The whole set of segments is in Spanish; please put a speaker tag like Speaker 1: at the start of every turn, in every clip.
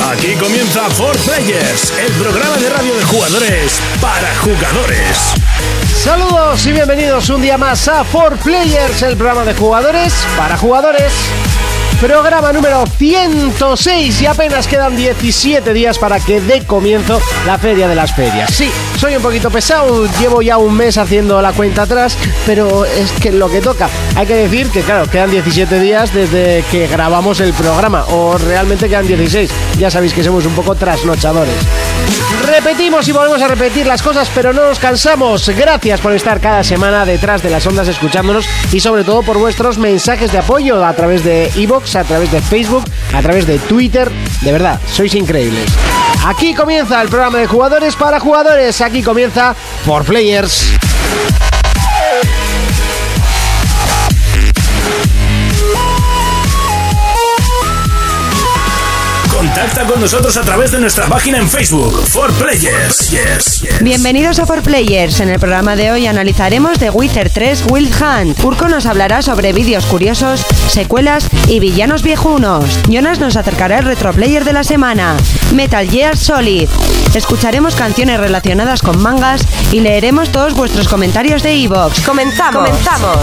Speaker 1: Aquí comienza For Players, el programa de radio de jugadores para jugadores.
Speaker 2: Saludos y bienvenidos un día más a For Players, el programa de jugadores para jugadores. Programa número 106 y apenas quedan 17 días para que dé comienzo la Feria de las Ferias. Sí, soy un poquito pesado, llevo ya un mes haciendo la cuenta atrás, pero es que lo que toca. Hay que decir que, claro, quedan 17 días desde que grabamos el programa, o realmente quedan 16. Ya sabéis que somos un poco trasnochadores. Repetimos y volvemos a repetir las cosas, pero no nos cansamos. Gracias por estar cada semana detrás de las ondas escuchándonos y sobre todo por vuestros mensajes de apoyo a través de iVoox, a través de Facebook, a través de Twitter. De verdad, sois increíbles. Aquí comienza el programa de jugadores para jugadores. Aquí comienza For Players.
Speaker 1: Contacta con nosotros a través de nuestra página en Facebook, For Players. Yes, yes.
Speaker 3: Bienvenidos a For Players. En el programa de hoy analizaremos The Witcher 3 Wild Hunt. Urko nos hablará sobre vídeos curiosos, secuelas y villanos viejunos. Jonas nos acercará el retroplayer de la semana, Metal Gear Solid. Escucharemos canciones relacionadas con mangas y leeremos todos vuestros comentarios de Evox.
Speaker 4: Comenzamos.
Speaker 3: Comenzamos.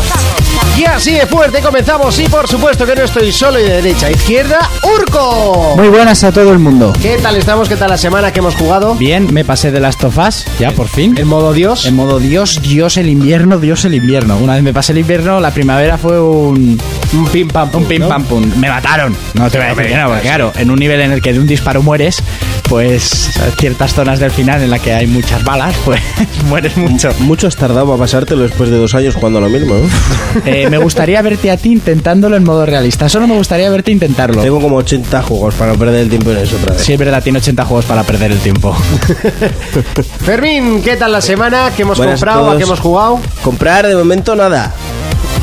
Speaker 2: Y así de fuerte comenzamos y por supuesto que no estoy solo y de derecha a izquierda, Urco.
Speaker 5: Muy buenas a todo el mundo.
Speaker 2: ¿Qué tal estamos? ¿Qué tal la semana que hemos jugado?
Speaker 5: Bien, me pasé de las tofas, ya por fin.
Speaker 2: En modo Dios.
Speaker 5: En modo Dios, Dios el invierno, Dios el invierno. Una vez me pasé el invierno, la primavera fue un.
Speaker 2: Un pim pam pum,
Speaker 5: Un pim
Speaker 2: ¿no?
Speaker 5: pam pum. Me mataron. No te voy a decir que no, porque claro, en un nivel en el que de un disparo mueres, pues ciertas zonas del final en la que hay muchas balas, pues mueres mucho.
Speaker 6: Mucho has tardado a pasártelo después de dos años jugando a lo mismo. ¿eh?
Speaker 5: Eh, me gustaría verte a ti intentándolo en modo realista. Solo me gustaría verte intentarlo.
Speaker 6: Tengo como 80 juegos para no perder el tiempo en eso otra vez.
Speaker 5: Sí, es verdad, tiene 80 juegos para perder el tiempo.
Speaker 2: Fermín, ¿qué tal la semana? ¿Qué hemos
Speaker 6: Buenas
Speaker 2: comprado?
Speaker 6: a
Speaker 2: ¿A qué
Speaker 6: todos.
Speaker 2: hemos jugado?
Speaker 6: Comprar de momento nada.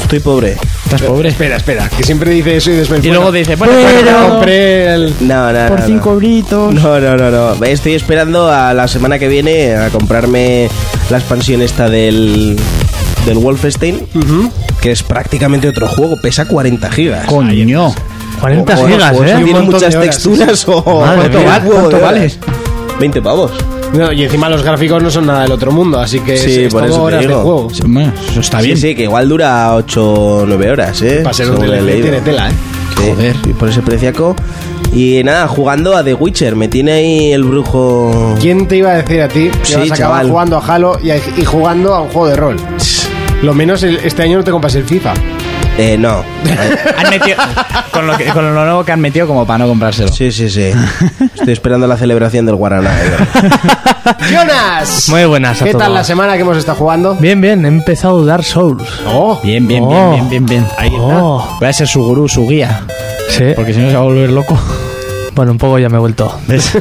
Speaker 6: Estoy pobre.
Speaker 5: Estás pobre.
Speaker 2: Espera, espera, que siempre dice eso y después.
Speaker 5: Y
Speaker 2: bueno,
Speaker 5: luego dice, bueno, pues
Speaker 2: pero
Speaker 5: pero-
Speaker 2: compré el.
Speaker 6: No, no,
Speaker 5: Por
Speaker 6: no,
Speaker 5: 5
Speaker 6: no.
Speaker 5: euritos.
Speaker 6: No, no, no, no. Estoy esperando a la semana que viene a comprarme la expansión esta del del Wolfenstein, que es prácticamente otro juego, pesa 40 gigas.
Speaker 5: Coño. 40
Speaker 6: Joder,
Speaker 5: gigas,
Speaker 6: joder,
Speaker 5: ¿eh?
Speaker 6: Tiene muchas texturas o
Speaker 5: Madre
Speaker 6: ¿Cuánto
Speaker 5: mía.
Speaker 6: vale?
Speaker 5: ¿Cuánto
Speaker 6: Joder.
Speaker 5: vales?
Speaker 6: 20 pavos.
Speaker 2: No, y encima los gráficos no son nada del otro mundo, así que
Speaker 6: Sí,
Speaker 2: es, es
Speaker 6: por
Speaker 2: todo
Speaker 6: eso te
Speaker 2: horas de
Speaker 6: digo.
Speaker 2: juego.
Speaker 5: Sí, hombre, Eso está Ah, bien.
Speaker 6: Sí, sí, que igual dura 8 o 9 horas, ¿eh?
Speaker 2: Para ser un
Speaker 6: Según he
Speaker 2: DLC
Speaker 6: leído.
Speaker 2: tiene tela, ¿eh?
Speaker 6: Sí,
Speaker 5: Joder.
Speaker 6: y por ese preciaco. Y nada, jugando a The Witcher. Me tiene ahí el brujo.
Speaker 2: ¿Quién te iba a decir a ti que
Speaker 6: Sí,
Speaker 2: vas a acabar
Speaker 6: chaval.
Speaker 2: jugando a Halo y, a- y jugando a un juego de rol? Lo menos el- este año no te compras el FIFA.
Speaker 6: Eh, no.
Speaker 5: Han metido- con, lo que- con lo nuevo que han metido como para no comprárselo.
Speaker 6: Sí, sí, sí. Estoy esperando la celebración del Guaraná. eh.
Speaker 2: ¡Jonas!
Speaker 7: Muy buenas a
Speaker 2: ¿Qué tal
Speaker 7: todos.
Speaker 2: la semana que hemos estado jugando?
Speaker 7: Bien, bien, he empezado Dark Souls.
Speaker 2: ¡Oh!
Speaker 5: Bien, bien,
Speaker 7: Oh.
Speaker 5: bien, bien, bien, bien. Ahí está.
Speaker 7: Oh.
Speaker 5: Voy a ser su gurú, su guía.
Speaker 7: Sí.
Speaker 5: Porque si no se va a volver loco.
Speaker 7: Bueno, un poco ya me he vuelto.
Speaker 5: ¿Ves?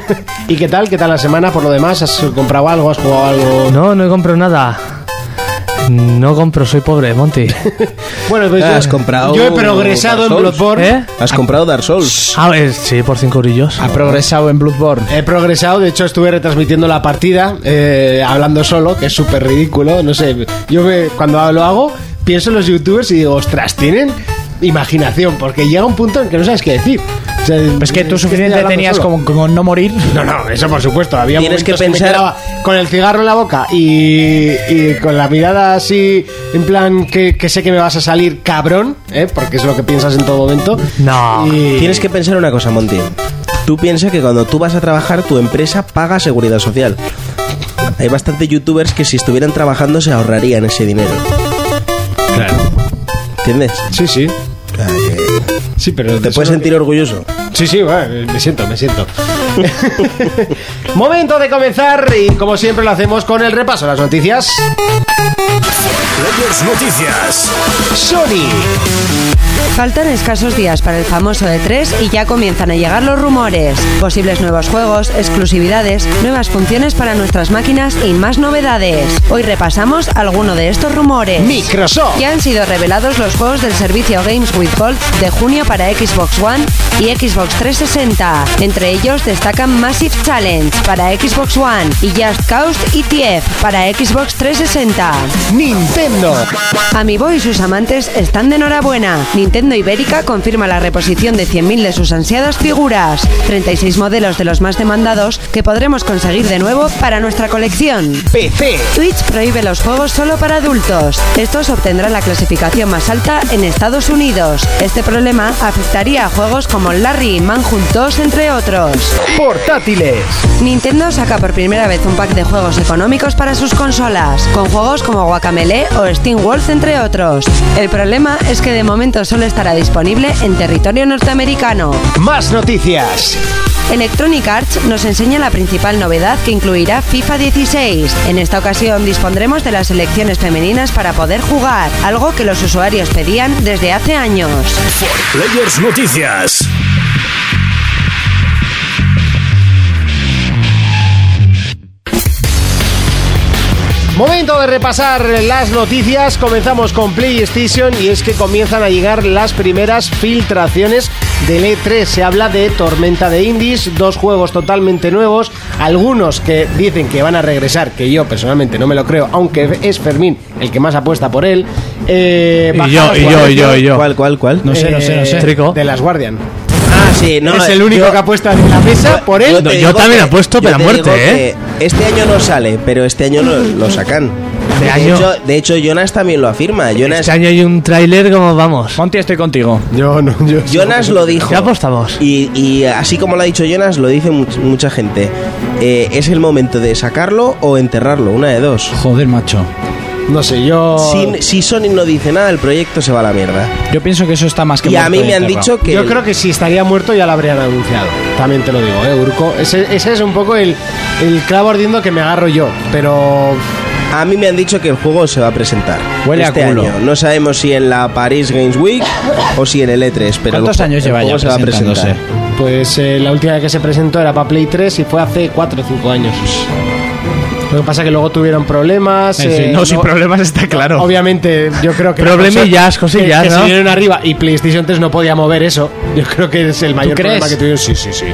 Speaker 2: ¿Y qué tal? ¿Qué tal la semana? Por lo demás, ¿has comprado algo? ¿Has jugado algo?
Speaker 7: No, no he comprado nada. No compro, soy pobre, Monty.
Speaker 2: Bueno, pues
Speaker 6: ¿Has
Speaker 2: yo,
Speaker 6: comprado
Speaker 2: yo he progresado
Speaker 6: Dark
Speaker 2: en
Speaker 6: Souls?
Speaker 2: Bloodborne.
Speaker 7: ¿Eh?
Speaker 6: ¿Has comprado Dark Souls?
Speaker 7: A ver, sí, por cinco orillos.
Speaker 5: Ha progresado en Bloodborne.
Speaker 2: He progresado, de hecho estuve retransmitiendo la partida, eh, hablando solo, que es súper ridículo, no sé, yo me- cuando lo hago pienso en los youtubers y digo, ostras, tienen imaginación, porque llega un punto en que no sabes qué decir. O sea,
Speaker 5: Pues que tú
Speaker 2: estoy
Speaker 5: suficiente
Speaker 2: hablando
Speaker 5: tenías
Speaker 2: solo.
Speaker 5: como, como no morir.
Speaker 2: No, no, eso por supuesto, había
Speaker 6: Tienes
Speaker 2: momentos
Speaker 6: que
Speaker 2: me
Speaker 6: pensar-
Speaker 2: quedaba con el cigarro en la boca y, y con la mirada así, en plan, que, que sé que me vas a salir cabrón, ¿eh? porque es lo que piensas en todo momento.
Speaker 7: No.
Speaker 2: Y-
Speaker 6: Tienes que pensar una cosa, Monty. Tú piensas que cuando tú vas a trabajar, tu empresa paga seguridad social. Hay bastantes youtubers que si estuvieran trabajando se ahorrarían ese dinero.
Speaker 5: Claro.
Speaker 6: ¿Entiendes?
Speaker 2: Sí, sí. Sí, pero
Speaker 6: Te puedes sentir orgulloso.
Speaker 2: Sí, sí, bueno, me siento, me siento. Momento de comenzar y como siempre lo hacemos con el repaso de las noticias.
Speaker 1: Players Noticias.
Speaker 2: Sony.
Speaker 3: Faltan escasos días para el famoso E3 y ya comienzan a llegar los rumores. Posibles nuevos juegos, exclusividades, nuevas funciones para nuestras máquinas y más novedades. Hoy repasamos alguno de estos rumores.
Speaker 2: Microsoft.
Speaker 3: Ya han sido revelados los juegos del servicio Games with Gold de junio para Xbox One y Xbox Xbox 360. Entre ellos destacan Massive Challenge para Xbox One y Just Cause ETF para Xbox 360.
Speaker 2: Nintendo.
Speaker 3: Amiibo y sus amantes están de enhorabuena. Nintendo Ibérica confirma la reposición de 100.000 de sus ansiadas figuras, 36 modelos de los más demandados que podremos conseguir de nuevo para nuestra colección.
Speaker 2: PC.
Speaker 3: Twitch prohíbe los juegos solo para adultos. Estos obtendrán la clasificación más alta en Estados Unidos. Este problema afectaría a juegos como Larry y Manhunt 2, entre otros.
Speaker 2: Portátiles.
Speaker 3: Nintendo saca por primera vez un pack de juegos económicos para sus consolas, con juegos como Guacamele o Steam World, entre otros. El problema es que de momento solo estará disponible en territorio norteamericano.
Speaker 2: Más noticias.
Speaker 3: Electronic Arts nos enseña la principal novedad que incluirá FIFA 16. En esta ocasión dispondremos de las selecciones femeninas para poder jugar, algo que los usuarios pedían desde hace años.
Speaker 1: Players Noticias.
Speaker 2: Momento de repasar las noticias. Comenzamos con PlayStation y es que comienzan a llegar las primeras filtraciones del E3. Se habla de Tormenta de Indies, dos juegos totalmente nuevos, algunos que dicen que van a regresar, que yo personalmente no me lo creo, aunque es Fermín el que más apuesta por él. Eh,
Speaker 7: Y yo,
Speaker 2: bajadas Eh,
Speaker 7: y yo, y yo, y yo.
Speaker 6: ¿Cuál, cuál, cuál?
Speaker 5: No sé, no sé, no sé.
Speaker 7: Trico.
Speaker 2: De las Guardian.
Speaker 6: Ah, sí, no.
Speaker 2: es el único
Speaker 6: yo-
Speaker 2: que apuesta en la mesa por él.
Speaker 6: te
Speaker 7: yo
Speaker 6: digo
Speaker 7: también
Speaker 6: que-
Speaker 7: apuesto,
Speaker 6: yo
Speaker 7: pero a
Speaker 6: te
Speaker 7: muerte,
Speaker 6: digo
Speaker 7: ¿eh?
Speaker 6: que Este año no sale, pero este año lo, lo sacan.
Speaker 7: Este
Speaker 6: de,
Speaker 7: año-
Speaker 6: hecho, de hecho, Jonas también lo afirma. Jonas,
Speaker 7: Este año hay un tráiler como vamos.
Speaker 5: Monty, estoy contigo.
Speaker 2: Yo no, yo.
Speaker 6: Jonas lo dijo.
Speaker 7: ¿Qué apostamos?
Speaker 6: Y, y así como lo ha dicho Jonas, lo dice much- mucha gente. Eh, es el momento de sacarlo o enterrarlo, una de dos.
Speaker 5: Joder, macho.
Speaker 2: No sé, yo.
Speaker 6: Si, si Sony no dice nada, el proyecto se va a la mierda.
Speaker 5: Yo pienso que eso está más que
Speaker 6: Y a
Speaker 5: muerto
Speaker 6: mí me han
Speaker 5: enterrado.
Speaker 6: dicho que.
Speaker 2: Yo
Speaker 6: el-
Speaker 2: creo que si estaría muerto ya lo habrían anunciado. También te lo digo, ¿eh, Urco? Ese, ese es un poco el, el clavo ardiendo que me agarro yo. Pero
Speaker 6: A mí me han dicho que el juego se va a presentar.
Speaker 5: Huele a
Speaker 6: este
Speaker 5: culo.
Speaker 6: año. No sabemos si en la Paris Games Week o si en el E3. Pero el
Speaker 5: ¿Cuántos
Speaker 6: ju-
Speaker 5: años
Speaker 6: el
Speaker 5: lleva
Speaker 6: juego
Speaker 5: ya
Speaker 6: se va a presentar.
Speaker 5: presentándose?
Speaker 2: pues eh, la última vez que se presentó era para Play 3 y fue hace 4 o 5 años. Lo que pasa es que luego tuvieron problemas.
Speaker 5: En fin,
Speaker 2: eh,
Speaker 5: no, sin
Speaker 2: luego-
Speaker 5: problemas está claro.
Speaker 2: Obviamente, yo creo que. la
Speaker 7: Problemillas,
Speaker 2: consola-
Speaker 7: cosillas,
Speaker 2: que- que
Speaker 7: ¿no?
Speaker 2: se vinieron arriba y PlayStation 3 no podía mover eso. Yo creo que es el mayor
Speaker 5: crees?
Speaker 2: problema que tuvieron. Sí, sí, sí.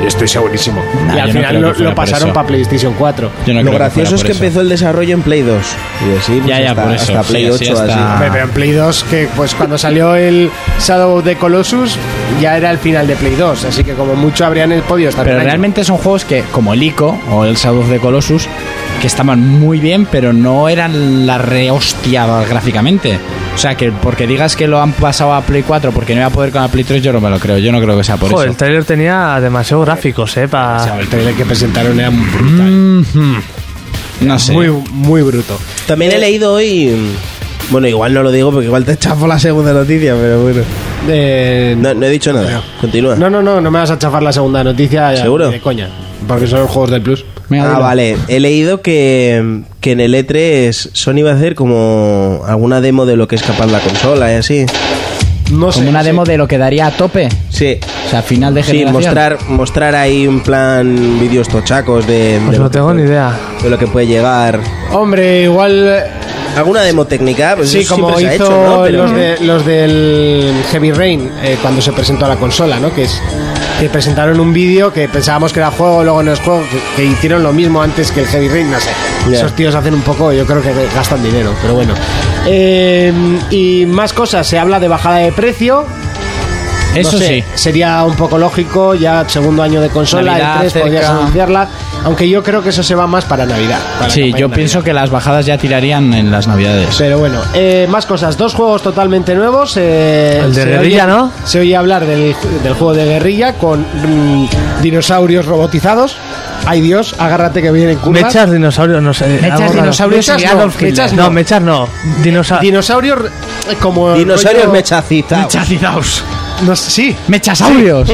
Speaker 2: Y Estoy segurísimo.
Speaker 5: Nah,
Speaker 2: y
Speaker 5: yo
Speaker 2: al final
Speaker 5: no creo que
Speaker 2: lo- lo,
Speaker 5: fuera por
Speaker 2: pasaron
Speaker 5: eso.
Speaker 2: para PlayStation 4.
Speaker 5: Yo no
Speaker 6: Lo
Speaker 5: creo que
Speaker 6: gracioso es
Speaker 5: fuera
Speaker 6: que
Speaker 5: por eso.
Speaker 6: empezó el desarrollo en Play 2. Y así, pues,
Speaker 5: Ya, ya,
Speaker 6: hasta,
Speaker 5: por eso.
Speaker 6: hasta
Speaker 5: Sí,
Speaker 6: Play
Speaker 5: así
Speaker 6: 8, así.
Speaker 5: hasta-
Speaker 2: Hombre, pero en Play 2, que pues cuando salió el Shadow of the Colossus, ya era el final de Play 2, así que como mucho habrían el podio estar
Speaker 5: Pero
Speaker 2: un año.
Speaker 5: realmente son juegos que, como el ICO o el Shadow of the Colossus, que estaban muy bien, pero no eran la rehostia gráficamente. O sea, que porque digas que lo han pasado a Play 4 porque no iba a poder con la Play 3, yo no me lo creo. Yo no creo que sea por
Speaker 7: Joder, el
Speaker 5: eso.
Speaker 7: tráiler tenía demasiados gráficos, ¿eh?
Speaker 2: O
Speaker 7: Para
Speaker 2: sea, el trailer que presentaron era brutal.
Speaker 5: Mhm. No sé.
Speaker 2: Muy, muy bruto.
Speaker 6: También he leído hoy. mm, Bueno, igual no lo digo porque igual te chafo la segunda noticia, pero bueno.
Speaker 2: Eh,
Speaker 6: No, no he dicho nada. Continúa.
Speaker 2: no, no, no, no me vas a chafar la segunda noticia. ya,
Speaker 6: ¿Seguro?
Speaker 2: De coña. Porque son los juegos del Plus.
Speaker 5: Venga,
Speaker 6: Ah,
Speaker 5: dilo.
Speaker 6: vale. He leído que, que en el E3 Sony va a hacer como alguna demo de lo que es capaz la consola y así.
Speaker 2: No sé.
Speaker 5: Como una
Speaker 2: sí.
Speaker 5: demo de lo que daría a tope.
Speaker 6: Sí.
Speaker 5: O sea, final de
Speaker 6: Sí,
Speaker 5: generación.
Speaker 6: mostrar, mostrar ahí un plan vídeos tochacos de,
Speaker 7: Pues
Speaker 6: de
Speaker 7: no
Speaker 6: lo que
Speaker 7: tengo
Speaker 6: puede-
Speaker 7: ni idea.
Speaker 6: De lo que puede llegar.
Speaker 2: Hombre, igual. eh,
Speaker 6: Alguna demo técnica, pues
Speaker 2: Sí,
Speaker 6: eso
Speaker 2: como
Speaker 6: siempre
Speaker 2: hizo
Speaker 6: se ha hecho, ¿no? Pero-
Speaker 2: los, de- los del Heavy Rain eh, cuando se presentó a la consola, ¿no? Que, es, que presentaron un vídeo que pensábamos que era juego, luego no es juego, que, que hicieron lo mismo antes que el Heavy Rain, no sé.
Speaker 6: Ya.
Speaker 2: Esos tíos hacen un poco, yo creo que gastan dinero, pero bueno. Eh, y más cosas, se habla de bajada de precio. No
Speaker 5: Eso
Speaker 2: sé,
Speaker 5: sí.
Speaker 2: Sería un poco lógico, ya segundo año de consola,
Speaker 5: Navidad,
Speaker 2: el 3 podrías
Speaker 5: cerca.
Speaker 2: anunciarla, aunque yo creo que eso se va más para Navidad. para
Speaker 5: Sí,
Speaker 2: campaña de
Speaker 5: yo
Speaker 2: Navidad.
Speaker 5: pienso que las bajadas ya tirarían en las navidades.
Speaker 2: Pero bueno, eh, más cosas. Dos juegos totalmente nuevos. eh,
Speaker 7: El de
Speaker 2: se
Speaker 7: guerrilla,
Speaker 2: oye-
Speaker 7: ¿no?
Speaker 2: Se oye hablar del, del juego de guerrilla con mm, dinosaurios robotizados. Ay Dios, agárrate que vienen curvas.
Speaker 7: Mechas, dinosaurios, no sé.
Speaker 5: Mechas,
Speaker 7: algo raro.
Speaker 5: dinosaurios y
Speaker 7: Mechas no,
Speaker 5: Adolf Hitler.
Speaker 7: mechas no, mechas no. Dinosaurios.
Speaker 2: Dinosaurios eh, como... el
Speaker 6: Dinosaurios
Speaker 2: rollo-
Speaker 6: mechacita.
Speaker 5: Mechacidaos.
Speaker 2: no sé, sí,
Speaker 5: Mechasaurios.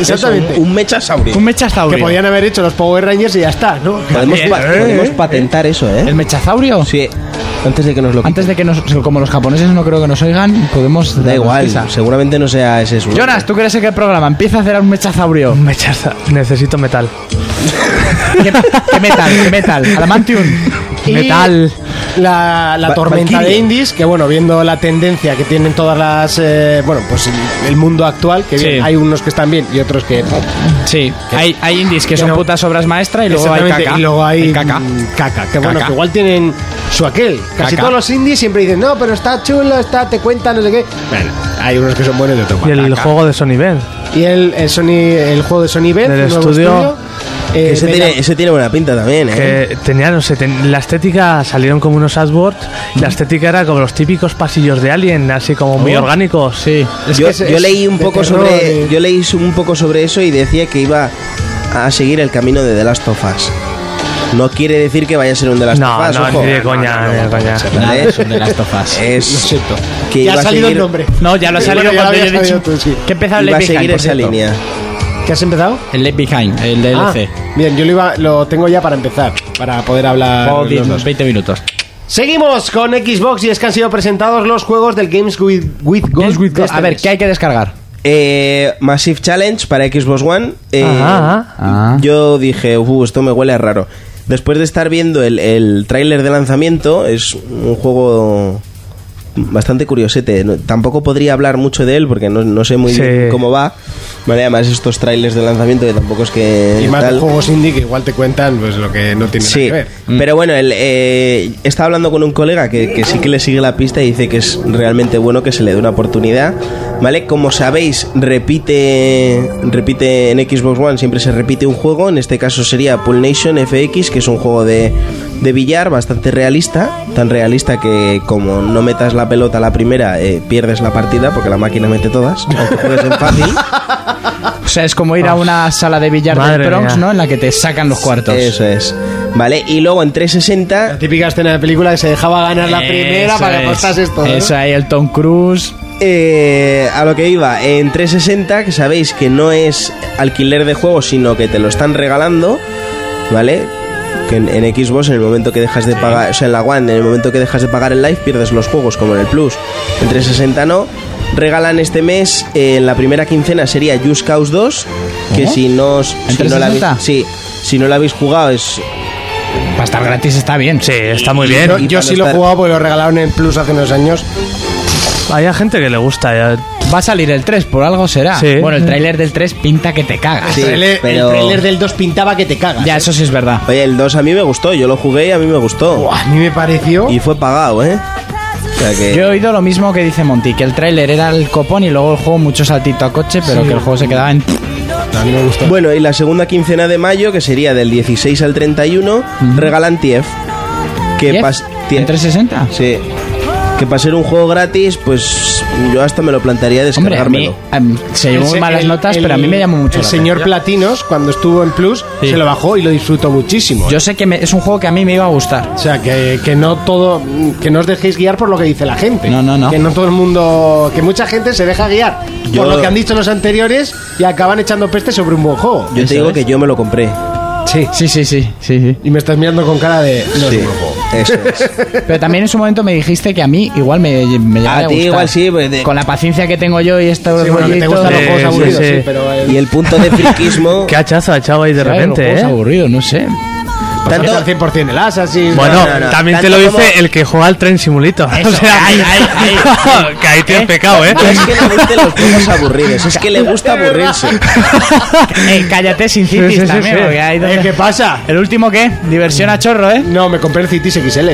Speaker 2: exactamente.
Speaker 6: Un mechasaurio.
Speaker 5: Un mechasaurio.
Speaker 2: que podían haber hecho los Power Rangers y ya está, ¿no?
Speaker 6: Podemos,
Speaker 5: Eh,
Speaker 6: pa-
Speaker 5: eh,
Speaker 6: podemos
Speaker 5: eh.
Speaker 6: patentar eso,
Speaker 5: ¿El
Speaker 6: ¿eh?
Speaker 5: mechasaurio?
Speaker 6: Sí. Antes de que nos lo
Speaker 5: Antes de que nos, como los japoneses no creo que nos oigan, podemos
Speaker 6: Da
Speaker 5: darnos
Speaker 6: igual,
Speaker 5: prisa.
Speaker 6: seguramente no sea ese su.
Speaker 5: Jonas, ¿tú crees que el programa empieza a hacer un mechazaurio?
Speaker 7: Mechas. Necesito metal.
Speaker 5: ¿Qué, qué metal? ¿Qué metal? Adamantium.
Speaker 2: Y
Speaker 7: Metal.
Speaker 2: La, la
Speaker 6: Va-
Speaker 2: tormenta de
Speaker 6: Valkyrie.
Speaker 2: indies, que bueno, viendo la tendencia que tienen todas las. eh, bueno, pues el, el mundo actual, que
Speaker 5: Sí.
Speaker 2: bien, hay unos que están bien y otros que.
Speaker 5: Sí, hay, hay indies que son
Speaker 2: no.
Speaker 5: putas obras maestras y luego hay
Speaker 2: Exactamente,
Speaker 5: caca.
Speaker 2: Y luego hay
Speaker 5: El caca.
Speaker 2: mm, caca, que bueno,
Speaker 5: Caca.
Speaker 2: que igual tienen su aquel. Casi
Speaker 5: Caca.
Speaker 2: todos los indies siempre dicen, no, pero está chulo, está, te cuenta, no sé qué. Bueno, hay unos que son buenos y otros
Speaker 7: Y el
Speaker 2: caca.
Speaker 7: juego de Sony Ben.
Speaker 2: Y el, el Sony, el juego de Sony Ben,
Speaker 7: Del
Speaker 2: el nuevo
Speaker 7: estudio,
Speaker 2: eh,
Speaker 6: ese,
Speaker 2: me
Speaker 6: tiene,
Speaker 2: llama-
Speaker 6: ese tiene buena pinta también, ¿eh?
Speaker 7: Que tenía, no sé, ten- la estética salieron como unos artworks. y La estética era como los típicos pasillos de Alien, así como muy orgánicos.
Speaker 5: Sí.
Speaker 6: yo,
Speaker 2: es-
Speaker 6: yo
Speaker 2: es
Speaker 6: leí un
Speaker 2: de
Speaker 6: poco
Speaker 2: terror, eh,
Speaker 6: sobre
Speaker 2: de-
Speaker 6: yo leí su- un poco sobre eso y decía que iba a seguir el camino de The Last of Us no quiere decir que vaya a ser un The Last
Speaker 7: No,
Speaker 6: of Us
Speaker 7: no,
Speaker 6: ojo.
Speaker 7: ni de coña, ni de coña.
Speaker 5: Nada,
Speaker 6: ¿Eh?
Speaker 5: es un de las tofas.
Speaker 6: es que
Speaker 2: Ya
Speaker 6: iba
Speaker 2: ha
Speaker 6: a
Speaker 2: salido
Speaker 6: seguir-
Speaker 2: el nombre.
Speaker 5: No, ya lo ha
Speaker 2: Sí,
Speaker 5: salido
Speaker 2: bueno, ya lo
Speaker 5: cuando yo he
Speaker 2: había
Speaker 5: dicho.
Speaker 2: sabido tú, sí.
Speaker 5: Que empezaba el
Speaker 6: iba
Speaker 5: Left
Speaker 6: a
Speaker 5: Behind.
Speaker 6: seguir
Speaker 5: por
Speaker 6: esa
Speaker 5: cierto.
Speaker 6: línea
Speaker 2: ¿Qué has empezado?
Speaker 5: El Left Behind, el DLC.
Speaker 2: Ah, bien, yo lo, iba, lo tengo ya para empezar, para poder hablar.
Speaker 5: O
Speaker 2: los
Speaker 5: 10,
Speaker 2: dos.
Speaker 5: 20 minutos.
Speaker 2: Seguimos con Xbox y es que han sido presentados los juegos del Games with, with Gold. de este
Speaker 5: A ver,
Speaker 2: mes.
Speaker 5: ¿qué hay que descargar?
Speaker 6: Eh, Massive Challenge para Xbox One eh,
Speaker 7: Ajá.
Speaker 5: Ah.
Speaker 6: yo dije "Uh, esto me huele a raro después de estar viendo el, el tráiler de lanzamiento es un juego bastante curiosete No- tampoco podría hablar mucho de él porque no, no sé muy
Speaker 7: Sí.
Speaker 6: bien cómo va vale además estos trailers de lanzamiento que tampoco es que
Speaker 2: Y más de
Speaker 6: tal.
Speaker 2: juegos indie que igual te cuentan pues lo que no tiene
Speaker 6: Sí, Mm.
Speaker 2: nada que ver.
Speaker 6: pero bueno, el, eh, estaba hablando con un colega que, que sí que le sigue la pista y dice que es realmente bueno que se le dé una oportunidad, ¿vale? Como sabéis, repite, repite en Xbox One, siempre se repite un juego, en este caso sería Pool Nation FX, que es un juego de, de billar bastante realista, tan realista que como no metas la pelota a la primera, eh, pierdes la partida porque la máquina mete todas, aunque juegues en fácil.
Speaker 5: O sea, es como ir a una sala de billar
Speaker 7: Madre
Speaker 5: del Bronx,
Speaker 7: mía.
Speaker 5: ¿no? En la que te sacan los cuartos.
Speaker 6: Eso es, ¿vale? Y luego en 360...
Speaker 2: La típica escena de película que se dejaba ganar la primera
Speaker 5: Eso
Speaker 2: para que
Speaker 5: es.
Speaker 2: apostases todo. ¿no?
Speaker 5: Eso ahí, el Tom Cruise.
Speaker 6: Eh, a lo que iba, en 360, que sabéis que no es alquiler de juegos, sino que te lo están regalando, ¿vale? Que en, en Xbox, en el momento que dejas de pagar, o sea, en la One, en el momento que dejas de pagar el Live, pierdes los juegos, como en el Plus. En 360 no. Regalan este mes, eh, en la primera quincena sería Just Cause 2, que
Speaker 5: ¿Cómo?
Speaker 6: si no, os-
Speaker 5: ¿En
Speaker 6: si no la habéis,
Speaker 5: 360?
Speaker 6: sí, si no la habéis jugado es
Speaker 5: Para estar gratis está bien.
Speaker 7: Sí, está muy
Speaker 2: Yo-
Speaker 7: bien.
Speaker 6: Y
Speaker 2: yo
Speaker 6: para
Speaker 2: sí lo he
Speaker 6: estar-
Speaker 2: jugado porque lo regalaron en Plus hace unos años.
Speaker 7: Hay a gente que le gusta. ya.
Speaker 5: Va a salir el 3, por algo será.
Speaker 7: Sí.
Speaker 5: Bueno, el tráiler del 3 pinta que te cagas.
Speaker 6: Sí,
Speaker 2: el, trailer,
Speaker 6: pero-
Speaker 2: el trailer del 2 pintaba que te cagas.
Speaker 5: Ya,
Speaker 2: ¿eh?
Speaker 5: eso sí es verdad.
Speaker 6: Oye, el 2 a mí me gustó, yo lo jugué y a mí me gustó.
Speaker 2: Buah, a mí me pareció.
Speaker 6: Y fue pagado, ¿eh? O sea que...
Speaker 5: Yo he oído lo mismo que dice Monty, que el tráiler era el copón y luego el juego mucho saltito a coche, pero que el juego se quedaba en...
Speaker 6: Bueno, y la segunda quincena de mayo, que sería del 16 al 31, regalan TIEF. Que
Speaker 5: ¿10?
Speaker 6: pas-
Speaker 5: ¿En
Speaker 6: TIEF,
Speaker 5: 360?
Speaker 6: sí. Que para ser un juego gratis, pues yo hasta me lo plantearía
Speaker 5: Hombre, a mí
Speaker 6: descargármelo.
Speaker 5: em, se llevó muy
Speaker 2: Ese-
Speaker 5: malas
Speaker 2: el-
Speaker 5: notas,
Speaker 2: el-
Speaker 5: pero a mí me llamó mucho
Speaker 2: El
Speaker 5: la
Speaker 2: señor Platinos, cuando estuvo en Plus,
Speaker 5: Sí.
Speaker 2: se lo bajó y lo disfrutó muchísimo.
Speaker 5: atención. Yo sé que me- es un juego que a mí me iba a gustar.
Speaker 2: O sea, que, que no todo. Que no os dejéis guiar por lo que dice la gente.
Speaker 5: No, no, no.
Speaker 2: Que no todo el mundo. Que mucha gente se deja guiar
Speaker 6: Yo-
Speaker 2: por lo que han dicho los anteriores y acaban echando peste sobre un buen juego.
Speaker 6: Yo
Speaker 5: ¿Eso
Speaker 6: te digo
Speaker 5: es?
Speaker 6: que yo me lo compré.
Speaker 5: Sí, sí, sí, sí, sí, sí.
Speaker 2: Y me estás mirando con cara de. No
Speaker 6: Sí,
Speaker 2: es un buen juego.
Speaker 6: eso es.
Speaker 5: Pero también en su momento me dijiste que a mí igual me, me llegaba
Speaker 6: A ti
Speaker 5: gustar.
Speaker 6: igual sí, pues, de-
Speaker 5: Con la paciencia que tengo yo y estos
Speaker 2: Sí, bueno, que te
Speaker 5: rollitos,
Speaker 2: gustan los
Speaker 7: Sí,
Speaker 2: juegos
Speaker 7: sí,
Speaker 2: aburridos, sí,
Speaker 7: sí.
Speaker 2: pero. eh,
Speaker 6: Y el punto de friquismo.
Speaker 7: Qué hachazo ha echado ahí de
Speaker 5: ¿sabes? Los
Speaker 7: repente,
Speaker 5: juegos
Speaker 7: ¿eh?
Speaker 5: aburridos, no sé.
Speaker 2: pasarse
Speaker 6: tanto-
Speaker 2: al 100% el asa, sí.
Speaker 7: Bueno,
Speaker 6: no, no.
Speaker 7: también te
Speaker 6: Tanto
Speaker 7: lo dice
Speaker 6: como-
Speaker 7: el que juega al tren simulito.
Speaker 5: Eso,
Speaker 7: o sea,
Speaker 5: ahí, ahí, ahí.
Speaker 7: que ahí tienes pecado, ¿eh?
Speaker 6: No es que le gusten los juegos aburridos, es que le gusta aburrirse.
Speaker 5: Eh, cállate sin citis
Speaker 7: Sí, sí, sí,
Speaker 5: también,
Speaker 7: sí.
Speaker 5: porque ahí
Speaker 2: Eh,
Speaker 5: donde-
Speaker 2: ¿Qué pasa?
Speaker 5: El último, ¿qué? Diversión a chorro, ¿eh?
Speaker 2: No, me compré el Cities XL.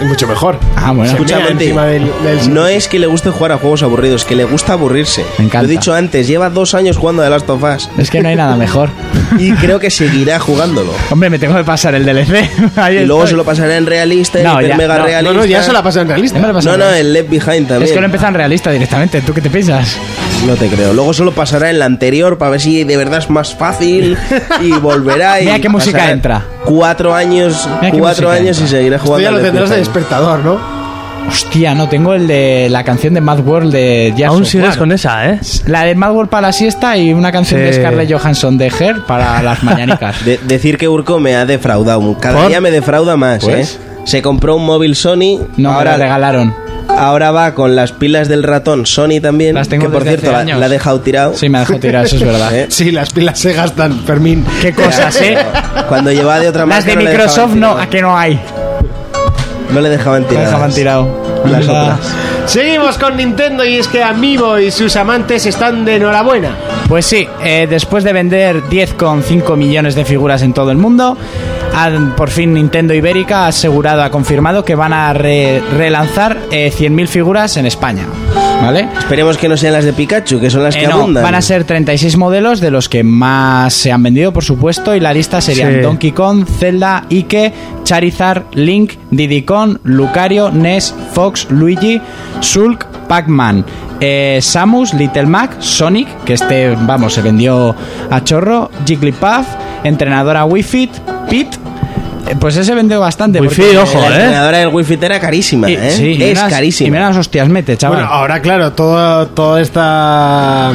Speaker 2: Es mucho mejor.
Speaker 5: Ah, bueno.
Speaker 2: Se
Speaker 6: Escucha,
Speaker 2: mea
Speaker 6: Monty,
Speaker 2: encima del- del-
Speaker 6: no es que le guste jugar a juegos aburridos, que le gusta aburrirse.
Speaker 5: Me encanta.
Speaker 6: Lo he dicho antes, lleva dos años jugando a The Last of Us
Speaker 5: Es que no hay nada mejor.
Speaker 6: y creo que seguirá jugándolo.
Speaker 5: Hombre, me tengo que pasar el DLC. Ahí
Speaker 6: Y luego
Speaker 5: estoy.
Speaker 6: se lo pasará en realista, en
Speaker 5: No,
Speaker 6: hiper
Speaker 5: ya,
Speaker 6: mega
Speaker 5: no, no,
Speaker 6: realista.
Speaker 2: No, no, ya se la pasa en realista.
Speaker 5: Ya Este me lo he pasado.
Speaker 6: No, eh, no, el Left Behind también.
Speaker 5: Es que lo em- empiezan realista directamente. ¿Tú qué te piensas?
Speaker 6: No te creo. Luego solo pasará en la anterior para ver si de verdad es más fácil y volverá y.
Speaker 5: Mira qué música
Speaker 6: pasará
Speaker 5: entra.
Speaker 6: Cuatro años,
Speaker 5: Mira qué
Speaker 6: cuatro
Speaker 5: música
Speaker 6: años y
Speaker 5: entra.
Speaker 6: seguirá
Speaker 2: Tú
Speaker 6: jugando.
Speaker 2: ya
Speaker 6: al
Speaker 2: lo
Speaker 6: Left
Speaker 2: tendrás de
Speaker 6: Behind.
Speaker 2: despertador, ¿no?
Speaker 5: Hostia, no, tengo el de la canción de Mad World de Jazz.
Speaker 7: Aún sigues con esa, ¿eh?
Speaker 5: La de Mad World para la siesta y una canción de
Speaker 7: Sí.
Speaker 5: Scarlett Johansson de Her para las mañanicas.
Speaker 6: De- decir que Urco me ha defraudado. Cada
Speaker 7: ¿Por?
Speaker 6: día me defrauda más,
Speaker 5: Pues.
Speaker 6: ¿eh? Se compró un móvil Sony.
Speaker 5: No, ahora
Speaker 6: ahora,
Speaker 5: la regalaron.
Speaker 6: ahora va con las pilas del ratón Sony también.
Speaker 5: Las tengo
Speaker 6: que por
Speaker 5: desde hace
Speaker 6: cierto la,
Speaker 5: años.
Speaker 6: la ha dejado tirado.
Speaker 5: Sí, me dejó tirar, eso es verdad.
Speaker 6: ¿eh?
Speaker 2: Sí, las pilas se gastan, Fermín.
Speaker 5: Qué cosas, ¿eh?
Speaker 6: Cuando llevaba de otra
Speaker 5: Las
Speaker 6: marca
Speaker 5: de
Speaker 6: no la dejaban
Speaker 5: Microsoft no,
Speaker 6: tirada.
Speaker 5: a que no hay.
Speaker 6: No le dejaban
Speaker 5: Lo
Speaker 6: tirar.
Speaker 5: dejaban Ah. tirado.
Speaker 6: Las
Speaker 5: Mira.
Speaker 6: otras.
Speaker 2: Seguimos con Nintendo y es que Amiibo y sus amantes están de enhorabuena.
Speaker 5: Pues sí, eh, después de vender 10,5 millones de figuras en todo el mundo, han- por fin Nintendo Ibérica ha asegurado, ha confirmado que van a re- relanzar eh, 100.000 figuras en España. ¿Vale?
Speaker 6: Esperemos que no sean las de Pikachu, que son las que
Speaker 5: Eh, no,
Speaker 6: abundan.
Speaker 5: van a ser 36 modelos de los que más se han vendido, por supuesto, y la lista serían
Speaker 7: Sí.
Speaker 5: Donkey Kong, Zelda, Ike, Charizard, Link, Diddy Kong, Lucario, Ness, Fox, Luigi, Sulk, Pac-Man, eh, Samus, Little Mac, Sonic, que este, vamos, se vendió a chorro, Jigglypuff, entrenadora Wii Fit, Pit, eh, pues ese vendió bastante.
Speaker 7: Wi-Fi,
Speaker 5: porque-
Speaker 7: ojo,
Speaker 6: La
Speaker 7: ¿eh?
Speaker 6: entrenadora del Wi-Fi era carísima,
Speaker 5: Y-
Speaker 6: ¿eh?
Speaker 5: sí, y
Speaker 6: es
Speaker 5: menos-
Speaker 6: carísima.
Speaker 5: Y menos hostias mete, chaval.
Speaker 2: Bueno, ahora claro, todo, toda esta...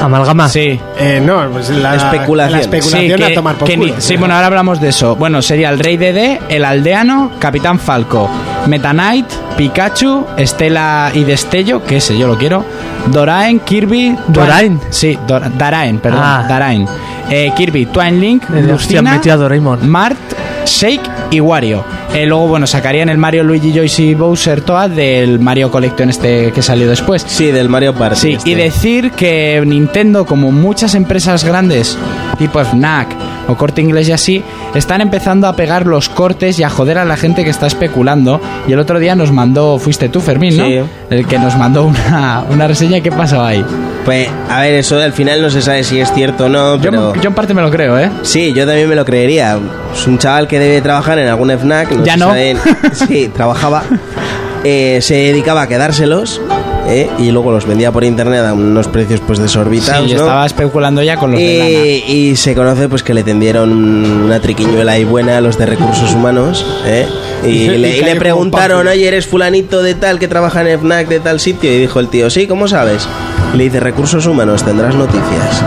Speaker 7: Amalgama.
Speaker 5: sí.
Speaker 2: eh, no, pues la
Speaker 6: Especulación.
Speaker 2: la especulación
Speaker 5: Sí,
Speaker 2: a
Speaker 5: que-
Speaker 2: tomar por
Speaker 5: que
Speaker 2: culo.
Speaker 5: ni- sí, bueno, ahora hablamos de eso. Bueno, sería el Rey DD, el Aldeano, Capitán Falco, Meta Knight, Pikachu, Estela y Destello, que ese yo lo quiero, Doraen, Kirby... Twan-
Speaker 7: ¿Doraen?
Speaker 5: Sí, Dor- Daraen, perdón,
Speaker 7: Ah.
Speaker 5: Daraen. Eh, Kirby, Twine Link,
Speaker 7: Eh, hostia,
Speaker 5: Lucina,
Speaker 7: han metido a Doraemon.
Speaker 5: Mart, Shake y Wario. Eh, luego, bueno, sacarían el Mario, Luigi, Joyce y Bowser Toad del Mario Collection este que salió después.
Speaker 6: Sí, del Mario Party.
Speaker 5: Sí,
Speaker 6: este.
Speaker 5: y decir que Nintendo, como muchas empresas grandes, tipo Fnac o Corte Inglés y así, están empezando a pegar los cortes y a joder a la gente que está especulando. Y el otro día nos mandó, fuiste tú, Fermín, ¿no?
Speaker 6: Sí.
Speaker 5: El que nos mandó una, una reseña, ¿qué pasaba ahí?
Speaker 6: Pues, a ver, eso al final no se sabe si es cierto o no,
Speaker 5: Yo,
Speaker 6: pero...
Speaker 5: yo en parte me lo creo, ¿eh?
Speaker 6: Sí, yo también me lo creería. Es un chaval que debe trabajar en algún FNAC.
Speaker 5: Ya
Speaker 6: se
Speaker 5: no.
Speaker 6: sabe- Sí, trabajaba. Eh, se dedicaba a quedárselos ¿eh? y luego los vendía por internet a unos precios pues desorbitados,
Speaker 5: Sí,
Speaker 6: ¿no?
Speaker 5: estaba especulando ya con los de lana.
Speaker 6: Y, y se conoce pues que le tendieron una triquiñuela ahí buena a los de recursos humanos. ¿eh? Y,
Speaker 2: Y- y
Speaker 6: le, y le
Speaker 2: cayó como un
Speaker 6: preguntaron,
Speaker 2: pájaro.
Speaker 6: oye, ¿eres fulanito de tal que trabaja en FNAC de tal sitio? Y dijo el tío, sí, ¿cómo sabes? Y le dice, recursos humanos, tendrás noticias.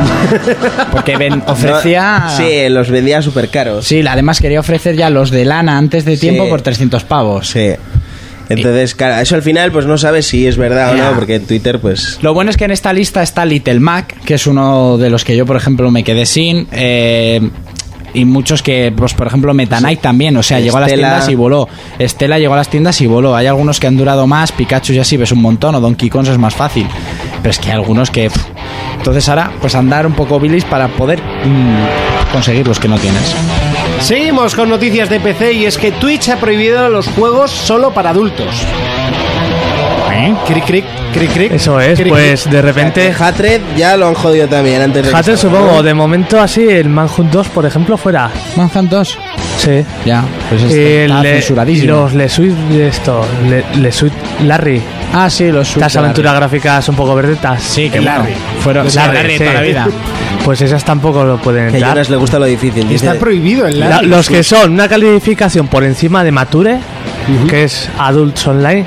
Speaker 5: Porque ven-
Speaker 6: No,
Speaker 5: ofrecía...
Speaker 6: sí, los vendía súper caros.
Speaker 5: Sí, además quería ofrecer ya los de lana antes de tiempo
Speaker 6: Sí.
Speaker 5: por 300 pavos.
Speaker 6: Sí. Entonces, claro, eso al final pues no sabes si es verdad o
Speaker 5: Ya.
Speaker 6: no, porque en Twitter pues...
Speaker 5: Lo bueno es que en esta lista está Little Mac, que es uno de los que yo, por ejemplo, me quedé sin. eh, y muchos que, pues, por ejemplo, Meta Knight también. O sea, llegó a las
Speaker 6: Estela.
Speaker 5: tiendas y voló. Estela llegó a las tiendas y voló. Hay algunos que han durado más. Pikachu ya sí ves un montón. O Donkey Kong eso es más fácil. Pero es que hay algunos que. pff. Entonces ahora, pues andar un poco bilis para poder mm, conseguir los que no tienes.
Speaker 2: Seguimos con noticias de PC y es que Twitch ha prohibido los juegos solo para adultos. Cric, cric, cric, cric.
Speaker 7: ¿Eh? Eso es,
Speaker 2: Cric,
Speaker 7: pues de repente...
Speaker 6: Hatred ya lo han jodido también antes de... que
Speaker 7: Hatter,
Speaker 6: salga,
Speaker 7: supongo,
Speaker 6: ¿no?
Speaker 7: de momento así, el Manhunt 2, por ejemplo, fuera.
Speaker 5: Manhunt 2.
Speaker 7: Sí.
Speaker 5: Ya, pues este,
Speaker 7: El,
Speaker 5: está
Speaker 7: eh,
Speaker 5: censuradísimo.
Speaker 7: los Le Suit, esto, Le, Le Suit Larry,
Speaker 5: ah, sí, los
Speaker 7: estas
Speaker 5: Super-
Speaker 7: aventuras gráficas un poco verdetas.
Speaker 5: Sí, que
Speaker 2: Larry.
Speaker 5: bueno, fueron
Speaker 7: Pues
Speaker 5: Larry,
Speaker 7: Larry,
Speaker 5: toda la
Speaker 7: sí.
Speaker 5: vida.
Speaker 7: Pues esas tampoco lo pueden
Speaker 6: Que a
Speaker 7: entrar.
Speaker 6: Jonas le gusta lo difícil. dice-
Speaker 2: Está prohibido el
Speaker 7: eh, La-
Speaker 2: Larry.
Speaker 7: los que son una calificación por encima de Mature, que es Adults Online,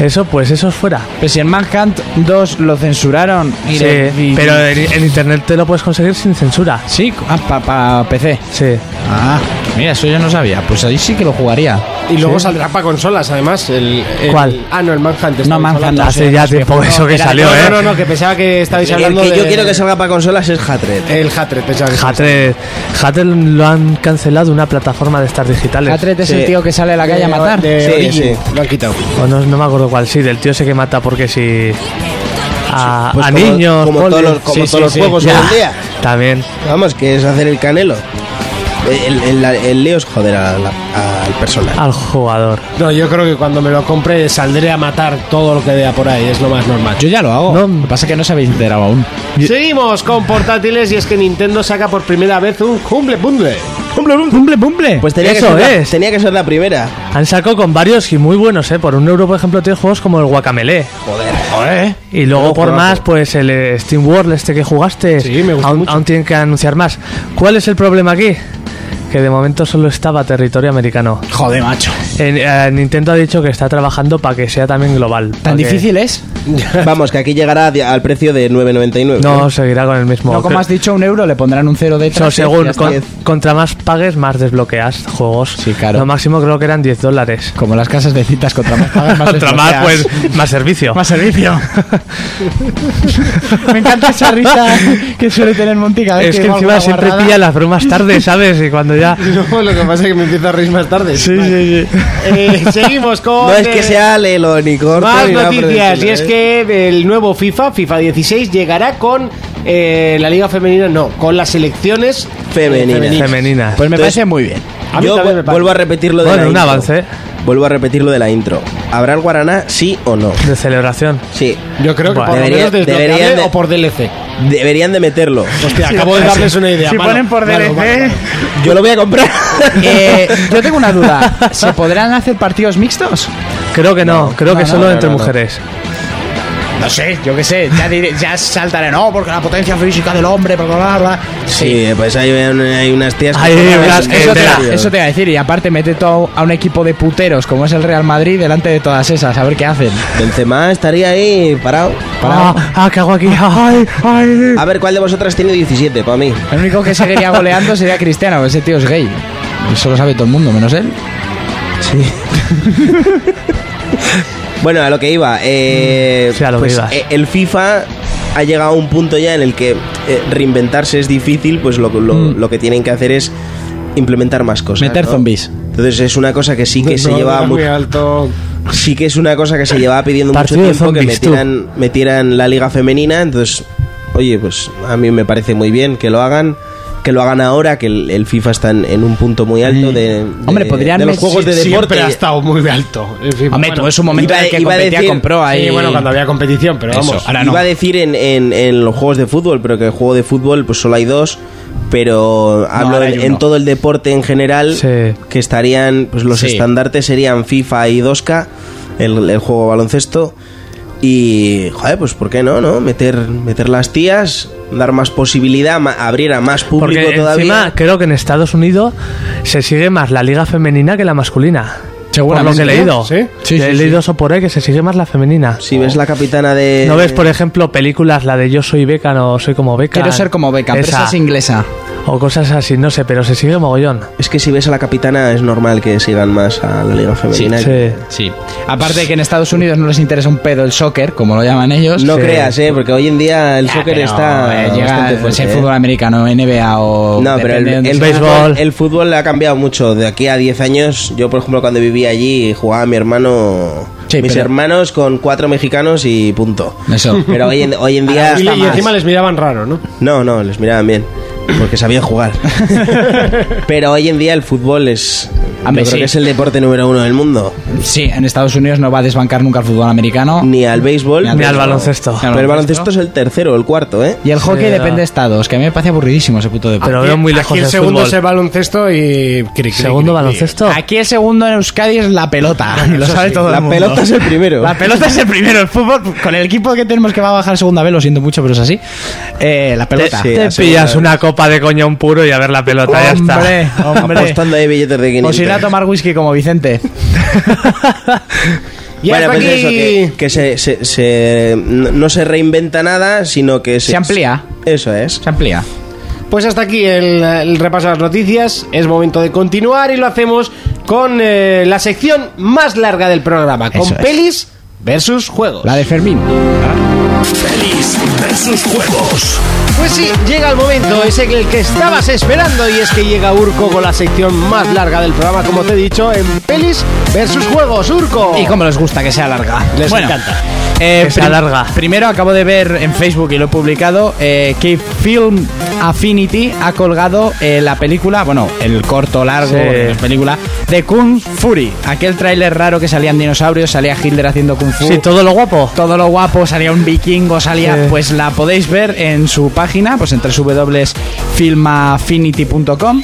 Speaker 7: eso pues eso es fuera.
Speaker 5: Pues si en Manhunt 2 lo censuraron. y
Speaker 7: Sí,
Speaker 5: le- y-
Speaker 7: pero en, en internet te lo puedes conseguir sin censura.
Speaker 5: Sí, ah, para PC.
Speaker 7: Sí.
Speaker 5: Ah, mira, eso yo no sabía. Pues ahí sí que lo jugaría.
Speaker 2: Y luego
Speaker 7: Sí.
Speaker 2: saldrá para consolas, además. El, el-
Speaker 7: ¿Cuál?
Speaker 2: Ah, no, el Manhunt.
Speaker 5: No,
Speaker 2: estabais
Speaker 5: Manhunt
Speaker 2: hablando.
Speaker 5: hace
Speaker 7: Hace ya tiempo eso que
Speaker 2: Era-
Speaker 7: salió,
Speaker 2: no,
Speaker 7: ¿eh?
Speaker 2: No, no, no, que pensaba que estabais
Speaker 6: El
Speaker 2: hablando
Speaker 6: que yo
Speaker 2: de-
Speaker 6: quiero que salga para consolas es Hatred.
Speaker 2: El Hatred, pensaba que
Speaker 7: Hatred, Hatred lo han cancelado de una plataforma de estas digitales.
Speaker 5: Hatred es
Speaker 6: Sí.
Speaker 5: el tío que sale a la calle a matar.
Speaker 2: De,
Speaker 6: Sí,
Speaker 2: Origin.
Speaker 6: sí.
Speaker 2: Lo han quitado.
Speaker 7: O Pues no, no me acuerdo cuál, sí, del tío ese que mata porque si. A,
Speaker 6: Pues
Speaker 7: a
Speaker 6: como-
Speaker 7: niños,
Speaker 6: como
Speaker 7: polio.
Speaker 6: todos los- como todos los juegos hoy en
Speaker 7: Ya,
Speaker 6: día.
Speaker 7: También.
Speaker 6: Vamos, pues, que es hacer el canelo. El, el- el lío es joder a la- al personaje.
Speaker 7: Al jugador.
Speaker 2: No, yo creo que cuando me lo compre saldré a matar todo lo que vea por ahí. Es lo más normal.
Speaker 5: Yo ya lo hago.
Speaker 7: No.
Speaker 5: Lo que pasa es que no se habéis enterado aún.
Speaker 2: Seguimos con portátiles y es que Nintendo saca por primera vez un Humble Bundle.
Speaker 5: ¡Bumble, bumble, bumble!
Speaker 6: Pues tenía,
Speaker 7: Eso
Speaker 6: que ser
Speaker 7: es.
Speaker 6: La, tenía que ser la primera.
Speaker 7: Han sacado con varios y muy buenos, ¿eh? Por un euro, por ejemplo, tienes juegos como el Guacamele.
Speaker 6: Joder.
Speaker 7: Y luego
Speaker 6: Luego
Speaker 7: por
Speaker 6: juegazo.
Speaker 7: más, pues el eh, Steam World este que jugaste.
Speaker 2: Sí, me gustó
Speaker 7: aún,
Speaker 2: mucho.
Speaker 7: aún tienen que anunciar más. ¿Cuál es el problema aquí? Que de momento solo estaba territorio americano.
Speaker 5: joder, macho.
Speaker 7: En- eh, Nintendo ha dicho que está trabajando para que sea también global. pa'
Speaker 5: ¿Tan
Speaker 7: que-
Speaker 5: difícil es?
Speaker 6: Vamos, que aquí llegará a- al precio de 9.99.
Speaker 7: No, seguirá con el mismo.
Speaker 5: No, como has dicho, un euro le pondrán un cero de este
Speaker 7: No, según,
Speaker 6: está.
Speaker 7: con- contra más pagues, más desbloqueas juegos.
Speaker 5: Sí, claro.
Speaker 7: Lo máximo creo que eran 10 dólares.
Speaker 5: Como las casas de citas contra más pagas, más
Speaker 7: Contra más,
Speaker 5: desbloqueas.
Speaker 7: pues, más servicio.
Speaker 5: Más servicio. Me encanta esa risa que suele tener Montica.
Speaker 7: pues. es que encima siempre pilla las bromas tarde, ¿sabes? Y cuando ya...
Speaker 2: lo que pasa es que me empiezo a reír más tarde.
Speaker 7: sí, sí.
Speaker 2: Eh, seguimos con.
Speaker 6: No es
Speaker 2: eh,
Speaker 6: que sea lelo ni corto.
Speaker 2: Más
Speaker 6: ni nada por el
Speaker 2: noticias, y
Speaker 6: estilo,
Speaker 2: es
Speaker 6: ¿eh?
Speaker 2: que el nuevo FIFA, FIFA 16, llegará con eh, la Liga Femenina, no, con las selecciones
Speaker 6: Femeninas.
Speaker 7: Femeninas.
Speaker 5: Pues me
Speaker 6: Entonces-
Speaker 5: parece muy bien.
Speaker 2: A mí
Speaker 6: Yo
Speaker 2: también
Speaker 6: vu-
Speaker 2: me parece.
Speaker 6: vuelvo a repetir lo de
Speaker 7: Bueno,
Speaker 6: la
Speaker 7: un
Speaker 6: intro.
Speaker 7: avance. ¿eh?
Speaker 6: Vuelvo a repetir lo de la intro. ¿Habrá el guaraná, sí o no?
Speaker 7: De celebración.
Speaker 6: Sí.
Speaker 2: Yo creo que
Speaker 7: Bueno,
Speaker 2: por lo
Speaker 6: debería-
Speaker 2: menos desbloqueable
Speaker 6: deberían de-
Speaker 2: o por DLC.
Speaker 6: Deberían de meterlo.
Speaker 2: Hostia, acabo de darles una idea.
Speaker 4: Si
Speaker 2: mano.
Speaker 4: ponen por
Speaker 2: Claro,
Speaker 4: DLC,
Speaker 2: vale, vale.
Speaker 6: Yo lo voy a comprar.
Speaker 5: Eh, yo tengo una duda. ¿Se podrán hacer partidos mixtos?
Speaker 7: Creo que no, creo que
Speaker 5: no,
Speaker 7: solo
Speaker 5: no,
Speaker 7: entre
Speaker 5: no, no.
Speaker 7: mujeres.
Speaker 5: No sé, yo qué sé. Ya, diré- ya saltaré, no, porque la potencia física del hombre, bla, bla, bla.
Speaker 6: Sí, pues hay, hay unas tías. que
Speaker 7: Hay
Speaker 6: toman
Speaker 7: unas
Speaker 6: eso,
Speaker 7: que
Speaker 5: Eso te,
Speaker 7: Entera.
Speaker 5: iba, eso te iba a decir, y aparte mete todo a un equipo de puteros como es el Real Madrid delante de todas esas, a ver qué hacen.
Speaker 6: Benzema estaría ahí parado.
Speaker 5: Para-
Speaker 7: Ah, ah, ¿qué hago aquí? Ay, ay.
Speaker 6: A ver, ¿cuál de vosotras tiene 17 para mí?
Speaker 5: El único que seguiría goleando sería Cristiano, porque ese tío es gay. Eso lo sabe todo el mundo, menos él.
Speaker 6: Bueno, a lo que iba. eh,
Speaker 7: Sí, a lo que
Speaker 6: pues,
Speaker 7: ibas.
Speaker 6: eh, el FIFA ha llegado a un punto ya en el que eh, reinventarse es difícil, pues lo, lo- lo que tienen que hacer es implementar más cosas.
Speaker 5: Meter
Speaker 6: ¿no?
Speaker 5: zombies.
Speaker 6: Entonces es una cosa que sí que se
Speaker 2: No,
Speaker 6: llevaba
Speaker 2: era
Speaker 6: mucho.
Speaker 2: muy alto.
Speaker 6: sí que es una cosa que se llevaba pidiendo mucho
Speaker 7: Partido de
Speaker 6: tiempo que
Speaker 7: zombies, tú.
Speaker 6: metieran, metieran la liga femenina, entonces, oye, pues a mí me parece muy bien que lo hagan. Que lo hagan ahora, que el, el FIFA está en, en un punto muy alto de, de-
Speaker 5: Hombre, podrían
Speaker 6: de los
Speaker 5: met-
Speaker 6: juegos de
Speaker 2: Siempre
Speaker 6: deporte.
Speaker 2: ha estado muy alto. En fin,
Speaker 5: Hombre,
Speaker 2: bueno.
Speaker 5: tuvo su momento
Speaker 6: iba-
Speaker 5: en el que
Speaker 6: iba a
Speaker 5: competía
Speaker 6: decir-
Speaker 5: con Pro ahí.
Speaker 2: Sí, bueno, cuando había competición, pero
Speaker 5: Eso,
Speaker 2: vamos.
Speaker 7: Ah,
Speaker 5: ahora no.
Speaker 6: Iba a decir en, en- en los juegos de fútbol, pero que el juego de fútbol pues solo hay dos, pero hablo
Speaker 5: ahora hay
Speaker 6: en, en
Speaker 5: uno.
Speaker 6: todo el deporte en general,
Speaker 7: Sí.
Speaker 6: que estarían, pues los
Speaker 5: Sí.
Speaker 6: estandartes serían FIFA y 2K, el, el juego de baloncesto, y, joder, pues ¿por qué no, no? Meter, meter las tías, dar más posibilidad, ma- abrir a más público
Speaker 7: Porque encima
Speaker 6: todavía.
Speaker 7: creo que en Estados Unidos se sigue más la liga femenina que la masculina. Por lo que he leído.
Speaker 2: ¿Sí?
Speaker 5: Sí,
Speaker 7: he
Speaker 5: sí,
Speaker 7: leído eso por ahí que se sigue más la femenina.
Speaker 6: Si ves la capitana de...
Speaker 7: ¿No ves, por ejemplo, películas, la de Yo soy Becan o Soy como Becan?
Speaker 5: Eh, Quiero ser como Beca, pero
Speaker 7: Esa.
Speaker 5: esa es inglesa.
Speaker 7: O cosas así, no sé, pero se sigue mogollón.
Speaker 6: Es que si ves a la capitana es normal que sigan más a la liga femenina.
Speaker 7: Sí.
Speaker 5: Sí. Aparte de que en Estados Unidos no les interesa un pedo el soccer, como lo llaman ellos.
Speaker 6: No
Speaker 7: Sí.
Speaker 6: creas, ¿eh? Porque hoy en día el
Speaker 5: Ah,
Speaker 6: soccer
Speaker 5: pero,
Speaker 6: está.
Speaker 5: eh, llega
Speaker 6: bastante
Speaker 5: el,
Speaker 6: fuerte, ¿eh?
Speaker 5: fútbol americano, NBA o.
Speaker 6: No, pero el,
Speaker 5: depende de dónde
Speaker 6: el
Speaker 5: sea.
Speaker 6: béisbol.
Speaker 7: béisbol.
Speaker 6: El fútbol ha cambiado mucho. De aquí a 10 años, yo, por ejemplo, cuando vivía allí, jugaba a mi hermano.
Speaker 5: Sí,
Speaker 6: mis
Speaker 5: pero-
Speaker 6: hermanos con cuatro mexicanos y punto.
Speaker 5: Eso.
Speaker 6: Pero hoy en, hoy en día.
Speaker 2: Y, le- y encima les miraban raro, ¿no?
Speaker 6: No, no, les miraban bien. Porque sabían jugar. pero hoy en día el fútbol es. Yo
Speaker 5: Hombre,
Speaker 6: creo
Speaker 5: sí.
Speaker 6: que es el deporte número uno del mundo.
Speaker 5: Sí, en Estados Unidos no va a desbancar nunca el fútbol americano.
Speaker 6: Ni al béisbol.
Speaker 5: Ni
Speaker 7: Ni al baloncesto.
Speaker 5: Ni al
Speaker 6: Pero el
Speaker 5: baloncesto.
Speaker 6: baloncesto es el tercero, el cuarto, ¿eh?
Speaker 5: Y el hockey
Speaker 7: Sí,
Speaker 5: depende
Speaker 7: ah.
Speaker 5: de estados, que a mí me parece aburridísimo ese puto deporte.
Speaker 7: Pero veo muy lejos
Speaker 2: Aquí el
Speaker 7: del
Speaker 2: segundo
Speaker 7: fútbol.
Speaker 2: es el baloncesto y. cri, cri,
Speaker 7: ¿Segundo
Speaker 2: cri, cri.
Speaker 7: baloncesto?
Speaker 5: Aquí el segundo en Euskadi es la pelota. y lo sabe todo el
Speaker 6: La
Speaker 5: mundo.
Speaker 6: pelota es el primero.
Speaker 5: La pelota es el primero. El fútbol, con el equipo que tenemos que va a bajar segunda vez, lo siento mucho, pero es así. Eh, la pelota.
Speaker 6: Sí,
Speaker 7: Te
Speaker 6: la segunda
Speaker 7: pillas
Speaker 6: vez.
Speaker 7: una copa de coñón puro y a ver la pelota, ya está.
Speaker 5: Hombre, hombre.
Speaker 6: Apostando ahí billetes de 500.
Speaker 5: O si no, a tomar whisky como Vicente.
Speaker 2: Y
Speaker 6: bueno,
Speaker 2: hasta
Speaker 6: pues
Speaker 2: aquí-
Speaker 6: eso, que, que se, se- se- no no se reinventa nada, sino que
Speaker 5: Se amplía.
Speaker 6: Eso es.
Speaker 5: Se amplía.
Speaker 2: Pues hasta aquí el, el repaso de las noticias. Es momento de continuar y lo hacemos con eh, la sección más larga del programa, con
Speaker 5: Eso es.
Speaker 2: pelis versus juegos.
Speaker 5: La de Fermín.
Speaker 1: Pelis versus juegos.
Speaker 2: Pues sí, llega el momento, es el que estabas esperando y es que llega Urco con la sección más larga del programa, como te he dicho, en pelis versus juegos, Urco.
Speaker 5: Y como les gusta que sea larga.
Speaker 2: Les encanta.
Speaker 5: eh,
Speaker 7: Que sea
Speaker 5: prim-
Speaker 7: larga.
Speaker 5: Primero acabo de ver en Facebook y lo he publicado eh, que Film Affinity ha colgado eh, la película, bueno, el corto largo
Speaker 7: Sí.
Speaker 5: eh, película de Kung Fury. Aquel tráiler raro que salían dinosaurios, salía Hitler haciendo kung fu.
Speaker 7: Sí, todo lo guapo.
Speaker 5: todo lo guapo, salía un vikingo, salía,
Speaker 7: Sí.
Speaker 5: pues la podéis ver en su página, pues en www.filmaffinity.com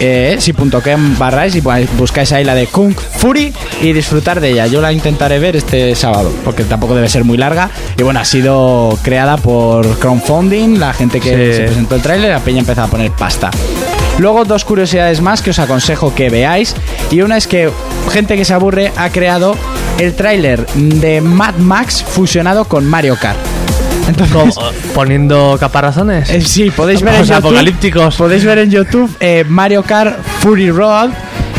Speaker 5: eh, si punto com barráis y bu- buscáis ahí la de Kung Fury y disfrutar de ella. Yo la intentaré ver este sábado, porque tampoco debe ser muy larga. Y bueno, ha sido creada por crowdfunding, la gente que
Speaker 7: Sí.
Speaker 5: se presentó el tráiler, la peña empezó a poner pasta. Luego dos curiosidades más que os aconsejo que veáis. Y una es que gente que se aburre ha creado el tráiler de Mad Max fusionado con Mario Kart. Entonces,
Speaker 7: Como- poniendo caparazones.
Speaker 5: eh, sí, podéis ver en
Speaker 7: Los
Speaker 5: YouTube,
Speaker 7: apocalípticos.
Speaker 5: Podéis ver en YouTube eh, Mario Kart Fury Road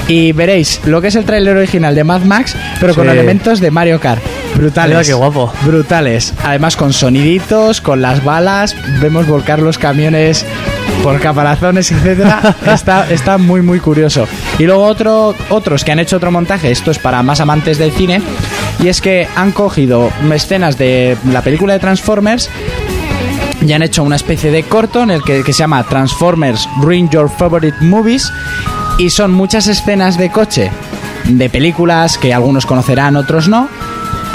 Speaker 5: y veréis lo que es el tráiler original de Mad Max, pero con
Speaker 7: Sí.
Speaker 5: elementos de Mario Kart. Brutales.
Speaker 7: Mira qué guapo.
Speaker 5: Brutales. Además con soniditos, con las balas, vemos volcar los camiones por caparazones, etcétera. está, está muy muy curioso. Y luego otro, otros que han hecho otro montaje, esto es para más amantes del cine, y es que han cogido escenas de la película de Transformers y han hecho una especie de corto en el que, que se llama Transformers Ruin Your Favorite Movies y son muchas escenas de coche, de películas que algunos conocerán, otros no,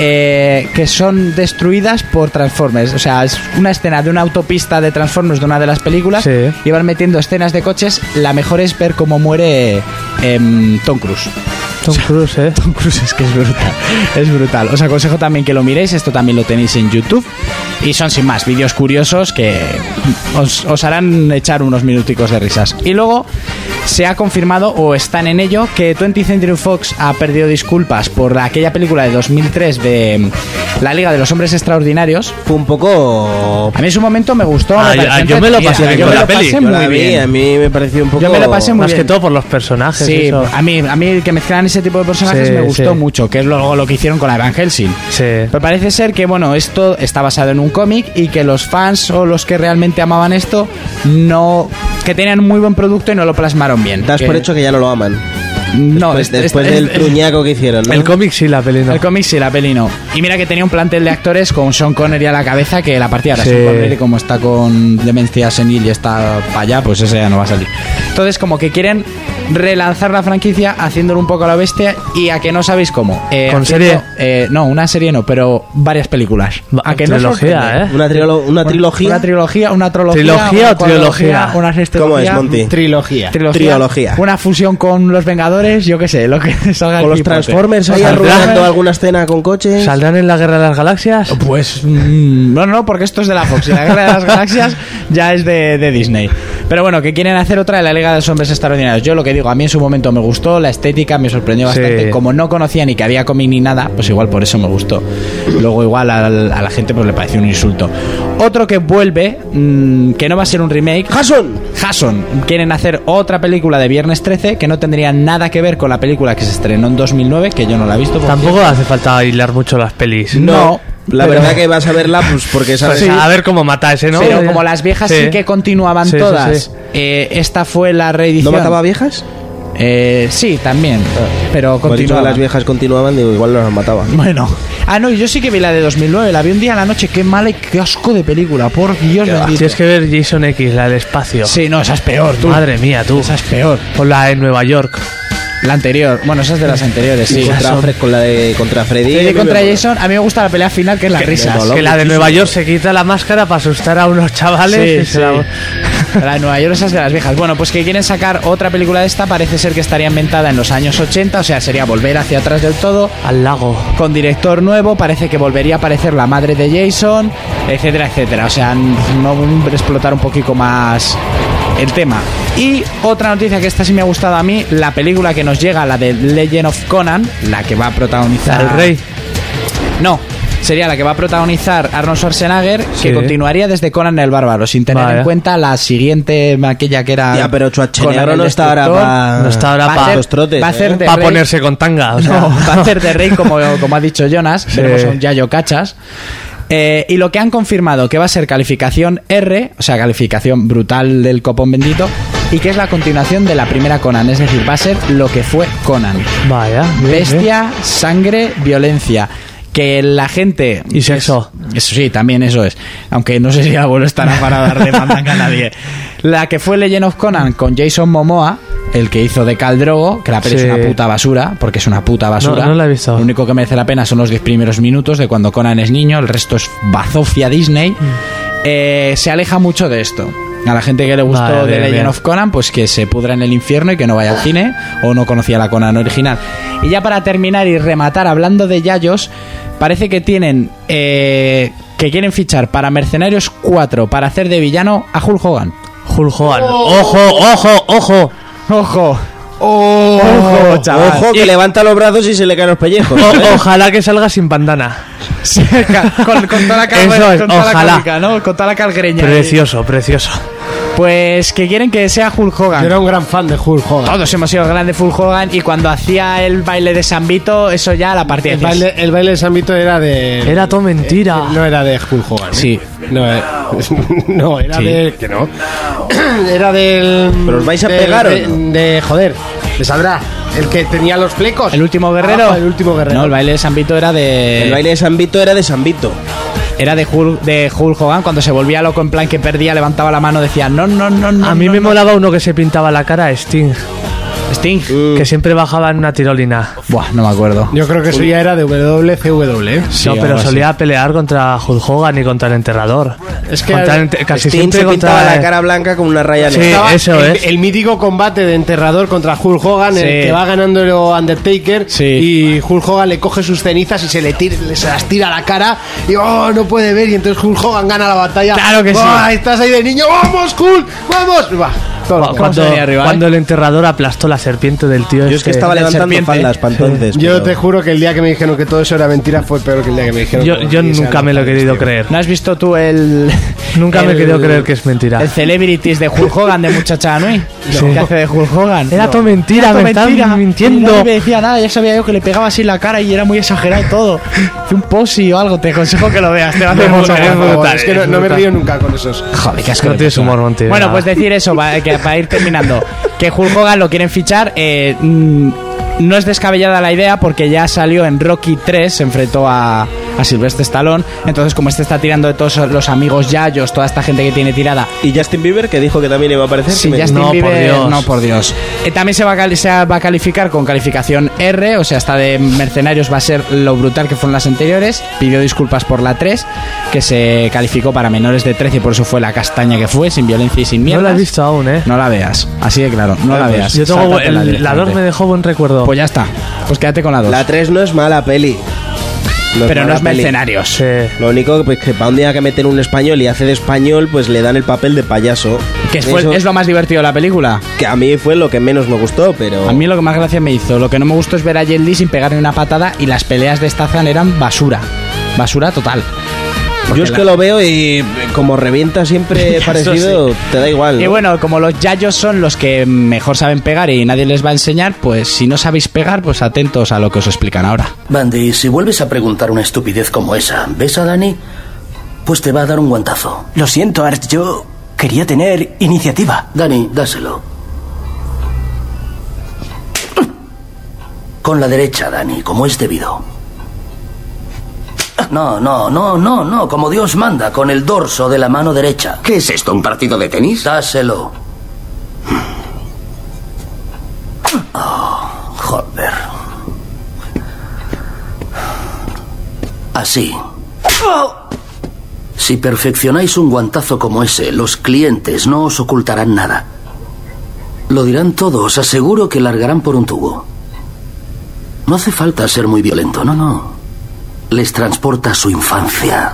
Speaker 5: eh, que son destruidas por Transformers. O sea, es una escena de una autopista de Transformers de una de las películas
Speaker 7: Sí.
Speaker 5: y van metiendo escenas de coches. La mejor es ver cómo muere em, Tom Cruise.
Speaker 7: Tom Cruise, ¿eh?
Speaker 5: Tom Cruise es que es brutal, es brutal. Os aconsejo también que lo miréis, esto también lo tenéis en YouTube. Y son sin más vídeos curiosos que os, os harán echar unos minuticos de risas. Y luego se ha confirmado o están en ello que 20th Century Fox ha perdido disculpas por aquella película de 2003 de mm, La Liga de los Hombres Extraordinarios.
Speaker 6: Fue un poco...
Speaker 5: A mí en su momento me gustó.
Speaker 7: Ah, yo- ah, yo me lo pasé bien
Speaker 5: yo
Speaker 7: con
Speaker 5: me
Speaker 7: la
Speaker 5: lo pasé
Speaker 7: peli.
Speaker 6: Yo
Speaker 5: muy
Speaker 6: la vi,
Speaker 5: bien.
Speaker 6: a mí me pareció un poco...
Speaker 5: Yo me la pasé muy
Speaker 7: Más
Speaker 5: bien.
Speaker 7: que todo por los personajes. y
Speaker 5: Sí,
Speaker 7: eso.
Speaker 5: a mí, a mí el que mezclan ese tipo de personajes
Speaker 7: Sí,
Speaker 5: me gustó
Speaker 7: sí.
Speaker 5: mucho, que es luego lo que hicieron con la Van Helsing.
Speaker 7: Sí.
Speaker 5: Pero parece ser que, bueno, esto está basado en un cómic y que los fans o los que realmente amaban esto no. que tenían muy buen producto y no lo plasmaron bien.
Speaker 6: Das
Speaker 5: Que-
Speaker 6: por hecho que ya no lo aman.
Speaker 5: No,
Speaker 6: Pues
Speaker 5: es- es-
Speaker 6: después
Speaker 5: es-
Speaker 6: del
Speaker 5: es-
Speaker 6: truñaco que hicieron, ¿no?
Speaker 7: El cómic sí, la peli no.
Speaker 5: El cómic sí, la peli no. Y mira que tenía un plantel de actores con Sean Connery a la cabeza que la partida ahora
Speaker 7: Sí.
Speaker 5: Sean Connery como está con demencia senil y está para allá, pues ese ya no va a salir. Entonces como que quieren relanzar la franquicia haciéndolo un poco a la bestia y a que no sabéis cómo. Eh,
Speaker 7: ¿Con
Speaker 5: haciendo-
Speaker 7: serie?
Speaker 5: eh, no, una serie no, pero varias películas.
Speaker 7: Va-
Speaker 5: A que no os
Speaker 7: trilogía,
Speaker 5: sorprende.
Speaker 7: ¿eh?
Speaker 6: Una, triolo- una trilogía.
Speaker 5: Una trilogía, una trología. una
Speaker 7: ¿Trilogía o trilogía?
Speaker 5: cuadrología, Una sextología.
Speaker 6: ¿Cómo es, Monty?
Speaker 5: Trilogía.
Speaker 6: Trilogía.
Speaker 5: Una fusión con los Vengadores, yo qué sé, lo que salga
Speaker 6: con los
Speaker 5: aquí, ponte.
Speaker 6: Transformers ahí
Speaker 7: Saldrá-
Speaker 6: arruinando alguna escena con coches.
Speaker 7: ¿Saldrán en la Guerra de las Galaxias?
Speaker 5: Pues mm, no, no, porque esto es de la Fox y la Guerra de las Galaxias ya es de, de Disney. Pero bueno, que quieren hacer otra de la Liga de los Hombres Extraordinarios. Yo lo que digo, a mí en su momento me gustó, la estética me sorprendió
Speaker 7: Sí.
Speaker 5: bastante. Como no conocía ni que había cómic ni nada, pues igual por eso me gustó. Luego igual al- a, la gente pues le pareció un insulto. Otro que vuelve, mm, que no va a ser un remake,
Speaker 6: ¡Jason!
Speaker 5: Jason quieren hacer otra película de Viernes 13 que no tendría nada que ver con la película que se estrenó en 2009, que yo no la he visto. por
Speaker 7: Tampoco hace falta hilar mucho las pelis.
Speaker 5: No,
Speaker 6: La
Speaker 5: pero-
Speaker 6: verdad que vas a verla, pues porque sabes.
Speaker 7: Pues A ver cómo mata ese, ¿no?
Speaker 5: Pero como las viejas sí, que continuaban
Speaker 7: Sí, sí,
Speaker 5: todas,
Speaker 7: sí.
Speaker 5: eh, esta fue la
Speaker 6: ¿No
Speaker 5: reedición.
Speaker 6: mataba a viejas?
Speaker 5: Eh, sí, también. Pero
Speaker 6: Como has dicho que
Speaker 5: continuaban.
Speaker 6: las viejas continuaban, digo, igual no las mataba.
Speaker 5: Bueno. Ah, no, yo sí que vi la de 2009. La vi un día a la noche. Qué mala y qué asco de película. Por Dios bendito.
Speaker 7: Tienes que ver Jason X, la del espacio.
Speaker 5: Sí, no, esa es peor, tú.
Speaker 7: Madre mía, tú.
Speaker 5: Esa es peor.
Speaker 7: O la de Nueva York.
Speaker 5: La anterior. Bueno, esa es de las anteriores, sí.
Speaker 6: contra,
Speaker 5: Jason.
Speaker 6: Fre- con la de contra Freddy.
Speaker 5: Freddy
Speaker 6: a mí me
Speaker 5: contra
Speaker 6: moló.
Speaker 5: Jason. A mí me gusta la pelea final, que es la risa.
Speaker 6: moló.
Speaker 7: que la de Nueva York se quita la máscara para asustar a unos chavales. y se la-
Speaker 5: La de Nueva York, esas de las viejas. Bueno, pues que quieren sacar otra película de esta, parece ser que estaría inventada en los años 80, o sea, sería volver hacia atrás del todo.
Speaker 7: Al lago.
Speaker 5: Con director nuevo, parece que volvería a aparecer la madre de Jason, etcétera, etcétera. O sea, n- no explotar un poquito más el tema. Y otra noticia que esta sí me ha gustado a mí, la película que nos llega, la de Legend of Conan, la que va a protagonizar
Speaker 7: Al rey.
Speaker 5: no, sería la que va a protagonizar Arnold Schwarzenegger,
Speaker 7: Sí.
Speaker 5: que continuaría desde Conan el Bárbaro, sin tener
Speaker 7: Vaya.
Speaker 5: en cuenta la siguiente, aquella que era.
Speaker 6: Ya, pero
Speaker 5: Conan
Speaker 6: Schwarzenegger
Speaker 5: el
Speaker 6: no está ahora
Speaker 5: Destructor.
Speaker 6: para.
Speaker 7: No está ahora
Speaker 5: Va a
Speaker 7: pa-
Speaker 5: ser-
Speaker 6: los trotes.
Speaker 5: va a
Speaker 6: ¿eh?
Speaker 5: ser de
Speaker 7: Para
Speaker 5: rey.
Speaker 7: ponerse con tanga. O sea,
Speaker 5: No, va a ser de rey, como, como ha dicho Jonas.
Speaker 7: Sí.
Speaker 5: Tenemos a un Yayo Cachas. Eh, y lo que han confirmado que va a ser calificación R, o sea, calificación brutal del copón bendito, y que es la continuación de la primera Conan, es decir, va a ser lo que fue Conan.
Speaker 7: Vaya. bien, bien.
Speaker 5: Bestia, sangre, violencia. Que la gente.
Speaker 7: Y sexo.
Speaker 5: es- eso sí, también eso es. Aunque no sé si abuelo estará para darle mandanga a nadie. La que fue Legend of Conan con Jason Momoa, el que hizo de Cal Drogo, que la peli
Speaker 7: Sí.
Speaker 5: es una puta basura, porque es una puta basura.
Speaker 7: no la he visto.
Speaker 5: Lo único que merece la pena son los 10 primeros minutos de cuando Conan es niño, el resto es bazofia
Speaker 7: Mm.
Speaker 5: Disney. Eh, se aleja mucho de esto. A la gente que le gustó
Speaker 7: Vale,
Speaker 5: de
Speaker 7: bien,
Speaker 5: Legend
Speaker 7: bien.
Speaker 5: of Conan, pues que se pudra en el infierno y que no vaya al cine o no conocía la Conan original. Y ya para terminar y rematar, hablando de Yayos, parece que tienen eh, que quieren fichar para Mercenarios 4 para hacer de villano a Hulk Hogan.
Speaker 7: Hulk Hogan. Ojo, ojo, ojo.
Speaker 5: ¡Ojo!
Speaker 6: Ojo,
Speaker 5: ¡Ojo, chaval!
Speaker 6: Ojo, que levanta los brazos y se le caen los pellejos. ¿eh?
Speaker 7: O- ojalá que salga sin bandana.
Speaker 5: Sí, ca- con, con toda la cal,
Speaker 7: Eso es,
Speaker 5: con toda la
Speaker 7: ojalá.
Speaker 5: cómica, ¿no? Con toda la calgreña.
Speaker 7: Precioso, precioso.
Speaker 5: Pues que quieren que sea Hulk Hogan.
Speaker 2: Yo era un gran fan de Hulk Hogan.
Speaker 5: Todos hemos sido grandes Hulk Hogan y cuando hacía el baile de San Vito, eso ya la partida.
Speaker 2: El baile, el baile de San Vito era de.
Speaker 7: Era todo mentira.
Speaker 2: No era de Hulk Hogan. ¿eh?
Speaker 5: Sí.
Speaker 2: No, eh, no, era
Speaker 5: Sí.
Speaker 2: de. Que no. Era del.
Speaker 6: ¿Pero os vais a
Speaker 2: del-
Speaker 6: pegar o
Speaker 2: de,
Speaker 6: no?
Speaker 2: de- joder. ¿Le saldrá? El que tenía los flecos.
Speaker 5: ¿El último guerrero?
Speaker 2: Abajo, el último guerrero.
Speaker 5: No, el baile de San Vito era de.
Speaker 6: El baile de San Vito era de San Vito.
Speaker 5: Era de Hulk, de Hulk Hogan. Cuando se volvía loco en plan que perdía, levantaba la mano, decía no, no, no, no.
Speaker 7: A mí
Speaker 5: no,
Speaker 7: me
Speaker 5: no".
Speaker 7: molaba uno que se pintaba la cara, Sting,
Speaker 5: Sting.
Speaker 7: que siempre bajaba en una tirolina.
Speaker 5: Buah, no me acuerdo.
Speaker 2: Yo creo que eso ya era de WCW. ¿eh?
Speaker 5: Sí,
Speaker 7: no, pero
Speaker 5: algo así.
Speaker 7: solía pelear contra Hulk Hogan y contra el enterrador.
Speaker 2: Es que
Speaker 7: Contra el
Speaker 2: al-
Speaker 7: ente- casi
Speaker 6: Sting
Speaker 7: siempre
Speaker 6: se pintaba
Speaker 7: contra
Speaker 6: la cara blanca con una raya
Speaker 7: Sí.
Speaker 6: negra.
Speaker 2: Estaba
Speaker 7: eso
Speaker 2: el,
Speaker 7: es.
Speaker 2: el mítico combate de enterrador contra Hulk Hogan, en el
Speaker 5: Sí.
Speaker 2: que va ganando el Undertaker
Speaker 5: Sí.
Speaker 2: y Hulk Hogan le coge sus cenizas y se le tira, le- se las tira a la cara y oh, no puede ver y entonces Hulk Hogan gana la batalla.
Speaker 5: Claro que sí.
Speaker 2: Buah, Estás ahí de niño, vamos Hulk, vamos. Y va, todo lo que va.
Speaker 5: se
Speaker 7: cuando,
Speaker 5: venía arriba, eh?
Speaker 7: cuando el enterrador aplastó la serpiente del tío. este.
Speaker 6: Yo es que estaba
Speaker 5: la
Speaker 6: levantando
Speaker 5: serpiente.
Speaker 6: faldas para entonces.
Speaker 2: Yo
Speaker 6: pero-
Speaker 2: te juro que el día que me dijeron que todo eso era mentira fue peor que el día que me dijeron.
Speaker 7: Yo,
Speaker 2: que
Speaker 7: yo
Speaker 2: sí,
Speaker 7: nunca
Speaker 2: eran
Speaker 7: me lo he
Speaker 2: locales,
Speaker 7: querido
Speaker 2: tío.
Speaker 7: creer.
Speaker 5: ¿No has visto tú el.
Speaker 7: Nunca me he
Speaker 5: el-
Speaker 7: querido creer que es mentira.
Speaker 5: El celebrities de Hulk Hogan de Muchacha Anui. ¿Qué hace de Hulk Hogan?
Speaker 7: Era todo mentira,
Speaker 5: todo
Speaker 7: me están mintiendo.
Speaker 5: Y nadie me decía nada, ya sabía yo que le pegaba así en la cara y era muy exagerado todo. Hice un posi o algo, te aconsejo que lo veas. Te va a hacer mucho
Speaker 2: Por
Speaker 5: gracia.
Speaker 2: favor, es que no, no me río nunca con esos.
Speaker 5: Joder, qué asco
Speaker 7: No
Speaker 5: de
Speaker 7: tienes
Speaker 5: persona.
Speaker 7: humor, Monty,
Speaker 5: Bueno,
Speaker 7: nada.
Speaker 5: pues decir eso, va- que para ir terminando. Que Hulk Hogan lo quieren fichar. eh, mm, no es descabellada la idea porque ya salió en Rocky 3, se enfrentó a, a Sylvester Stallone. Entonces, como este está tirando de todos los amigos Yayos, toda esta gente que tiene tirada,
Speaker 6: Y Justin Bieber, que dijo que también iba a aparecer.
Speaker 5: Sí,
Speaker 6: me-
Speaker 5: Justin
Speaker 7: No, por
Speaker 5: Bieber-
Speaker 7: Dios.
Speaker 5: No, por Dios. Eh, también se va, a cali- se va a calificar con calificación R, o sea, esta de Mercenarios va a ser lo brutal que fueron las anteriores. Pidió disculpas por la 3, que se calificó para menores de 13 y por eso fue la castaña que fue, sin violencia y sin miedo.
Speaker 7: No la he visto aún, ¿eh?
Speaker 5: No la veas, así de claro, no la
Speaker 6: pues,
Speaker 5: veas.
Speaker 7: Yo tengo bu-
Speaker 5: Sáltatela
Speaker 7: el- la
Speaker 5: directamente.
Speaker 7: 2 me dejó buen recuerdo.
Speaker 5: Pues ya está, pues quédate con la 2.
Speaker 6: La 3 no es mala peli. No
Speaker 5: Pero no
Speaker 6: mala
Speaker 5: es
Speaker 6: peli.
Speaker 5: Mercenarios.
Speaker 7: Sí.
Speaker 6: Lo único que, pues, que para un día que meten un español y hace de español, pues le dan el papel de payaso.
Speaker 5: Que fue-
Speaker 6: Eso-
Speaker 5: es lo más divertido de la película.
Speaker 6: que a mí fue lo que menos me gustó, pero
Speaker 5: A mí lo que más gracia me hizo, lo que no me gustó es ver a Jet Li sin pegarle una patada y las peleas de Stazan eran basura. Basura total.
Speaker 6: yo es
Speaker 5: la-
Speaker 6: que lo veo y eh, como revienta siempre parecido, te da igual.
Speaker 5: Y
Speaker 6: ¿no?
Speaker 5: bueno, como los yayos son los que mejor saben pegar y nadie les va a enseñar, pues si no sabéis pegar, pues atentos a lo que os explican ahora.
Speaker 4: Bandy, si vuelves a preguntar una estupidez como esa, ¿ves a Dani? Pues te va a dar un guantazo.
Speaker 8: Lo siento, Arch, yo quería tener iniciativa.
Speaker 4: Dani, dáselo. Con la derecha, Dani, como es debido. No, no, no, no, no, como Dios manda, con el dorso de la mano derecha.
Speaker 8: ¿Qué es esto, un partido de tenis?
Speaker 4: Dáselo. Oh, joder. Así. Oh. Si perfeccionáis un guantazo como ese, los clientes no os ocultarán nada. Lo dirán todos, os aseguro que largarán por un tubo. No hace falta ser muy violento, no, no. Les transporta su infancia.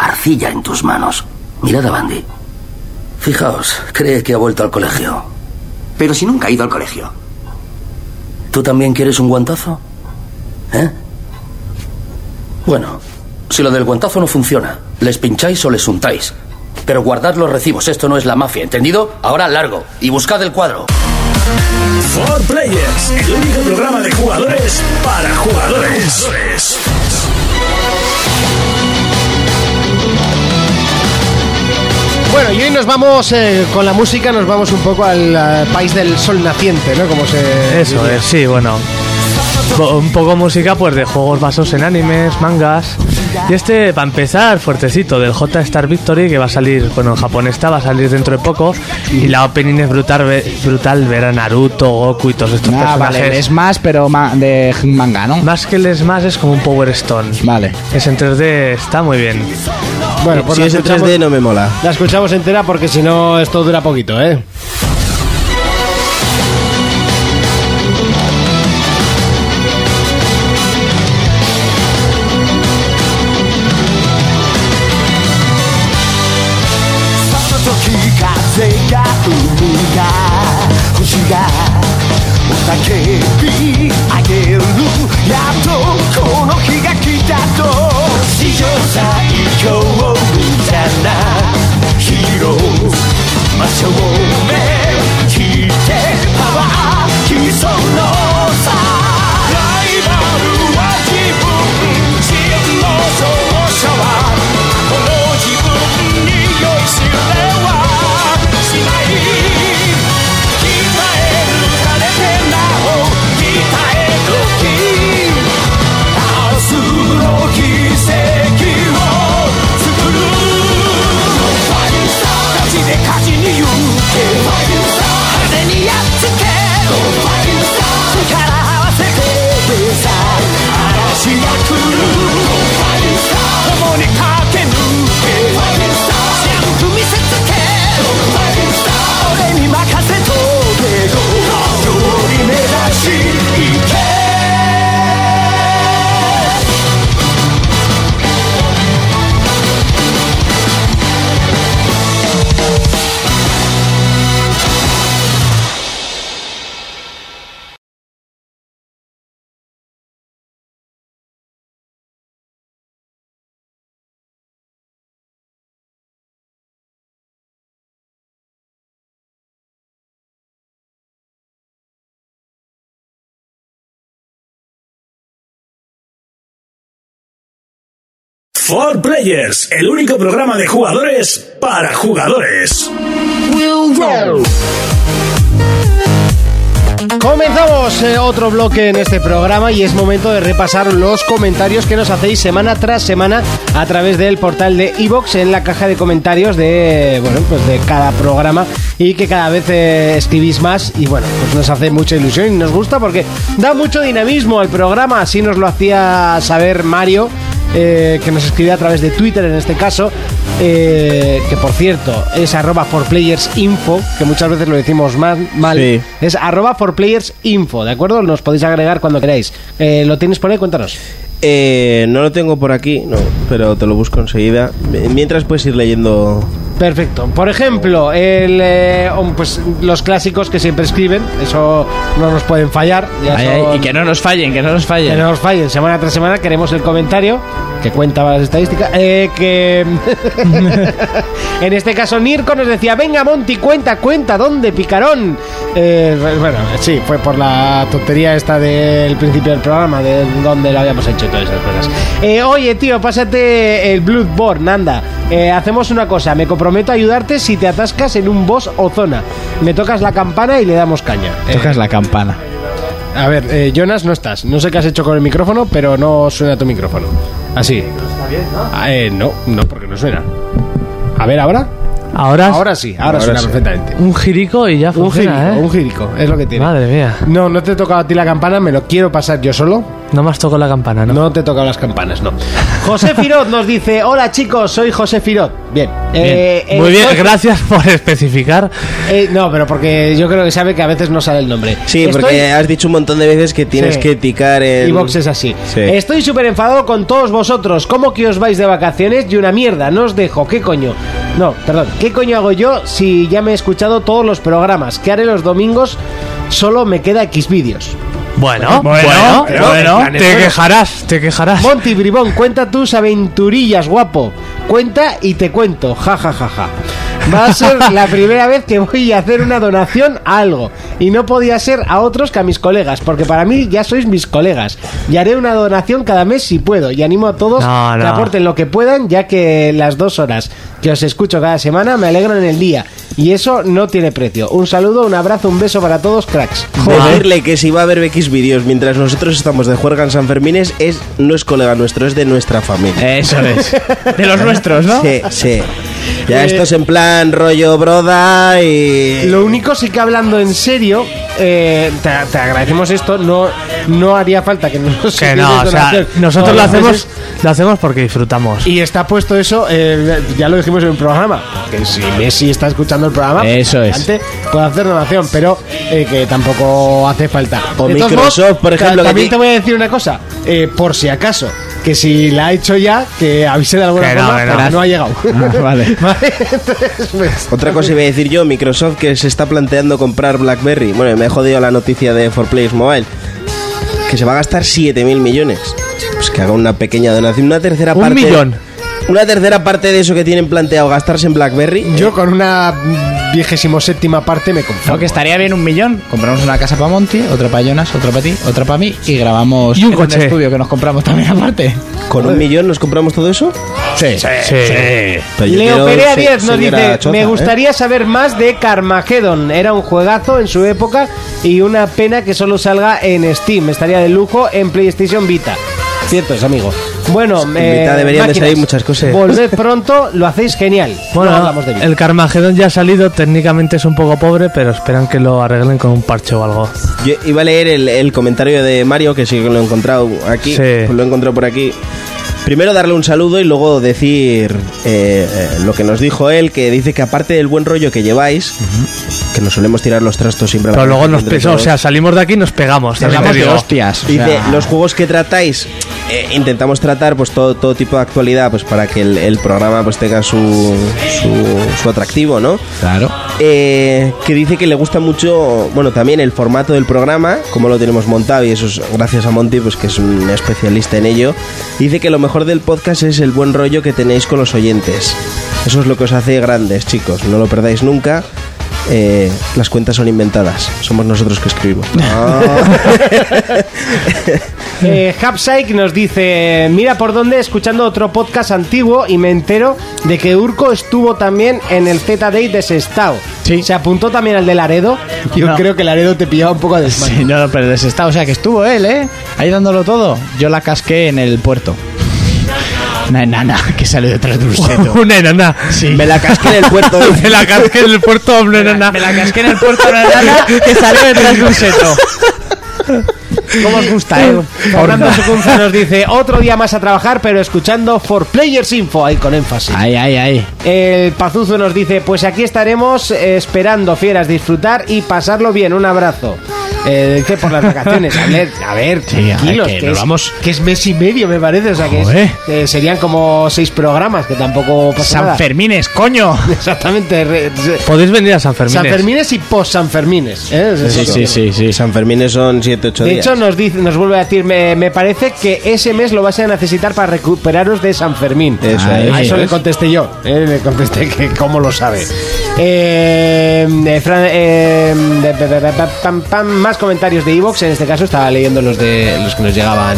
Speaker 4: Arcilla en tus manos. Mirad a Bandy. Fijaos, cree que ha vuelto al colegio.
Speaker 8: Pero si nunca he ido al colegio.
Speaker 4: ¿Tú también quieres un guantazo? ¿Eh? Bueno, si lo del guantazo no funciona, les pincháis o les untáis. Pero guardad los recibos, esto no es la mafia, ¿entendido? Ahora largo y buscad el cuadro.
Speaker 1: For Players, el único programa de jugadores para jugadores.
Speaker 2: Bueno, y hoy nos vamos eh, con la música, nos vamos un poco al eh, país del sol naciente, ¿no? Como se.
Speaker 7: Eso es, sí, bueno. Bo- Un poco música pues de juegos basados en animes, mangas. Y este, para empezar, fuertecito del J Star Victory, que va a salir, bueno, en Japón está, va a salir dentro de poco. Y la opening es brutal, ve- brutal ver a Naruto, Goku y todos estos
Speaker 5: Ah,
Speaker 7: personajes.
Speaker 5: vale, es más, pero ma- de manga, ¿no?
Speaker 7: Más que el Smash es como un Power Stone.
Speaker 5: Vale.
Speaker 7: Es en 3D, está muy bien.
Speaker 2: Bueno, pues
Speaker 6: si
Speaker 2: la
Speaker 6: es en
Speaker 2: escuchamos-
Speaker 6: 3D no me mola.
Speaker 2: La escuchamos entera porque si no esto dura poquito, ¿eh?
Speaker 4: 場をめ切ってパワー競うのさライバルは自分自分の勝者はこの自分に酔いしれはしない鍛え抜かれてなお鍛え時明日の奇跡を作るファインスター勝ちで勝ちに行けファインスター派手にやっつけファインスター力合わせてでさ嵐が来るファインスター共に駆け抜けファインスタージャンプ見せつけファインスター俺に任せとけよ勝利目指し行けFor Players, el único programa de jugadores para jugadores.
Speaker 2: Comenzamos eh, otro bloque en este programa y es momento de repasar los comentarios que nos hacéis semana tras semana a través del portal de iBox en la caja de comentarios de bueno pues de cada programa y que cada vez eh, escribís más y bueno pues nos hace mucha ilusión y nos gusta porque da mucho dinamismo al programa así nos lo hacía saber Mario eh, que nos escribe a través de Twitter en este caso, eh, que por cierto es arroba for players info, que muchas veces lo decimos mal, mal.
Speaker 6: Sí.
Speaker 2: es arroba for players info, ¿de acuerdo? Nos podéis agregar cuando queráis. Eh, ¿Lo tienes por ahí? Cuéntanos.
Speaker 6: Eh, no lo tengo por aquí, no, pero te lo busco enseguida. M- Mientras puedes ir leyendo.
Speaker 2: Perfecto. Por ejemplo, el, eh, um, pues, los clásicos que siempre escriben, eso no nos pueden fallar. ya
Speaker 5: Ay, ay,
Speaker 2: son-
Speaker 5: y que no nos fallen, que no nos
Speaker 2: Que
Speaker 5: fallen.
Speaker 2: no nos fallen, semana tras semana queremos el comentario que cuenta las estadísticas. Eh, que. en este caso, Nirko nos decía: Venga, Monty, cuenta, cuenta, ¿dónde, picarón? Eh, bueno, sí, fue por la tontería esta del principio del programa, de dónde lo habíamos hecho y todas esas cosas. Eh, oye, tío, pásate el Bloodborne, anda. Eh, hacemos una cosa: me comprometo a ayudarte si te atascas en un boss o zona. Me tocas la campana y le damos caña. Eh,
Speaker 5: Tocas la campana.
Speaker 2: a ver, eh, Jonas, no estás. No sé qué has hecho con el micrófono, pero no suena tu micrófono. Así. Ah, eh, no, no, porque no suena. A ver, ¿ahora?
Speaker 7: Ahora,
Speaker 2: Ahora sí, ahora, suena perfectamente.
Speaker 7: un jirico y ya
Speaker 2: Un
Speaker 7: funciona,
Speaker 2: gírico,
Speaker 7: ¿eh?
Speaker 2: un gírico, es lo que tiene.
Speaker 7: Madre mía.
Speaker 2: No, no te he tocado a ti la campana, me lo quiero pasar yo solo.
Speaker 7: No más toco la campana, ¿no?
Speaker 2: No te he tocado las campanas, no. José Firot nos dice, hola chicos, soy José Firot. Bien.
Speaker 7: Bien.
Speaker 2: Eh, eh,
Speaker 7: Muy bien,
Speaker 2: estoy-
Speaker 7: gracias por especificar.
Speaker 2: eh, no, pero porque yo creo que sabe que a veces no sale el nombre.
Speaker 6: Sí,
Speaker 2: Estoy-
Speaker 6: porque has dicho un montón de veces que tienes
Speaker 2: Sí.
Speaker 6: que ticar en.
Speaker 2: Y Vox es así.
Speaker 6: Sí.
Speaker 2: Estoy súper enfadado con todos vosotros. ¿Cómo que os vais de vacaciones? Y una mierda, no os dejo. ¿Qué coño? No, perdón. ¿Qué coño hago yo si ya me he escuchado todos los programas? ¿Qué haré los domingos? Solo me queda X vídeos.
Speaker 7: Bueno,
Speaker 5: Bueno,
Speaker 7: bueno,
Speaker 5: pero
Speaker 7: bueno,
Speaker 5: en plan,
Speaker 7: te
Speaker 5: bueno.
Speaker 7: quejarás, te quejarás.
Speaker 2: Monty Bribón, cuenta tus aventurillas, guapo. Cuenta y te cuento. Ja, ja, ja, ja. Va a ser la primera vez que voy a hacer una donación a algo. Y no podía ser a otros que a mis colegas, porque para mí ya sois mis colegas. Y haré una donación cada mes si puedo. Y animo a todos
Speaker 7: No,
Speaker 2: que
Speaker 7: no.
Speaker 2: aporten lo que puedan, ya que las dos horas que os escucho cada semana me alegran el día. Y eso no tiene precio. Un saludo, un abrazo, un beso para todos, cracks.
Speaker 6: Decirle que si va a haber X vídeos mientras nosotros estamos de juerga en San Fermines es, no es colega nuestro, es de nuestra familia.
Speaker 5: Eso es. De los nuestros, ¿no?
Speaker 6: Sí, sí. Ya esto es en plan rollo broda y.
Speaker 2: Eh, Lo único sí que hablando en serio, eh, te, te agradecemos esto, no, no haría falta que nos
Speaker 7: Que no, o
Speaker 2: hicierais
Speaker 7: sea,
Speaker 2: donación.
Speaker 7: nosotros
Speaker 2: Todos
Speaker 7: lo
Speaker 2: los
Speaker 7: hacemos,
Speaker 2: meses.
Speaker 7: lo hacemos porque disfrutamos.
Speaker 2: Y está puesto eso, eh, ya lo dijimos en un programa, que si Messi está escuchando el programa,
Speaker 5: Eso es.
Speaker 2: adelante, puede hacer donación, pero eh, que tampoco hace falta.
Speaker 6: O
Speaker 2: De todos
Speaker 6: Microsoft, por
Speaker 2: ta-
Speaker 6: ejemplo, que
Speaker 2: También
Speaker 6: ti-
Speaker 2: te voy a decir una cosa, eh, por si acaso, que si la ha hecho ya, que avise de alguna
Speaker 7: Que no,
Speaker 2: forma,
Speaker 7: que no.
Speaker 2: porque no ha llegado.
Speaker 5: Ah, vale.
Speaker 2: Vale, entonces, pues,
Speaker 6: Otra cosa iba a decir yo, Microsoft que se está planteando comprar BlackBerry. Bueno, me ha jodido la noticia de 4Players Mobile. Que se va a gastar 7.000 millones. Pues que haga una pequeña donación, una tercera
Speaker 7: Un
Speaker 6: parte.
Speaker 7: millón.
Speaker 6: Una tercera parte de eso que tienen planteado gastarse en BlackBerry.
Speaker 2: Yo con una vigésimo séptima parte me conformo.
Speaker 5: Aunque estaría bien un millón. Compramos una casa para Monty, otra para Jonas, otra para ti, otra para mí y grabamos
Speaker 7: Y un
Speaker 5: en
Speaker 7: coche.
Speaker 5: estudio que nos compramos también aparte.
Speaker 6: Con un millón nos compramos todo eso.
Speaker 5: Sí.
Speaker 6: Pero yo
Speaker 2: Leo
Speaker 6: quiero
Speaker 2: Perea
Speaker 6: se-
Speaker 2: 10 nos
Speaker 6: señora
Speaker 2: dice,
Speaker 6: Choza,
Speaker 2: me
Speaker 6: ¿eh?
Speaker 2: gustaría saber más de Carmageddon. Era un juegazo en su época y una pena que solo salga en Steam. Estaría de lujo en PlayStation Vita. Cierto es, amigo. Bueno, eh,
Speaker 6: Vita deberían de
Speaker 2: máquinas,
Speaker 6: salir muchas cosas.
Speaker 2: Volved pronto, lo hacéis genial. Bueno,
Speaker 7: Bueno,
Speaker 2: hablamos de Vita.
Speaker 7: el Carmageddon ya ha salido, técnicamente es un poco pobre, pero esperan que lo arreglen con un parche o algo.
Speaker 6: Yo iba a leer el, el comentario de Mario, que sí que lo he encontrado aquí.
Speaker 7: Sí.
Speaker 6: Lo he encontrado por aquí. Primero darle un saludo y luego decir eh, eh, lo que nos dijo él, que dice que aparte del buen rollo que lleváis, que nos solemos tirar los trastos siempre. a la
Speaker 7: Pero
Speaker 6: cabeza
Speaker 7: luego nos
Speaker 6: entre
Speaker 7: pesó, o
Speaker 6: todos.
Speaker 7: sea, salimos de aquí y nos pegamos. también te
Speaker 5: Hablamos de
Speaker 7: digo.
Speaker 5: hostias. o
Speaker 6: Dice,
Speaker 5: sea,
Speaker 6: los juegos que tratáis, eh, intentamos tratar pues todo, todo tipo de actualidad, pues para que el, el programa pues tenga su, su, su atractivo, ¿no?
Speaker 5: Claro.
Speaker 6: Eh, que dice que le gusta mucho, bueno, también el formato del programa, como lo tenemos montado, y eso es gracias a Monty, pues que es un especialista en ello. Dice que lo mejor del podcast es el buen rollo que tenéis con los oyentes. Eso es lo que os hace grandes, chicos, no lo perdáis nunca. Eh, las cuentas son inventadas, somos nosotros que escribimos. Ah.
Speaker 2: Eh, Hapsike nos dice, mira por dónde, escuchando otro podcast antiguo y me entero de que Urco estuvo también en el Z-Day de Sestao.
Speaker 5: Sí.
Speaker 2: Se apuntó también al de Laredo. Yo
Speaker 5: No.
Speaker 2: creo que Laredo te pillaba un poco a desmano.
Speaker 5: Sí, no, pero desestado. O sea, que estuvo él, ¿eh? Ahí dándolo todo. Yo la casqué en el puerto. Una enana que salió detrás de un seto.
Speaker 7: Una enana.
Speaker 5: Sí.
Speaker 6: Me la casqué en el puerto.
Speaker 7: Me la casqué en el puerto, hombre, enana.
Speaker 5: Me la casqué en el puerto una enana que salió detrás de un seto. ¿Cómo os gusta, eh?
Speaker 2: Fernando Secunza nos dice,
Speaker 7: "Oh,
Speaker 2: otro día más a trabajar, pero escuchando For Players Info, ahí con énfasis.
Speaker 5: Ay, ay, ay.
Speaker 2: El Pazuzu nos dice, pues aquí estaremos eh, esperando, fieras, disfrutar y pasarlo bien. Un abrazo. Eh, dice por las vacaciones. A ver, a ver,
Speaker 5: Sí, a ver,
Speaker 2: tranquilos,
Speaker 5: que
Speaker 2: que,
Speaker 5: nos
Speaker 2: es,
Speaker 5: vamos.
Speaker 2: que es mes y medio, me parece. O sea, que, es-
Speaker 5: Joder.
Speaker 2: que serían como seis programas, que tampoco
Speaker 7: pues
Speaker 2: pasa nada.
Speaker 5: San Fermines, coño.
Speaker 2: Exactamente. re- se-
Speaker 7: Podéis venir a San Fermín.
Speaker 2: San Fermines y post San Fermines. ¿eh? Es eso.
Speaker 5: sí, sí.
Speaker 6: San Fermín son 7-8
Speaker 2: De
Speaker 6: días.
Speaker 2: hecho, nos, dice, nos vuelve a decir, me, me parece que ese mes lo vais a necesitar para recuperaros de San Fermín.
Speaker 6: Eso
Speaker 5: es.
Speaker 2: a eso le
Speaker 5: ¿ves?
Speaker 2: contesté yo. eh, le contesté que cómo lo sabe. Eh, eh, Fran- eh, de- de- de- de- pam, pam, más comentarios de Evox. En este caso estaba leyendo los, de, los que nos llegaban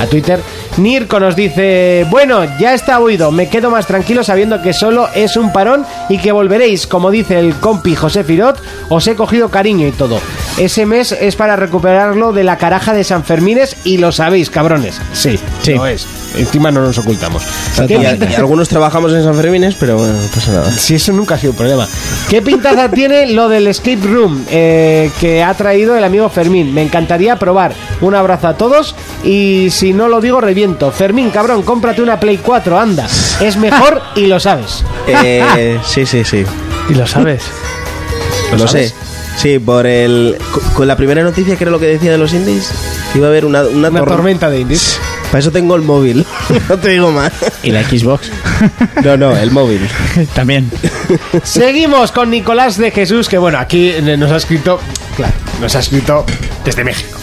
Speaker 2: a Twitter. Nirko nos dice, bueno, ya está oído, me quedo más tranquilo sabiendo que solo es un parón y que volveréis, como dice el compi José Firot, os he cogido cariño y todo. Ese mes es para recuperarlo de la caraja de San Fermines y lo sabéis, cabrones. Sí,
Speaker 5: Sí.
Speaker 2: lo es. Encima no nos ocultamos.
Speaker 6: Y-
Speaker 2: ¿Qué
Speaker 6: y,
Speaker 2: pinta-
Speaker 6: algunos trabajamos en San Fermín, pero bueno, no pasa nada.
Speaker 2: si eso nunca ha sido un problema. ¿Qué pintaza tiene lo del escape room eh, que ha traído el amigo Fermín? Me encantaría probar. Un abrazo a todos y si no lo digo, reviento. Fermín, cabrón, cómprate una Play 4, anda. Es mejor y lo sabes.
Speaker 6: Eh, sí, sí, sí.
Speaker 7: Y lo sabes.
Speaker 6: Lo, sé. Sí, por el. co- Con la primera noticia, que era lo que decía de los indies, que iba a haber una, una,
Speaker 2: Una
Speaker 6: tor-
Speaker 2: tormenta de indies.
Speaker 6: Para eso tengo el móvil. no te digo más.
Speaker 5: Y la Xbox
Speaker 6: No, no, el móvil.
Speaker 5: también.
Speaker 2: Seguimos con Nicolás de Jesús, que bueno, aquí eh, nos ha escrito, claro, nos ha escrito desde México.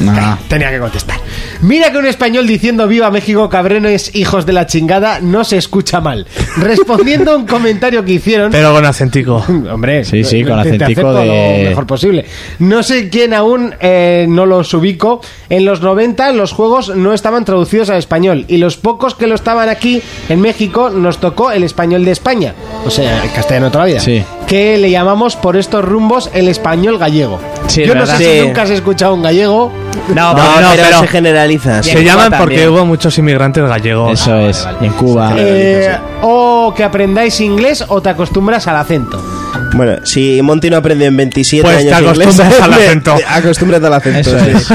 Speaker 5: No.
Speaker 2: Tenía que contestar. Mira que un español diciendo viva México cabrones hijos de la chingada no se escucha mal. Respondiendo a un comentario que hicieron
Speaker 7: Pero con acentico.
Speaker 2: Hombre,
Speaker 5: Sí, sí, con
Speaker 2: te- te
Speaker 5: acentico
Speaker 2: acepto
Speaker 5: de-
Speaker 2: lo mejor posible. No sé quién aún eh, no los ubico. En los 90 los juegos no estaban traducidos al español y los pocos que lo estaban aquí en México nos tocó el español de España, o sea, el castellano toda la vida.
Speaker 5: Sí.
Speaker 2: Que le llamamos por estos rumbos el español gallego.
Speaker 5: Sí, es
Speaker 2: Yo no
Speaker 5: verdad.
Speaker 2: sé si
Speaker 6: Sí.
Speaker 2: nunca has escuchado un gallego.
Speaker 7: Ah, No,
Speaker 6: pero, se generaliza.
Speaker 7: se llaman porque hubo muchos inmigrantes gallegos.
Speaker 5: Eso es. Y en Cuba.
Speaker 2: Eh, o que aprendáis inglés o te acostumbras al acento.
Speaker 6: Bueno, si Monty no aprende en 27
Speaker 7: Pues te
Speaker 6: años. inglés,
Speaker 7: acostumbras al
Speaker 6: te-
Speaker 7: acento.
Speaker 6: te Acostúmbrate al acento.
Speaker 5: Eso
Speaker 6: sí.
Speaker 5: es.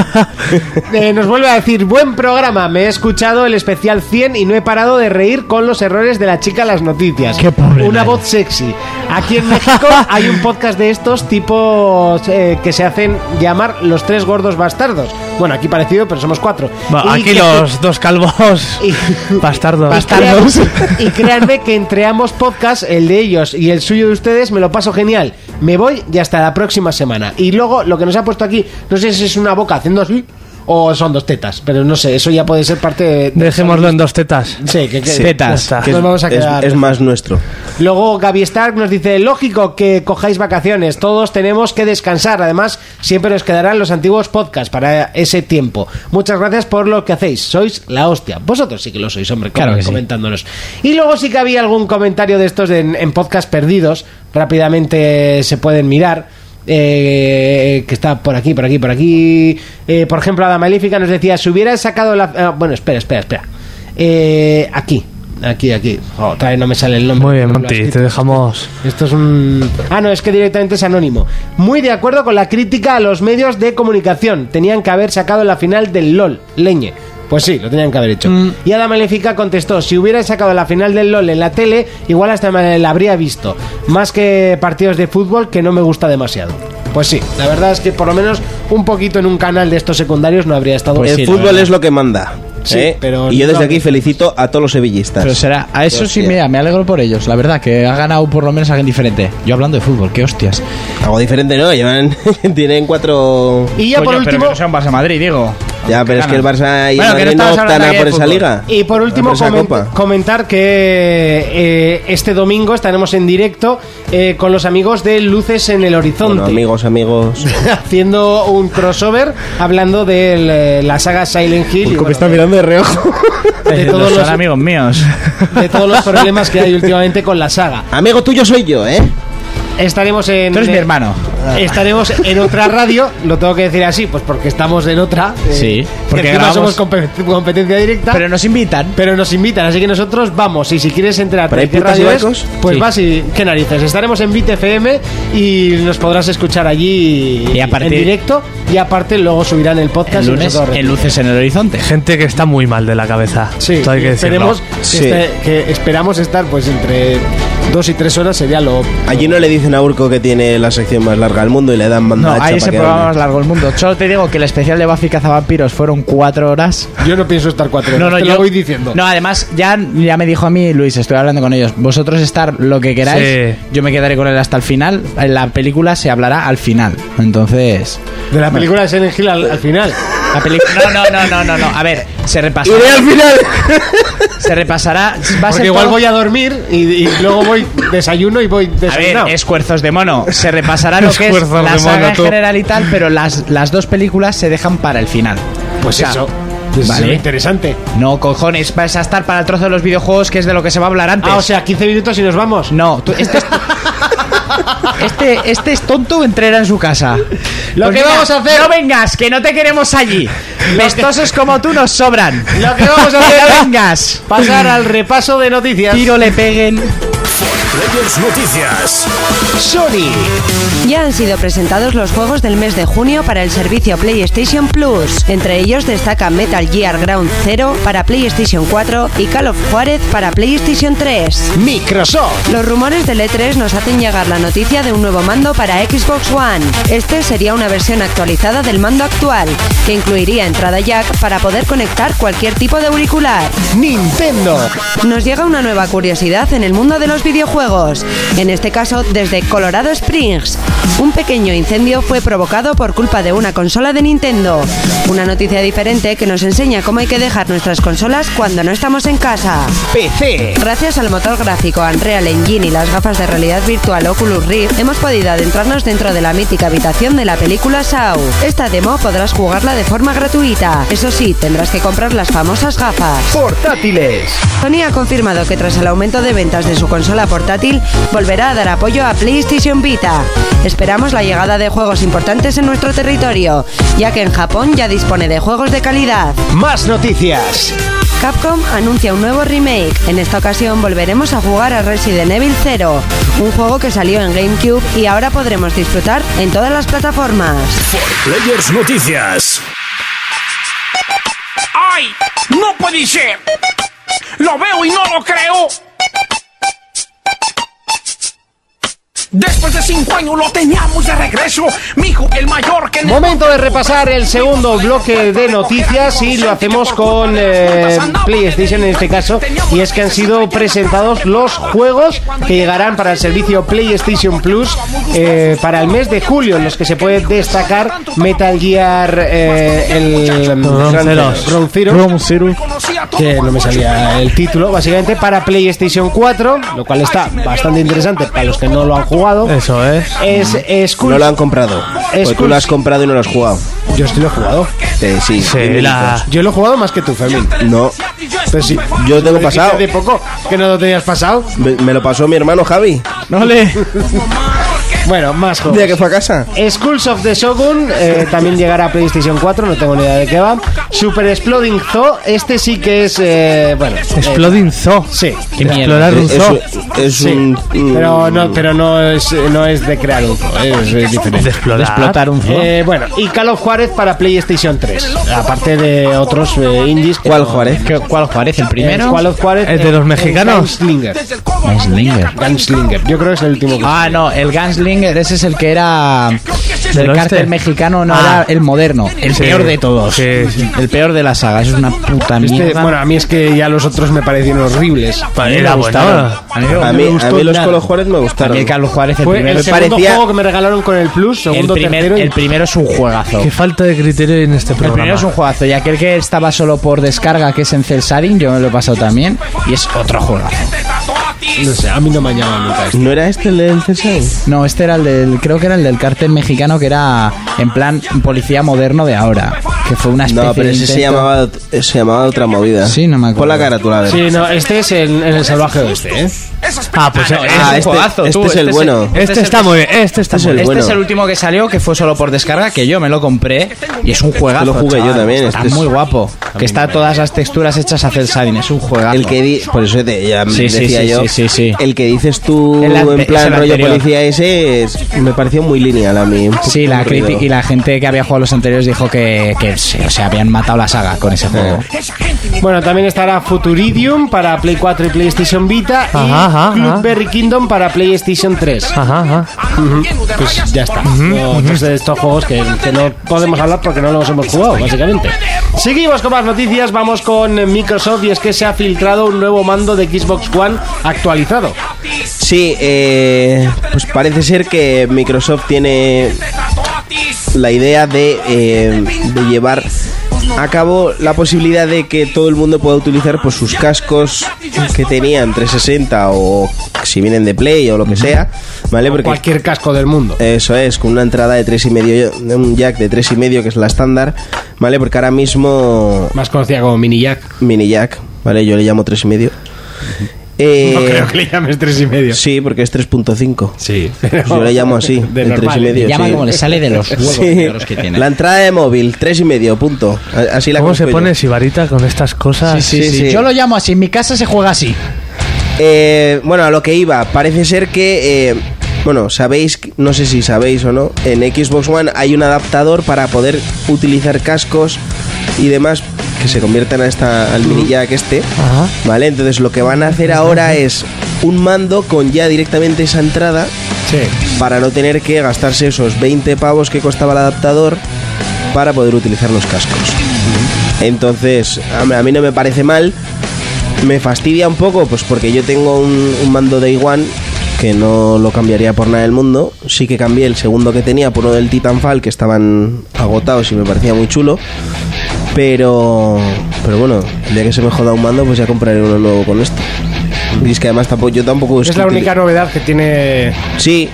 Speaker 2: Eh, nos vuelve a decir, buen programa, me he escuchado el especial 100 y no he parado de reír con los errores de la chica en las noticias.
Speaker 5: Qué pobre
Speaker 2: Una
Speaker 5: Nayo.
Speaker 2: voz sexy. Aquí en México hay un podcast de estos tipos eh, que se hacen llamar los tres gordos bastardos. Bueno, aquí parecido, pero somos cuatro.
Speaker 7: Bueno,
Speaker 2: Y
Speaker 7: aquí
Speaker 2: que-
Speaker 7: los dos calvos
Speaker 2: y-
Speaker 7: bastardos.
Speaker 2: Bastardos. Y créanme que entre ambos podcasts, el de ellos y el suyo de ustedes, me lo paso genial. Me voy y hasta la próxima semana. Y luego lo que nos ha puesto aquí, no sé si es una boca haciendo así. o son dos tetas, pero no sé, eso ya puede ser parte de...
Speaker 7: Dejémoslo en dos tetas.
Speaker 2: Sí, que, que-
Speaker 6: Sí.
Speaker 5: Tetas.
Speaker 7: Ya está.
Speaker 6: Que
Speaker 2: Nos vamos a
Speaker 6: es-
Speaker 2: quedar-
Speaker 6: es más nuestro.
Speaker 2: Luego Gaby Stark nos dice, lógico que cojáis vacaciones, todos tenemos que descansar, además siempre nos quedarán los antiguos podcasts para ese tiempo. Muchas gracias por lo que hacéis, sois la hostia. Vosotros sí que lo sois, hombre,
Speaker 5: Claro
Speaker 2: com-
Speaker 5: que sí.
Speaker 2: comentándonos. Y luego sí que había algún comentario de estos en, en podcast perdidos, rápidamente se pueden mirar. eh, que está por aquí, por aquí, por aquí. Eh, por ejemplo, Ada Maléfica nos decía: si hubieras sacado la. ah, bueno, espera, espera, espera. Eh, aquí, aquí, aquí. Otra vez no me sale el nombre.
Speaker 7: Muy bien,
Speaker 2: Lo has
Speaker 7: Monty,
Speaker 2: escrito.
Speaker 7: te dejamos.
Speaker 2: Esto es un... Ah, no, es que directamente es anónimo. Muy de acuerdo con la crítica a los medios de comunicación. Tenían que haber sacado la final del LOL, leñe. Pues sí, lo tenían que haber hecho. Y Ada Maléfica contestó, si hubieran sacado la final del LOL en la tele, igual hasta me la habría visto. Más que partidos de fútbol que no me gusta demasiado. Pues sí, la verdad es que por lo menos un poquito en un canal de estos secundarios no habría estado...
Speaker 5: Pues
Speaker 6: el
Speaker 5: sí, la
Speaker 6: fútbol
Speaker 5: verdad.
Speaker 6: es lo que manda.
Speaker 2: Sí,
Speaker 6: ¿eh?
Speaker 2: pero
Speaker 6: y yo desde
Speaker 2: no-
Speaker 6: aquí felicito a todos los sevillistas.
Speaker 5: Pero será, a eso sí,
Speaker 6: Hostia.
Speaker 5: mira, me alegro por ellos. La verdad, que ha ganado por lo menos alguien diferente. Yo hablando de fútbol, qué hostias.
Speaker 6: Algo diferente, ¿no? Llevan, tienen cuatro...
Speaker 2: Y ya por
Speaker 5: Coño, pero
Speaker 2: último...
Speaker 5: que no sea un Barça Madrid, Diego.
Speaker 6: Ya, pero es que el Barça y
Speaker 5: Bueno,
Speaker 6: el
Speaker 5: que no
Speaker 6: Madrid no
Speaker 5: estabas
Speaker 6: optan
Speaker 5: hablando
Speaker 6: a
Speaker 5: aquí
Speaker 6: por
Speaker 5: de
Speaker 6: esa
Speaker 5: fútbol.
Speaker 6: liga.
Speaker 2: Y por último,
Speaker 6: Por esa
Speaker 2: comen-
Speaker 6: copa.
Speaker 2: comentar que eh, este domingo estaremos en directo eh, con los amigos de Luces en el Horizonte.
Speaker 6: Bueno, amigos, amigos...
Speaker 2: Haciendo un crossover hablando de eh, la saga Silent Hill. y, bueno, de-
Speaker 6: de reojo.
Speaker 2: de
Speaker 5: todos
Speaker 2: todos
Speaker 5: son
Speaker 2: los-
Speaker 5: amigos míos.
Speaker 2: de todos los problemas que hay últimamente con la saga.
Speaker 6: Amigo tuyo soy yo, ¿eh?
Speaker 2: Estaremos en.
Speaker 5: Tú eres mi
Speaker 2: eh,
Speaker 5: hermano.
Speaker 2: Estaremos en otra radio, lo tengo que decir así, pues porque estamos en otra. eh,
Speaker 5: Sí, porque
Speaker 2: que encima
Speaker 5: grabamos-
Speaker 2: somos compe- competencia directa.
Speaker 5: Pero nos invitan.
Speaker 2: Pero nos invitan, así que nosotros vamos. Y si quieres entrar
Speaker 6: ¿Pero hay putas y bancos?
Speaker 2: pues
Speaker 5: Sí.
Speaker 2: vas y qué narices. Estaremos en BitFM y nos podrás escuchar allí
Speaker 5: Y a partir-
Speaker 2: en directo. Y aparte luego subirán el podcast.
Speaker 5: El
Speaker 2: y
Speaker 5: lunes,
Speaker 2: nosotros-
Speaker 5: en luces en el horizonte.
Speaker 7: Gente que está muy mal de la cabeza.
Speaker 2: Sí,
Speaker 7: Esto hay
Speaker 2: y
Speaker 7: que decirlo.
Speaker 2: esperemos que,
Speaker 6: Sí.
Speaker 2: este- que esperamos estar pues entre dos y tres horas sería lo...
Speaker 6: Allí no le dicen a Urco que tiene la sección más larga del mundo y le dan
Speaker 5: No,
Speaker 6: banda ancha
Speaker 5: ahí
Speaker 6: para
Speaker 5: se
Speaker 6: que
Speaker 5: programa más
Speaker 6: hable.
Speaker 5: largo el mundo. Solo te digo que el especial de Buffy Cazavampiros fueron cuatro horas.
Speaker 2: Yo no pienso estar cuatro horas, te lo voy diciendo.
Speaker 5: No, además, ya, ya me dijo a mí Luis, estoy hablando con ellos. Vosotros estar lo que queráis,
Speaker 7: Sí.
Speaker 5: yo me quedaré con él hasta el final. En la película se hablará al final. Entonces.
Speaker 2: De la película de Silent Hill al, al final.
Speaker 5: La película. No, no, no, no, no, no. A ver, se repasará.
Speaker 6: ¡Iré al final!
Speaker 5: Se repasará. Va a
Speaker 2: Porque
Speaker 5: ser
Speaker 2: igual
Speaker 5: todo-
Speaker 2: voy a dormir y, y luego voy desayuno y voy
Speaker 5: A ver,
Speaker 2: desayunado.
Speaker 5: esfuerzos de mono. Se repasará lo que es
Speaker 7: Esfuerzos
Speaker 5: la
Speaker 7: de
Speaker 5: saga
Speaker 7: mono,
Speaker 5: en
Speaker 7: tú.
Speaker 5: general y tal, pero las, las dos películas se dejan para el final.
Speaker 2: Pues
Speaker 5: O sea,
Speaker 2: eso. Pues eso es
Speaker 5: vale.
Speaker 2: lo interesante.
Speaker 5: No, cojones, vas a estar para el trozo de los videojuegos, que es de lo que se va a hablar antes.
Speaker 2: Ah, o sea, 15 minutos y nos vamos.
Speaker 5: No, tú- este, es, este, este es tonto entrera en su casa. Pues
Speaker 2: Lo que vamos a hacer-
Speaker 5: No vengas, que no te queremos allí. Vestosos como tú nos sobran.
Speaker 2: Lo que vamos a hacer
Speaker 5: No
Speaker 2: es-
Speaker 5: vengas.
Speaker 2: Pasar al repaso de noticias.
Speaker 5: Tiro le peguen.
Speaker 1: Players Noticias.
Speaker 2: Sony.
Speaker 3: Ya han sido presentados los juegos del mes de junio para el servicio PlayStation Plus. Entre ellos destacan Metal Gear Ground Zero para PlayStation 4 y Call of Juarez para PlayStation 3.
Speaker 2: Microsoft.
Speaker 3: Los rumores del E3 nos hacen llegar la noticia de un nuevo mando para Xbox One. Este sería una versión actualizada del mando actual, que incluiría entrada jack para poder conectar cualquier tipo de auricular.
Speaker 2: Nintendo.
Speaker 3: Nos llega una nueva curiosidad en el mundo de los videojuegos, en este caso desde Colorado Springs. Un pequeño incendio fue provocado por culpa de una consola de Nintendo. Una noticia diferente que nos enseña cómo hay que dejar nuestras consolas cuando no estamos en casa.
Speaker 2: PC.
Speaker 3: Gracias al motor gráfico Unreal Engine y las gafas de realidad virtual Oculus Rift, hemos podido adentrarnos dentro de la mítica habitación de la película Saw. Esta demo podrás jugarla de forma gratuita. Eso sí, tendrás que comprar las famosas gafas.
Speaker 2: Portátiles.
Speaker 3: Sony ha confirmado que tras el aumento de ventas de su consola portátil, volverá a dar apoyo a PlayStation Vita. Esperamos la llegada de juegos importantes en nuestro territorio, ya que en Japón ya dispone de juegos de calidad.
Speaker 2: Más noticias.
Speaker 3: Capcom anuncia un nuevo remake. En esta ocasión volveremos a jugar a Resident Evil 0, un juego que salió en GameCube y ahora podremos disfrutar en todas las plataformas.
Speaker 1: Players Noticias.
Speaker 9: ¡Ay! ¡No puede ser! ¡Lo veo y no lo creo! Después de cinco años lo teníamos de regreso. Mi hijo, el mayor que
Speaker 2: Momento de repasar el segundo bloque de noticias y lo hacemos con eh, PlayStation en este caso. Y es que han sido presentados los juegos que llegarán para el servicio PlayStation Plus eh, para el mes de julio, en los que se puede destacar Metal Gear eh, el
Speaker 7: Ground
Speaker 2: Gran-
Speaker 7: Zero.
Speaker 2: Ground Zero que no me salía el título, básicamente para PlayStation 4, lo cual está bastante interesante para los que no lo han jugado.
Speaker 7: Eso es.
Speaker 2: Es, es
Speaker 6: No lo han comprado. Porque tú
Speaker 2: Skulls.
Speaker 6: lo has comprado y no lo has jugado.
Speaker 2: Yo sí lo he jugado.
Speaker 6: Eh, sí,
Speaker 7: Sí, la...
Speaker 2: Yo lo he jugado más que tú, Fermín.
Speaker 6: No,
Speaker 2: Pero sí.
Speaker 6: yo lo tengo pasado.
Speaker 2: De poco, que no lo tenías pasado.
Speaker 6: Me, me lo pasó mi hermano Javi.
Speaker 7: No
Speaker 2: Eh,
Speaker 7: le...
Speaker 2: Bueno, más
Speaker 6: El día que
Speaker 2: juegos.
Speaker 6: fue a casa.
Speaker 2: Skulls of the Shogun eh, también llegará a PlayStation 4, no tengo ni idea de qué va. Super Exploding Zoo, este sí que es. eh, bueno. eh,
Speaker 7: Exploding Zoo.
Speaker 2: sí.
Speaker 7: Explorar un
Speaker 6: Es,
Speaker 7: zoo.
Speaker 6: es
Speaker 2: Sí,
Speaker 6: un. un-
Speaker 2: pero no, pero no es, eh, no es de crear un zoo, es, eh, diferente.
Speaker 7: De explorar.
Speaker 5: De explotar un zoo.
Speaker 2: Eh, bueno, y Call of Juárez para PlayStation 3. Aparte de otros eh, indies. que
Speaker 6: ¿Cuál
Speaker 2: no-
Speaker 6: Juárez?
Speaker 5: ¿Qué- ¿Cuál Juárez? ¿El
Speaker 2: Eh,
Speaker 5: primero?
Speaker 2: Call of Juárez.
Speaker 7: ¿El de
Speaker 2: eh,
Speaker 7: los mexicanos?
Speaker 2: Gunslinger.
Speaker 5: Gunslinger.
Speaker 2: Gunslinger. Yo creo que es el último. que-
Speaker 5: Ah, no, el Gunslinger, ese es el que era
Speaker 7: ¿Del
Speaker 5: del
Speaker 7: oeste?
Speaker 5: cártel mexicano, no
Speaker 7: Ah.
Speaker 5: era el moderno, el
Speaker 7: Sí.
Speaker 5: peor de todos.
Speaker 7: Sí, sí.
Speaker 5: El peor de la saga, eso es una puta
Speaker 2: Este,
Speaker 5: mierda.
Speaker 2: bueno, a mí es que ya los otros me parecieron horribles.
Speaker 5: A mí me
Speaker 7: Era
Speaker 2: Pues
Speaker 5: gustaron.
Speaker 7: bueno.
Speaker 5: A mí, me-
Speaker 6: A
Speaker 5: no me
Speaker 6: mí, a
Speaker 5: gustó
Speaker 6: mí los
Speaker 5: nada.
Speaker 6: Colo Juárez me
Speaker 5: A
Speaker 6: gustaron.
Speaker 5: mí el Carlos Juárez el
Speaker 2: Fue
Speaker 5: primero.
Speaker 2: el
Speaker 5: El,
Speaker 2: segundo
Speaker 6: parecía-
Speaker 2: juego que me regalaron con el Plus, segundo,
Speaker 5: primer-
Speaker 2: tercero. y-
Speaker 5: el primero es un juegazo.
Speaker 7: Qué falta de criterio en este
Speaker 5: El
Speaker 7: programa.
Speaker 5: primero es un juegazo y aquel que estaba solo por descarga, que es en Celsadin, yo me lo he pasado también, y es otro juegazo.
Speaker 2: No sé, a mí no me ha llamado nunca este.
Speaker 6: ¿No era este el del CSI?
Speaker 5: No, este era el del, creo que era el del cártel mexicano, que era en plan policía moderno de ahora, que fue una especie
Speaker 6: No, pero
Speaker 5: de
Speaker 6: ese se
Speaker 5: intento-
Speaker 6: llamaba, eh, se llamaba otra movida.
Speaker 5: Sí, no me acuerdo.
Speaker 6: Pon la cara tú, la ver.
Speaker 2: Sí, no, este es en, en el salvaje oeste, ¿eh?
Speaker 7: Ah, pues eh,
Speaker 6: Ah, este,
Speaker 5: juegazo, tú,
Speaker 6: este es
Speaker 5: este
Speaker 6: el
Speaker 5: es
Speaker 6: bueno.
Speaker 5: el-
Speaker 7: este, está muy bien. Este está
Speaker 6: es
Speaker 7: muy
Speaker 6: el
Speaker 7: bien.
Speaker 5: Este
Speaker 6: bueno.
Speaker 5: es el último que salió, que fue solo por descarga, que yo me lo compré y es un juegazo.
Speaker 6: Este lo jugué yo
Speaker 5: chaval.
Speaker 6: también,
Speaker 5: Está
Speaker 6: este es-
Speaker 5: muy guapo. Que está todas las texturas hechas a Celsadin, es un juegazo.
Speaker 6: El que di- por eso te ya
Speaker 5: Sí, sí,
Speaker 6: decía
Speaker 5: sí,
Speaker 6: yo,
Speaker 5: sí, sí, sí.
Speaker 6: el que dices tú
Speaker 5: El ante-
Speaker 6: en
Speaker 5: es
Speaker 6: plan
Speaker 5: el
Speaker 6: rollo
Speaker 5: anterior.
Speaker 6: policía ese es- me pareció muy lineal a mí. un poco
Speaker 5: Sí, la
Speaker 6: aburrido.
Speaker 5: crítica y la gente que había jugado los anteriores dijo que, que se, se habían matado la saga con ese juego.
Speaker 6: Eh.
Speaker 2: Bueno, también estará Futuridium para Play 4 y PlayStation Vita. y
Speaker 7: Ajá, ajá, ajá.
Speaker 2: Clubberry Kingdom para PlayStation 3.
Speaker 7: Ajá, ajá.
Speaker 2: Pues ya está. No, otros de estos juegos que, que no podemos hablar porque no los hemos jugado, básicamente. Seguimos con más noticias. Vamos con Microsoft y es que se ha filtrado un nuevo mando de Xbox One actualizado.
Speaker 6: Sí, eh, pues parece ser que Microsoft tiene la idea de, eh, de llevar a cabo la posibilidad de que todo el mundo pueda utilizar pues sus cascos que tenían 360 o si vienen de Play o lo que sea, ¿vale? Porque
Speaker 2: Cualquier casco del mundo.
Speaker 6: eso es, con una entrada de tres y medio, de un jack de tres y medio que es la estándar, ¿vale? Porque ahora mismo
Speaker 2: Más conocida como Mini Jack.
Speaker 6: mini jack, ¿vale? Yo le llamo tres y medio. Eh,
Speaker 2: No creo que le llames tres y medio.
Speaker 6: Sí, porque es 3.5.
Speaker 2: Sí.
Speaker 6: Pues Yo le llamo así,
Speaker 2: De
Speaker 6: el tres
Speaker 2: normal.
Speaker 6: y medio.
Speaker 5: Llama
Speaker 6: sí.
Speaker 5: como le sale de los huevos
Speaker 6: Sí.
Speaker 5: de los que tiene.
Speaker 6: La entrada de móvil, tres y medio, punto. A- Así la
Speaker 7: ¿Cómo se
Speaker 6: conozco
Speaker 7: pone
Speaker 6: yo.
Speaker 7: Sibarita con estas cosas?
Speaker 6: Sí, sí.
Speaker 5: Yo lo llamo así, en mi casa se juega así.
Speaker 6: Eh, bueno, a lo que iba, parece ser que. eh, bueno, sabéis, que- no sé si sabéis o no, en Xbox One hay un adaptador para poder utilizar cascos y demás que se conviertan a esta, al mini jack este.
Speaker 7: Ajá.
Speaker 6: Vale, entonces lo que van a hacer ahora es un mando con ya directamente esa entrada para no tener que gastarse esos 20 pavos que costaba el adaptador para poder utilizar los cascos. Entonces, a mí- a mí no me parece mal. Me fastidia un poco, pues porque yo tengo un, un mando de Iguan que no lo cambiaría por nada del mundo. Sí que cambié el segundo que tenía por uno del Titanfall, que estaban agotados y me parecía muy chulo. Pero, pero bueno, el día que se me joda un mando, pues ya compraré uno nuevo con esto. Y es que además tampoco, yo tampoco...
Speaker 2: Es la
Speaker 6: que-
Speaker 2: única novedad que tiene
Speaker 6: Sí,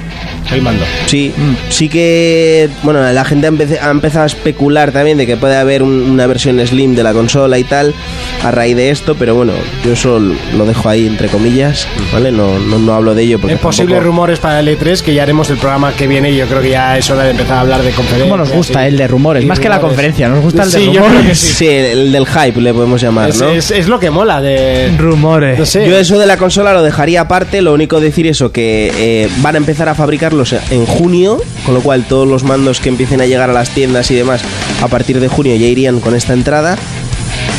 Speaker 2: el mando. Mm.
Speaker 6: Sí, sí que. Bueno, la gente ha, empece- ha empezado a especular también de que puede haber un- una versión slim de la consola y tal a raíz de esto, pero bueno, yo eso lo dejo ahí entre comillas, ¿vale? No, no, no hablo de ello porque.
Speaker 2: Es posibles
Speaker 6: tampoco-
Speaker 2: rumores para el E3 que ya haremos el programa que viene y yo creo que ya es hora de empezar a hablar de conferencias.
Speaker 5: Como nos gusta el de rumores,
Speaker 2: Y
Speaker 5: más que la
Speaker 2: rumores.
Speaker 5: conferencia, nos gusta el de
Speaker 2: Sí, yo creo
Speaker 5: rumores.
Speaker 2: que
Speaker 6: Sí, el del hype le podemos llamar,
Speaker 2: Es,
Speaker 6: ¿no?
Speaker 2: es- es lo que mola de...
Speaker 7: Rumores.
Speaker 2: No sé.
Speaker 6: Yo eso de la consola lo dejaría aparte, lo único decir eso, que eh, van a empezar a fabricarlos en junio, con lo cual todos los mandos que empiecen a llegar a las tiendas y demás a partir de junio ya irían con esta entrada.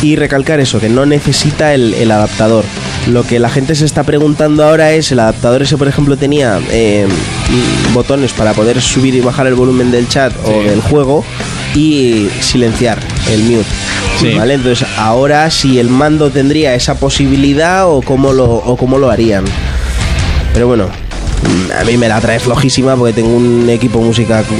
Speaker 6: Y recalcar eso, que no necesita el, el adaptador. Lo que la gente se está preguntando ahora es, el adaptador ese por ejemplo tenía eh, botones para poder subir y bajar el volumen del chat o del juego y silenciar el mute.
Speaker 5: Sí.
Speaker 6: ¿Vale? Entonces ahora si el mando tendría esa posibilidad o cómo lo, o cómo lo harían. Pero bueno. mm, A mí me la trae flojísima porque tengo un equipo música que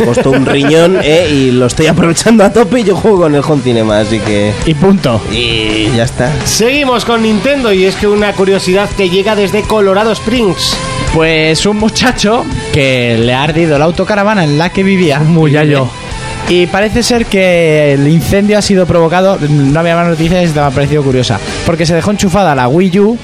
Speaker 6: me costó un riñón ¿eh? y lo estoy aprovechando a tope y yo juego con el Home Cinema, así que...
Speaker 5: Y punto.
Speaker 6: Y ya está.
Speaker 2: Seguimos con Nintendo y es que una curiosidad que llega desde Colorado Springs.
Speaker 5: Pues un muchacho que le ha ardido la autocaravana en la que vivía.
Speaker 7: Muyayo.
Speaker 5: Y parece ser que el incendio ha sido provocado. No había más noticias y esta me ha parecido curiosa. Porque se dejó enchufada la Wii U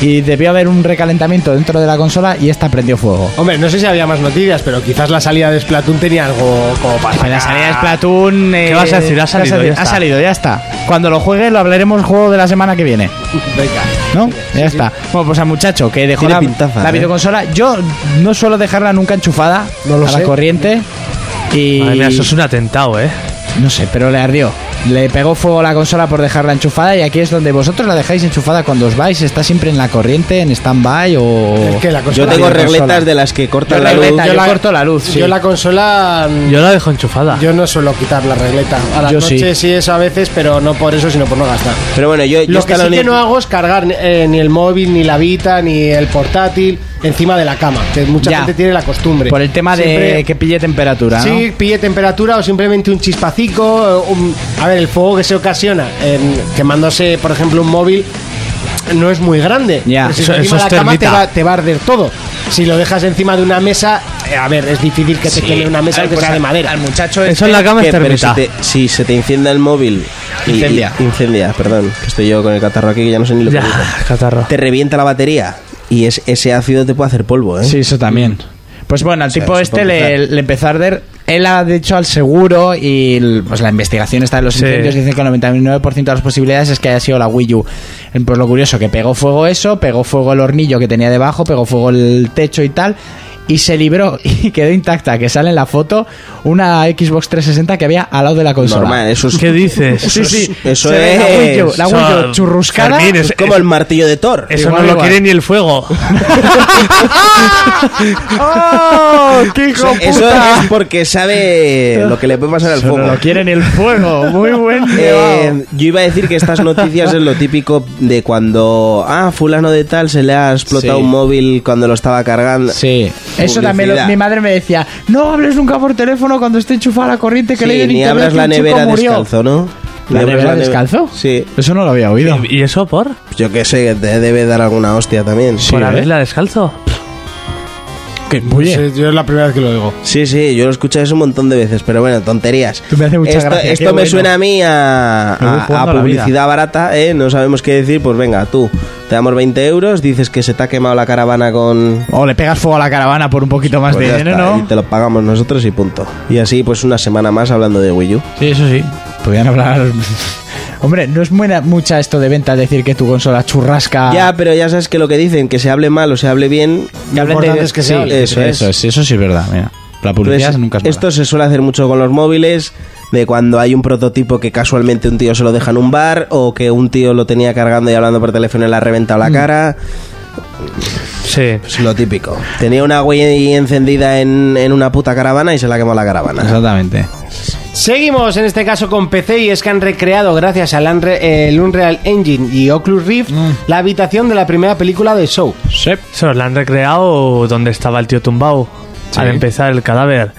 Speaker 5: y debió haber un recalentamiento dentro de la consola y esta prendió fuego.
Speaker 2: Hombre, no sé si había más noticias, pero quizás la salida de Splatoon tenía algo como para
Speaker 5: En la
Speaker 2: sacar.
Speaker 5: salida de Splatoon. eh,
Speaker 7: vas a decir? Ha
Speaker 5: ¿qué
Speaker 7: salido, ya
Speaker 5: ha
Speaker 7: está.
Speaker 5: salido, ya está. Cuando lo juegue, lo hablaremos juego de la semana que viene.
Speaker 2: Venga.
Speaker 5: ¿No? ya está. Bueno, pues al muchacho que dejó
Speaker 6: Tiene
Speaker 5: la,
Speaker 6: pintaza,
Speaker 5: la
Speaker 6: ¿eh?
Speaker 5: videoconsola. Yo no suelo dejarla nunca enchufada
Speaker 2: No lo
Speaker 5: a
Speaker 2: sé.
Speaker 5: la corriente. Y
Speaker 7: Madre mía, eso es un atentado, ¿eh?
Speaker 5: no sé, pero le ardió. Le pegó fuego a la consola por dejarla enchufada y aquí es donde vosotros la dejáis enchufada cuando os vais. Está siempre en la corriente, en stand-by o...
Speaker 2: Es que la
Speaker 6: Yo
Speaker 2: consola-
Speaker 6: tengo
Speaker 5: Yo
Speaker 6: regletas
Speaker 5: sola.
Speaker 6: de las que
Speaker 5: Pues Yo
Speaker 6: cortan la luz.
Speaker 5: regleta, yo corto la luz, sí.
Speaker 2: Yo la consola. mm,
Speaker 7: Yo la dejo enchufada.
Speaker 2: Yo no suelo quitar la regleta. A las
Speaker 5: Yo sí.
Speaker 2: noches sí. eso a veces, pero no por eso, sino por no gastar.
Speaker 6: Pero bueno, yo, yo
Speaker 2: Lo que
Speaker 6: esta
Speaker 2: sí
Speaker 6: la
Speaker 2: que
Speaker 6: uni-
Speaker 2: no hago es cargar eh, ni el móvil, ni la Vita, ni el portátil encima de la cama, que mucha
Speaker 5: Ya.
Speaker 2: gente tiene la costumbre.
Speaker 5: Por el tema de
Speaker 2: Siempre-
Speaker 5: que pille temperatura, ¿no?
Speaker 2: Sí, pille temperatura o simplemente un chispacico. eh, un- a ver, el fuego que se ocasiona en- quemándose, por ejemplo, un móvil no es muy grande.
Speaker 5: Ya.
Speaker 2: Pero si
Speaker 7: Eso-
Speaker 2: lo encima
Speaker 7: eso
Speaker 2: de
Speaker 7: es
Speaker 2: la cama te
Speaker 7: termita.
Speaker 2: va, te va a arder todo. Si lo dejas encima de una mesa, eh, a ver, es difícil que te queme una mesa
Speaker 5: Al-
Speaker 2: que
Speaker 5: pues
Speaker 2: sea de
Speaker 5: al-
Speaker 2: madera.
Speaker 5: Al muchacho
Speaker 7: Eso
Speaker 5: este-
Speaker 7: en la cama
Speaker 6: que-
Speaker 7: es
Speaker 6: pero si,
Speaker 7: termita.
Speaker 6: te- si se te incendia el móvil y-
Speaker 5: Incendia.
Speaker 6: y- incendia, perdón, que estoy yo con el catarro aquí que ya no sé ni lo que
Speaker 7: Ya,
Speaker 6: digo.
Speaker 7: catarro.
Speaker 6: Te revienta la batería y es, ese ácido te puede hacer polvo, ¿eh?
Speaker 5: Sí, eso también. Pues bueno, al
Speaker 6: sea,
Speaker 5: tipo
Speaker 6: eso
Speaker 5: este
Speaker 6: para
Speaker 5: le,
Speaker 6: empezar.
Speaker 5: le empezó a arder. Él ha dicho al seguro y el- pues la investigación está de los
Speaker 7: Sí.
Speaker 5: incendios. Dicen que el 99% de las posibilidades es que haya sido la Wii U. Eh, Pues lo curioso, que pegó fuego eso, pegó fuego el hornillo que tenía debajo, pegó fuego el techo y tal. Y se libró y quedó intacta, que sale en la foto, una Xbox 360 que había al lado de la consola.
Speaker 6: Normal, eso es,
Speaker 7: ¿Qué dices?
Speaker 5: Sí, sí.
Speaker 6: Eso
Speaker 5: se ve
Speaker 6: es-
Speaker 5: La Wii U, la Wii U
Speaker 7: Eso-
Speaker 5: churruscada.
Speaker 7: Fermín,
Speaker 6: es
Speaker 7: es-
Speaker 6: como el martillo de Thor.
Speaker 7: Eso
Speaker 5: Igual,
Speaker 7: no lo
Speaker 5: igual.
Speaker 7: quiere ni el fuego.
Speaker 5: ¡Oh! ¡Qué hijo
Speaker 6: Eso- eso es porque sabe lo que le puede pasar al fuego.
Speaker 5: No lo quieren el fuego. Muy buen llevado.
Speaker 6: Eh, yo iba a decir que estas noticias es lo típico de cuando ah fulano de tal se le ha explotado
Speaker 5: Sí.
Speaker 6: un móvil cuando lo estaba cargando.
Speaker 5: Sí, eso también lo-
Speaker 6: Publicidad.
Speaker 5: mi madre me decía, no hables nunca por teléfono cuando esté enchufada la corriente que
Speaker 6: Sí,
Speaker 5: le
Speaker 6: ni abras la nevera descalzo, ¿no?
Speaker 5: ¿La
Speaker 6: Ni abras
Speaker 5: nevera
Speaker 6: neve-
Speaker 5: descalzo?
Speaker 6: Sí.
Speaker 5: Eso no lo había oído.
Speaker 7: ¿Y eso por?
Speaker 6: Yo que sé, que te debe dar alguna hostia también.
Speaker 5: Sí,
Speaker 7: ¿Por
Speaker 5: ¿eh?
Speaker 7: abrirla descalzo?
Speaker 5: Que,
Speaker 2: No sé, yo es la primera vez que lo digo.
Speaker 6: Sí, sí, yo lo escuché eso un montón de veces, pero bueno, tonterías.
Speaker 5: Me hace mucha
Speaker 6: esto
Speaker 5: gracia,
Speaker 6: esto
Speaker 5: qué
Speaker 6: me
Speaker 5: bueno.
Speaker 6: suena a mí a,
Speaker 5: Me voy
Speaker 6: a-
Speaker 5: jugando
Speaker 6: a
Speaker 5: la vida.
Speaker 6: publicidad barata, ¿eh? No sabemos qué decir, pues venga, tú, te damos 20 euros, dices que se te ha quemado la caravana con...
Speaker 5: O le pegas fuego a la caravana por un poquito más
Speaker 6: Pues
Speaker 5: de
Speaker 6: ya
Speaker 5: dinero,
Speaker 6: está,
Speaker 5: ¿no?
Speaker 6: Y te lo pagamos nosotros y punto. Y así, pues una semana más hablando de Wii U.
Speaker 5: Sí, eso sí. Podían hablar... Hombre, no es buena, mucha esto de venta decir que tu consola churrasca...
Speaker 6: Ya, pero ya sabes que lo que dicen, que se hable mal o se hable bien...
Speaker 5: Ah. Que hablen de-
Speaker 2: importante es que se
Speaker 5: sí,
Speaker 2: hable.
Speaker 5: Eso,
Speaker 6: Eso
Speaker 5: eso,
Speaker 6: es.
Speaker 5: es. eso sí es verdad, mira. La publicidad
Speaker 6: Entonces,
Speaker 5: nunca es mala.
Speaker 6: esto se suele hacer mucho con los móviles, de cuando hay un prototipo que casualmente un tío se lo deja en un bar, o que un tío lo tenía cargando y hablando por teléfono y le ha reventado la cara.
Speaker 7: Sí.
Speaker 6: Es lo típico. Tenía una Wii encendida en, en una puta caravana y se la quemó la caravana.
Speaker 5: Exactamente.
Speaker 2: Seguimos en este caso con PC y es que han recreado gracias al Unre- el Unreal Engine y Oculus Rift
Speaker 7: Mm.
Speaker 2: la habitación de la primera película de Show.
Speaker 7: Eso, la han recreado donde estaba el tío tumbao al empezar el cadáver.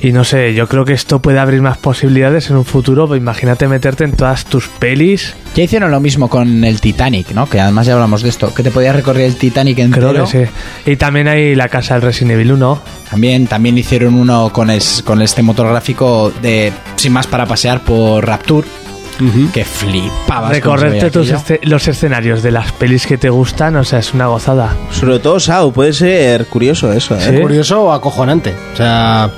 Speaker 7: Y no sé, yo creo que esto puede abrir más posibilidades en un futuro. Pues imagínate meterte en todas tus pelis.
Speaker 5: Ya hicieron lo mismo con el Titanic, ¿no? Que además ya hablamos de esto, que te podías recorrer el Titanic entero.
Speaker 7: Creo que sí. Y también hay la casa del Resident Evil 1.
Speaker 5: También, también hicieron uno con, es- con este motor gráfico de sin más para pasear por Rapture. Que
Speaker 2: Ah,
Speaker 5: flipabas.
Speaker 7: Recorrerte
Speaker 5: cómo
Speaker 7: tus
Speaker 5: se
Speaker 7: este-
Speaker 5: veía aquello.
Speaker 7: esce- los escenarios de las pelis que te gustan, o sea, es una gozada.
Speaker 6: Sobre todo Sao, puede ser curioso eso, ¿eh?
Speaker 7: Sí.
Speaker 2: Curioso o acojonante. O sea,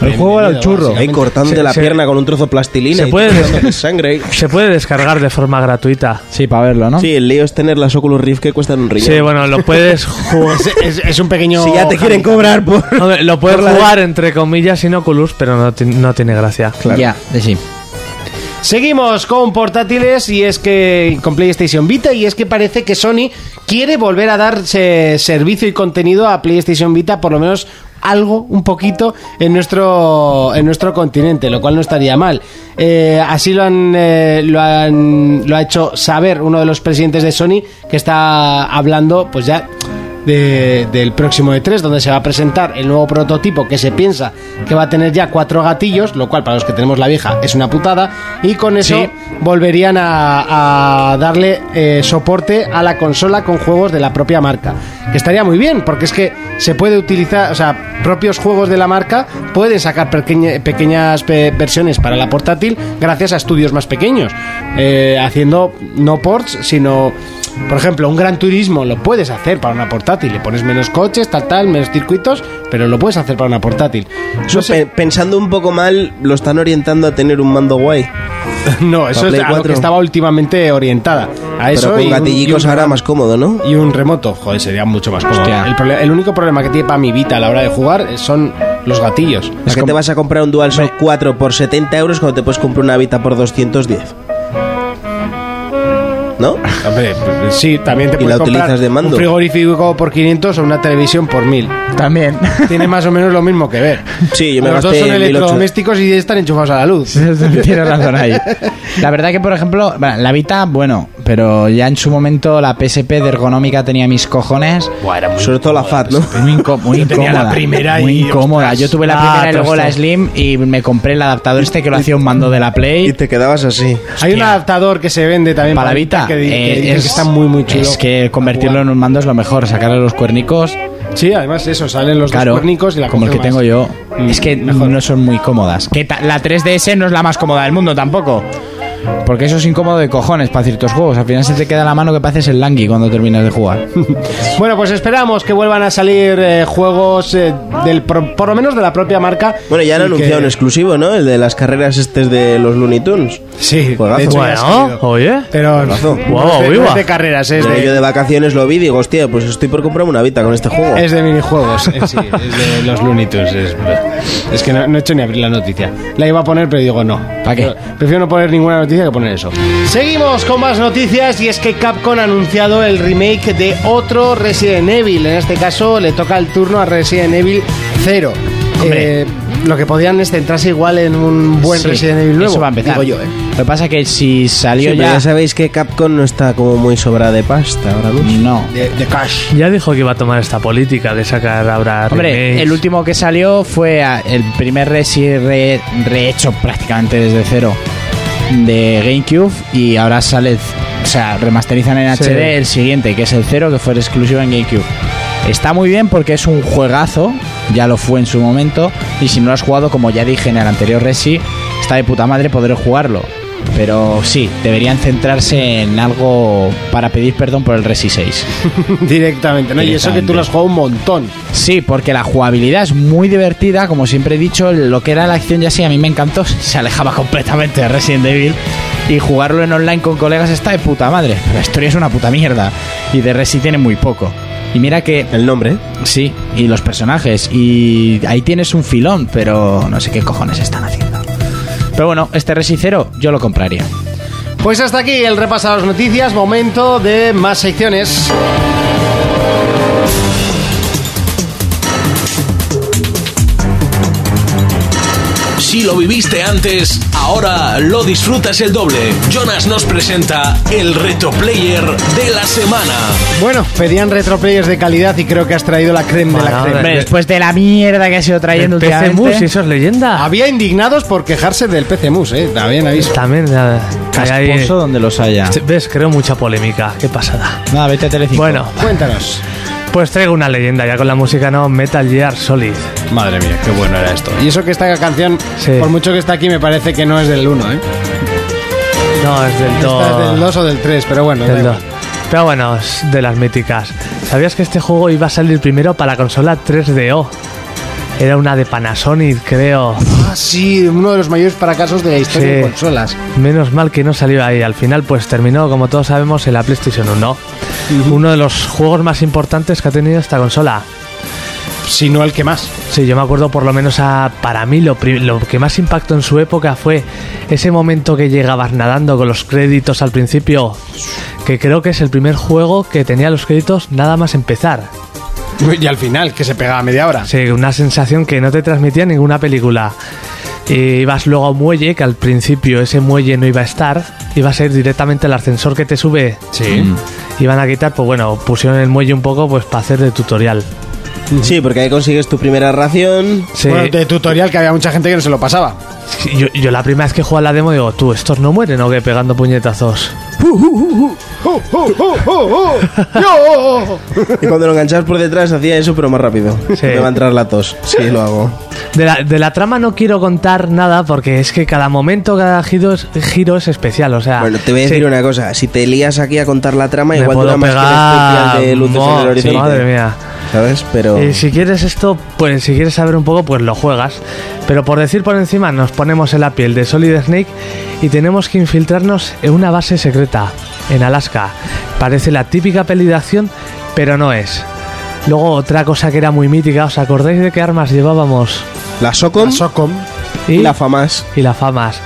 Speaker 5: El juego era el churro.
Speaker 6: Ahí cortando
Speaker 7: Se-
Speaker 6: la
Speaker 7: se-
Speaker 6: pierna con un trozo de plastilina
Speaker 7: se
Speaker 6: y
Speaker 7: puede-
Speaker 6: chorreando sangre. ahí.
Speaker 7: Se puede descargar de forma gratuita.
Speaker 5: Sí, para verlo, ¿no?
Speaker 6: Sí, el lío es tener las Oculus Rift que cuestan un riñón.
Speaker 7: Sí, bueno, lo puedes jugar.
Speaker 2: es, es- es un pequeño.
Speaker 6: si ya te quieren cobrar por...
Speaker 7: Hombre, lo puedes
Speaker 6: Por la de-
Speaker 7: jugar entre comillas sin Oculus, pero no, ti- no tiene gracia.
Speaker 5: Ya, de sí.
Speaker 2: Seguimos con portátiles y es que con PlayStation Vita y es que parece que Sony quiere volver a darse servicio y contenido a PlayStation Vita, por lo menos algo un poquito en nuestro en nuestro continente, lo cual no estaría mal. Eh, así lo han, eh, lo han lo ha hecho saber uno de los presidentes de Sony que está hablando pues ya de- del próximo E3, donde se va a presentar el nuevo prototipo que se piensa que va a tener ya cuatro gatillos, lo cual para los que tenemos la vieja es una putada, y con eso
Speaker 5: Sí.
Speaker 2: volverían a, a darle eh, soporte a la consola con juegos de la propia marca. Que estaría muy bien, porque es que se puede utilizar, o sea, propios juegos de la marca pueden sacar pequeña- pequeñas pe- versiones para la portátil gracias a estudios más pequeños, eh, haciendo no ports, sino, por ejemplo, un gran turismo lo puedes hacer para una portátil, le pones menos coches, tal, tal, menos circuitos, pero lo puedes hacer para una portátil. No,
Speaker 6: Eso,
Speaker 2: sé-
Speaker 6: pe- Pensando un poco mal, lo están orientando a tener un mando guay.
Speaker 2: no, eso
Speaker 6: para
Speaker 2: es
Speaker 6: Play
Speaker 2: a lo que
Speaker 6: 4.
Speaker 2: estaba últimamente orientada. A eso
Speaker 6: Pero con
Speaker 2: y un- y un
Speaker 6: gatillicos ahora
Speaker 2: gran-
Speaker 6: más cómodo, ¿no?
Speaker 2: y un remoto, joder, sería mucho más cómodo.
Speaker 5: Hostia.
Speaker 2: El, proble- el único problema que tiene para mi Vita a la hora de jugar eh, son los gatillos.
Speaker 6: Es que te vas a comprar un DualShock 4 por 70 euros cuando te puedes comprar una Vita por 210. ¿No?
Speaker 2: Hombre, pues, sí, también te
Speaker 6: Y
Speaker 2: puedes
Speaker 6: la
Speaker 2: comprar
Speaker 6: utilizas de mando.
Speaker 2: un frigorífico por 500 o una televisión por 1000.
Speaker 5: También.
Speaker 2: Tiene más o menos lo mismo que ver.
Speaker 6: Sí, yo me
Speaker 2: Los dos
Speaker 6: gasté
Speaker 2: son
Speaker 6: 1800.
Speaker 2: electrodomésticos y están enchufados a la luz.
Speaker 5: Tienes razón ahí. La verdad que, por ejemplo, bueno, la Vita, bueno, pero ya en su momento la PSP de ergonómica tenía mis cojones.
Speaker 6: Sobre todo la FAT, ¿no?
Speaker 5: Muy, inco- muy incómoda.
Speaker 9: la primera
Speaker 5: muy
Speaker 9: y,
Speaker 5: incómoda. Yo tuve la
Speaker 7: Ah,
Speaker 5: primera y luego
Speaker 7: ostras.
Speaker 5: la Slim y me compré el adaptador este que lo hacía un mando de la Play.
Speaker 6: Y te quedabas así.
Speaker 2: Hay un
Speaker 5: Hostia.
Speaker 2: adaptador que se vende también
Speaker 5: para la Vita
Speaker 2: que, di- que
Speaker 5: eh,
Speaker 2: dicen que está muy muy chulo.
Speaker 5: Es que convertirlo en un mando es lo mejor, sacarle los cuernicos,
Speaker 2: Sí, además eso, salen los
Speaker 5: claro,
Speaker 2: dos cuernicos y la
Speaker 5: como el que
Speaker 2: coges
Speaker 5: tengo
Speaker 2: más.
Speaker 5: yo.
Speaker 2: Mm,
Speaker 5: es que
Speaker 2: mejor.
Speaker 5: no son muy cómodas. Que ta- la 3DS no es la más cómoda del mundo tampoco. Porque eso es incómodo de cojones para ciertos juegos. Al final se te queda la mano que pases el langui cuando terminas de jugar.
Speaker 2: Bueno, pues esperamos que vuelvan a salir eh, juegos eh, del pro- por lo menos de la propia marca.
Speaker 6: Bueno, ya han
Speaker 2: y que-
Speaker 6: anunciado un exclusivo, ¿no? El de las carreras estes de los Looney Tunes.
Speaker 2: Sí,
Speaker 6: Juegazo.
Speaker 2: de hecho ya ha
Speaker 7: Bueno,
Speaker 2: salido.
Speaker 7: oye.
Speaker 2: Pero
Speaker 6: Juegazo.
Speaker 7: Guau,
Speaker 2: no es de-
Speaker 7: viva.
Speaker 2: no es de carreras, es
Speaker 6: Yo
Speaker 2: de,
Speaker 6: yo de vacaciones lo vi y digo, hostia, pues estoy por comprarme una Vita con este juego.
Speaker 2: es de minijuegos. eh, sí, es de los Looney Tunes, Es, es que no, no he hecho ni abrir la noticia. La iba a poner, pero digo no.
Speaker 5: ¿Para qué?
Speaker 2: Prefiero no poner ninguna noticia que poner eso. Seguimos con más noticias y es que Capcom ha anunciado el remake de otro Resident Evil. En este caso le toca el turno a Resident Evil 0. Eh, lo que podían es centrarse igual en un buen
Speaker 5: Sí,
Speaker 2: Resident Evil nuevo.
Speaker 5: Eso va a empezar.
Speaker 2: digo yo, ¿eh?
Speaker 5: Lo que pasa es que si
Speaker 6: Sí,
Speaker 5: salió
Speaker 6: pero
Speaker 5: ya.
Speaker 6: ya sabéis que Capcom no está como muy sobra de pasta ahora mismo.
Speaker 5: No.
Speaker 2: De, de Cash.
Speaker 7: Ya dijo que iba a tomar esta política de sacar ahora remakes.
Speaker 5: Hombre, el último que salió fue a- el primer resi re- rehecho prácticamente desde cero de GameCube y ahora sale, o sea, remasterizan en
Speaker 7: Sí.
Speaker 5: HD el siguiente, que es el cero, que fue el exclusivo en GameCube. Está muy bien porque es un juegazo, ya lo fue en su momento, y si no lo has jugado, como ya dije en el anterior Resi, está de puta madre poder jugarlo. Pero sí, deberían centrarse en algo para pedir perdón por el Resi 6.
Speaker 2: Directamente, ¿no? Y eso que tú lo has jugado un montón.
Speaker 5: Sí, porque la jugabilidad es muy divertida, como siempre he dicho, lo que era la acción ya sí, a mí me encantó, se alejaba completamente de Resident Evil y jugarlo en online con colegas está de puta madre, pero la historia es una puta mierda y de Resi tiene muy poco. Y mira que
Speaker 6: El nombre, ¿eh?
Speaker 5: sí, y los personajes y ahí tienes un filón, pero no sé qué cojones están haciendo. Pero bueno, este Resi 0 yo lo compraría.
Speaker 2: Pues hasta aquí el repaso a las noticias, momento de más secciones.
Speaker 1: Si lo viviste antes, ahora lo disfrutas el doble. Jonas nos presenta el reto player de la semana.
Speaker 2: Bueno, pedían retroplayers de calidad y creo que has traído la crema de la
Speaker 7: Bueno,
Speaker 2: crema.
Speaker 5: Hombre, después de la mierda que ha sido trayendo
Speaker 7: El PC Mus,
Speaker 5: últimamente,
Speaker 7: eso es
Speaker 10: Ah.
Speaker 7: leyenda.
Speaker 2: Había indignados por quejarse del PC Mus, eh, también aviso.
Speaker 7: También, eh, hay ahí-
Speaker 5: casposo donde los haya.
Speaker 7: Ves, creo mucha polémica. Qué pasada.
Speaker 5: Nada, vete a Telecinco.
Speaker 7: Bueno,
Speaker 2: Cuéntanos.
Speaker 7: pues traigo una leyenda ya con la música, ¿no? Metal Gear Solid.
Speaker 2: Madre mía, qué bueno era esto. Y eso que esta canción,
Speaker 7: Sí.
Speaker 2: por mucho que está aquí, me parece que no es del 1, ¿eh?
Speaker 7: No, es del
Speaker 2: Esta es del
Speaker 7: 2.
Speaker 2: 2 o del 3, pero bueno. da
Speaker 7: Del
Speaker 2: igual.
Speaker 7: dos. Pero bueno, es de las míticas. ¿Sabías que este juego iba a salir primero para la consola 3DO? Era una de Panasonic, creo.
Speaker 2: Ah, sí, uno de los mayores fracasos de la historia
Speaker 7: Sí.
Speaker 2: de consolas.
Speaker 7: Menos mal que no salió ahí. Al final, pues terminó, como todos sabemos, en la PlayStation 1. Uno de los juegos más importantes que ha tenido esta consola.
Speaker 2: si no el que más.
Speaker 7: Sí, yo me acuerdo por lo menos a, para mí lo, pri- lo que más impactó en su época fue ese momento que llegabas nadando con los créditos al principio, que creo que es el primer juego que tenía los créditos nada más empezar.
Speaker 2: Y al final, que se pegaba media hora.
Speaker 7: Sí, una sensación que no te transmitía ninguna película. Y ibas luego a un muelle que al principio ese muelle no iba a estar, iba a ser directamente el ascensor que te sube.
Speaker 2: Sí.
Speaker 6: Mm.
Speaker 7: Iban a quitar, pues bueno, pusieron el muelle un poco pues para hacer de tutorial.
Speaker 6: Sí, porque ahí consigues tu primera ración.
Speaker 7: Sí,
Speaker 2: Bueno, de tutorial que había mucha gente que no se lo pasaba.
Speaker 7: yo, yo la primera vez que juego a la demo digo, tú, estos no mueren o qué pegando puñetazos.
Speaker 2: ¡Oh, oh, oh, oh, oh! ¡Yo!
Speaker 6: Y cuando lo enganchabas por detrás hacía eso, pero más rápido.
Speaker 7: Sí.
Speaker 6: Me va a entrar la tos. Sí, lo hago.
Speaker 7: De la, de la trama no quiero contar nada porque es que cada momento, cada giro es, giro es especial. O sea,
Speaker 6: Bueno, te voy a
Speaker 7: Ah. sí,
Speaker 6: decir una cosa. Si te lías aquí a contar la trama,
Speaker 7: Me
Speaker 6: igual
Speaker 7: puedo
Speaker 6: dura más
Speaker 7: pegar.
Speaker 6: que el especial de luces en el
Speaker 7: Mo- sí,
Speaker 6: horizonte.
Speaker 7: madre mía.
Speaker 6: ¿Sabes? Pero...
Speaker 7: Y Eh, si quieres esto, pues si quieres saber un poco, pues lo juegas. Pero por decir por encima, nos ponemos en la piel de Solid Snake y tenemos que infiltrarnos en una base secreta, en Alaska. Parece la típica peli de acción, pero no es. Luego otra cosa que era muy mítica, ¿os acordáis de qué armas llevábamos?
Speaker 6: La Socom
Speaker 2: Socom.
Speaker 6: y la FAMAS.
Speaker 7: y las famas.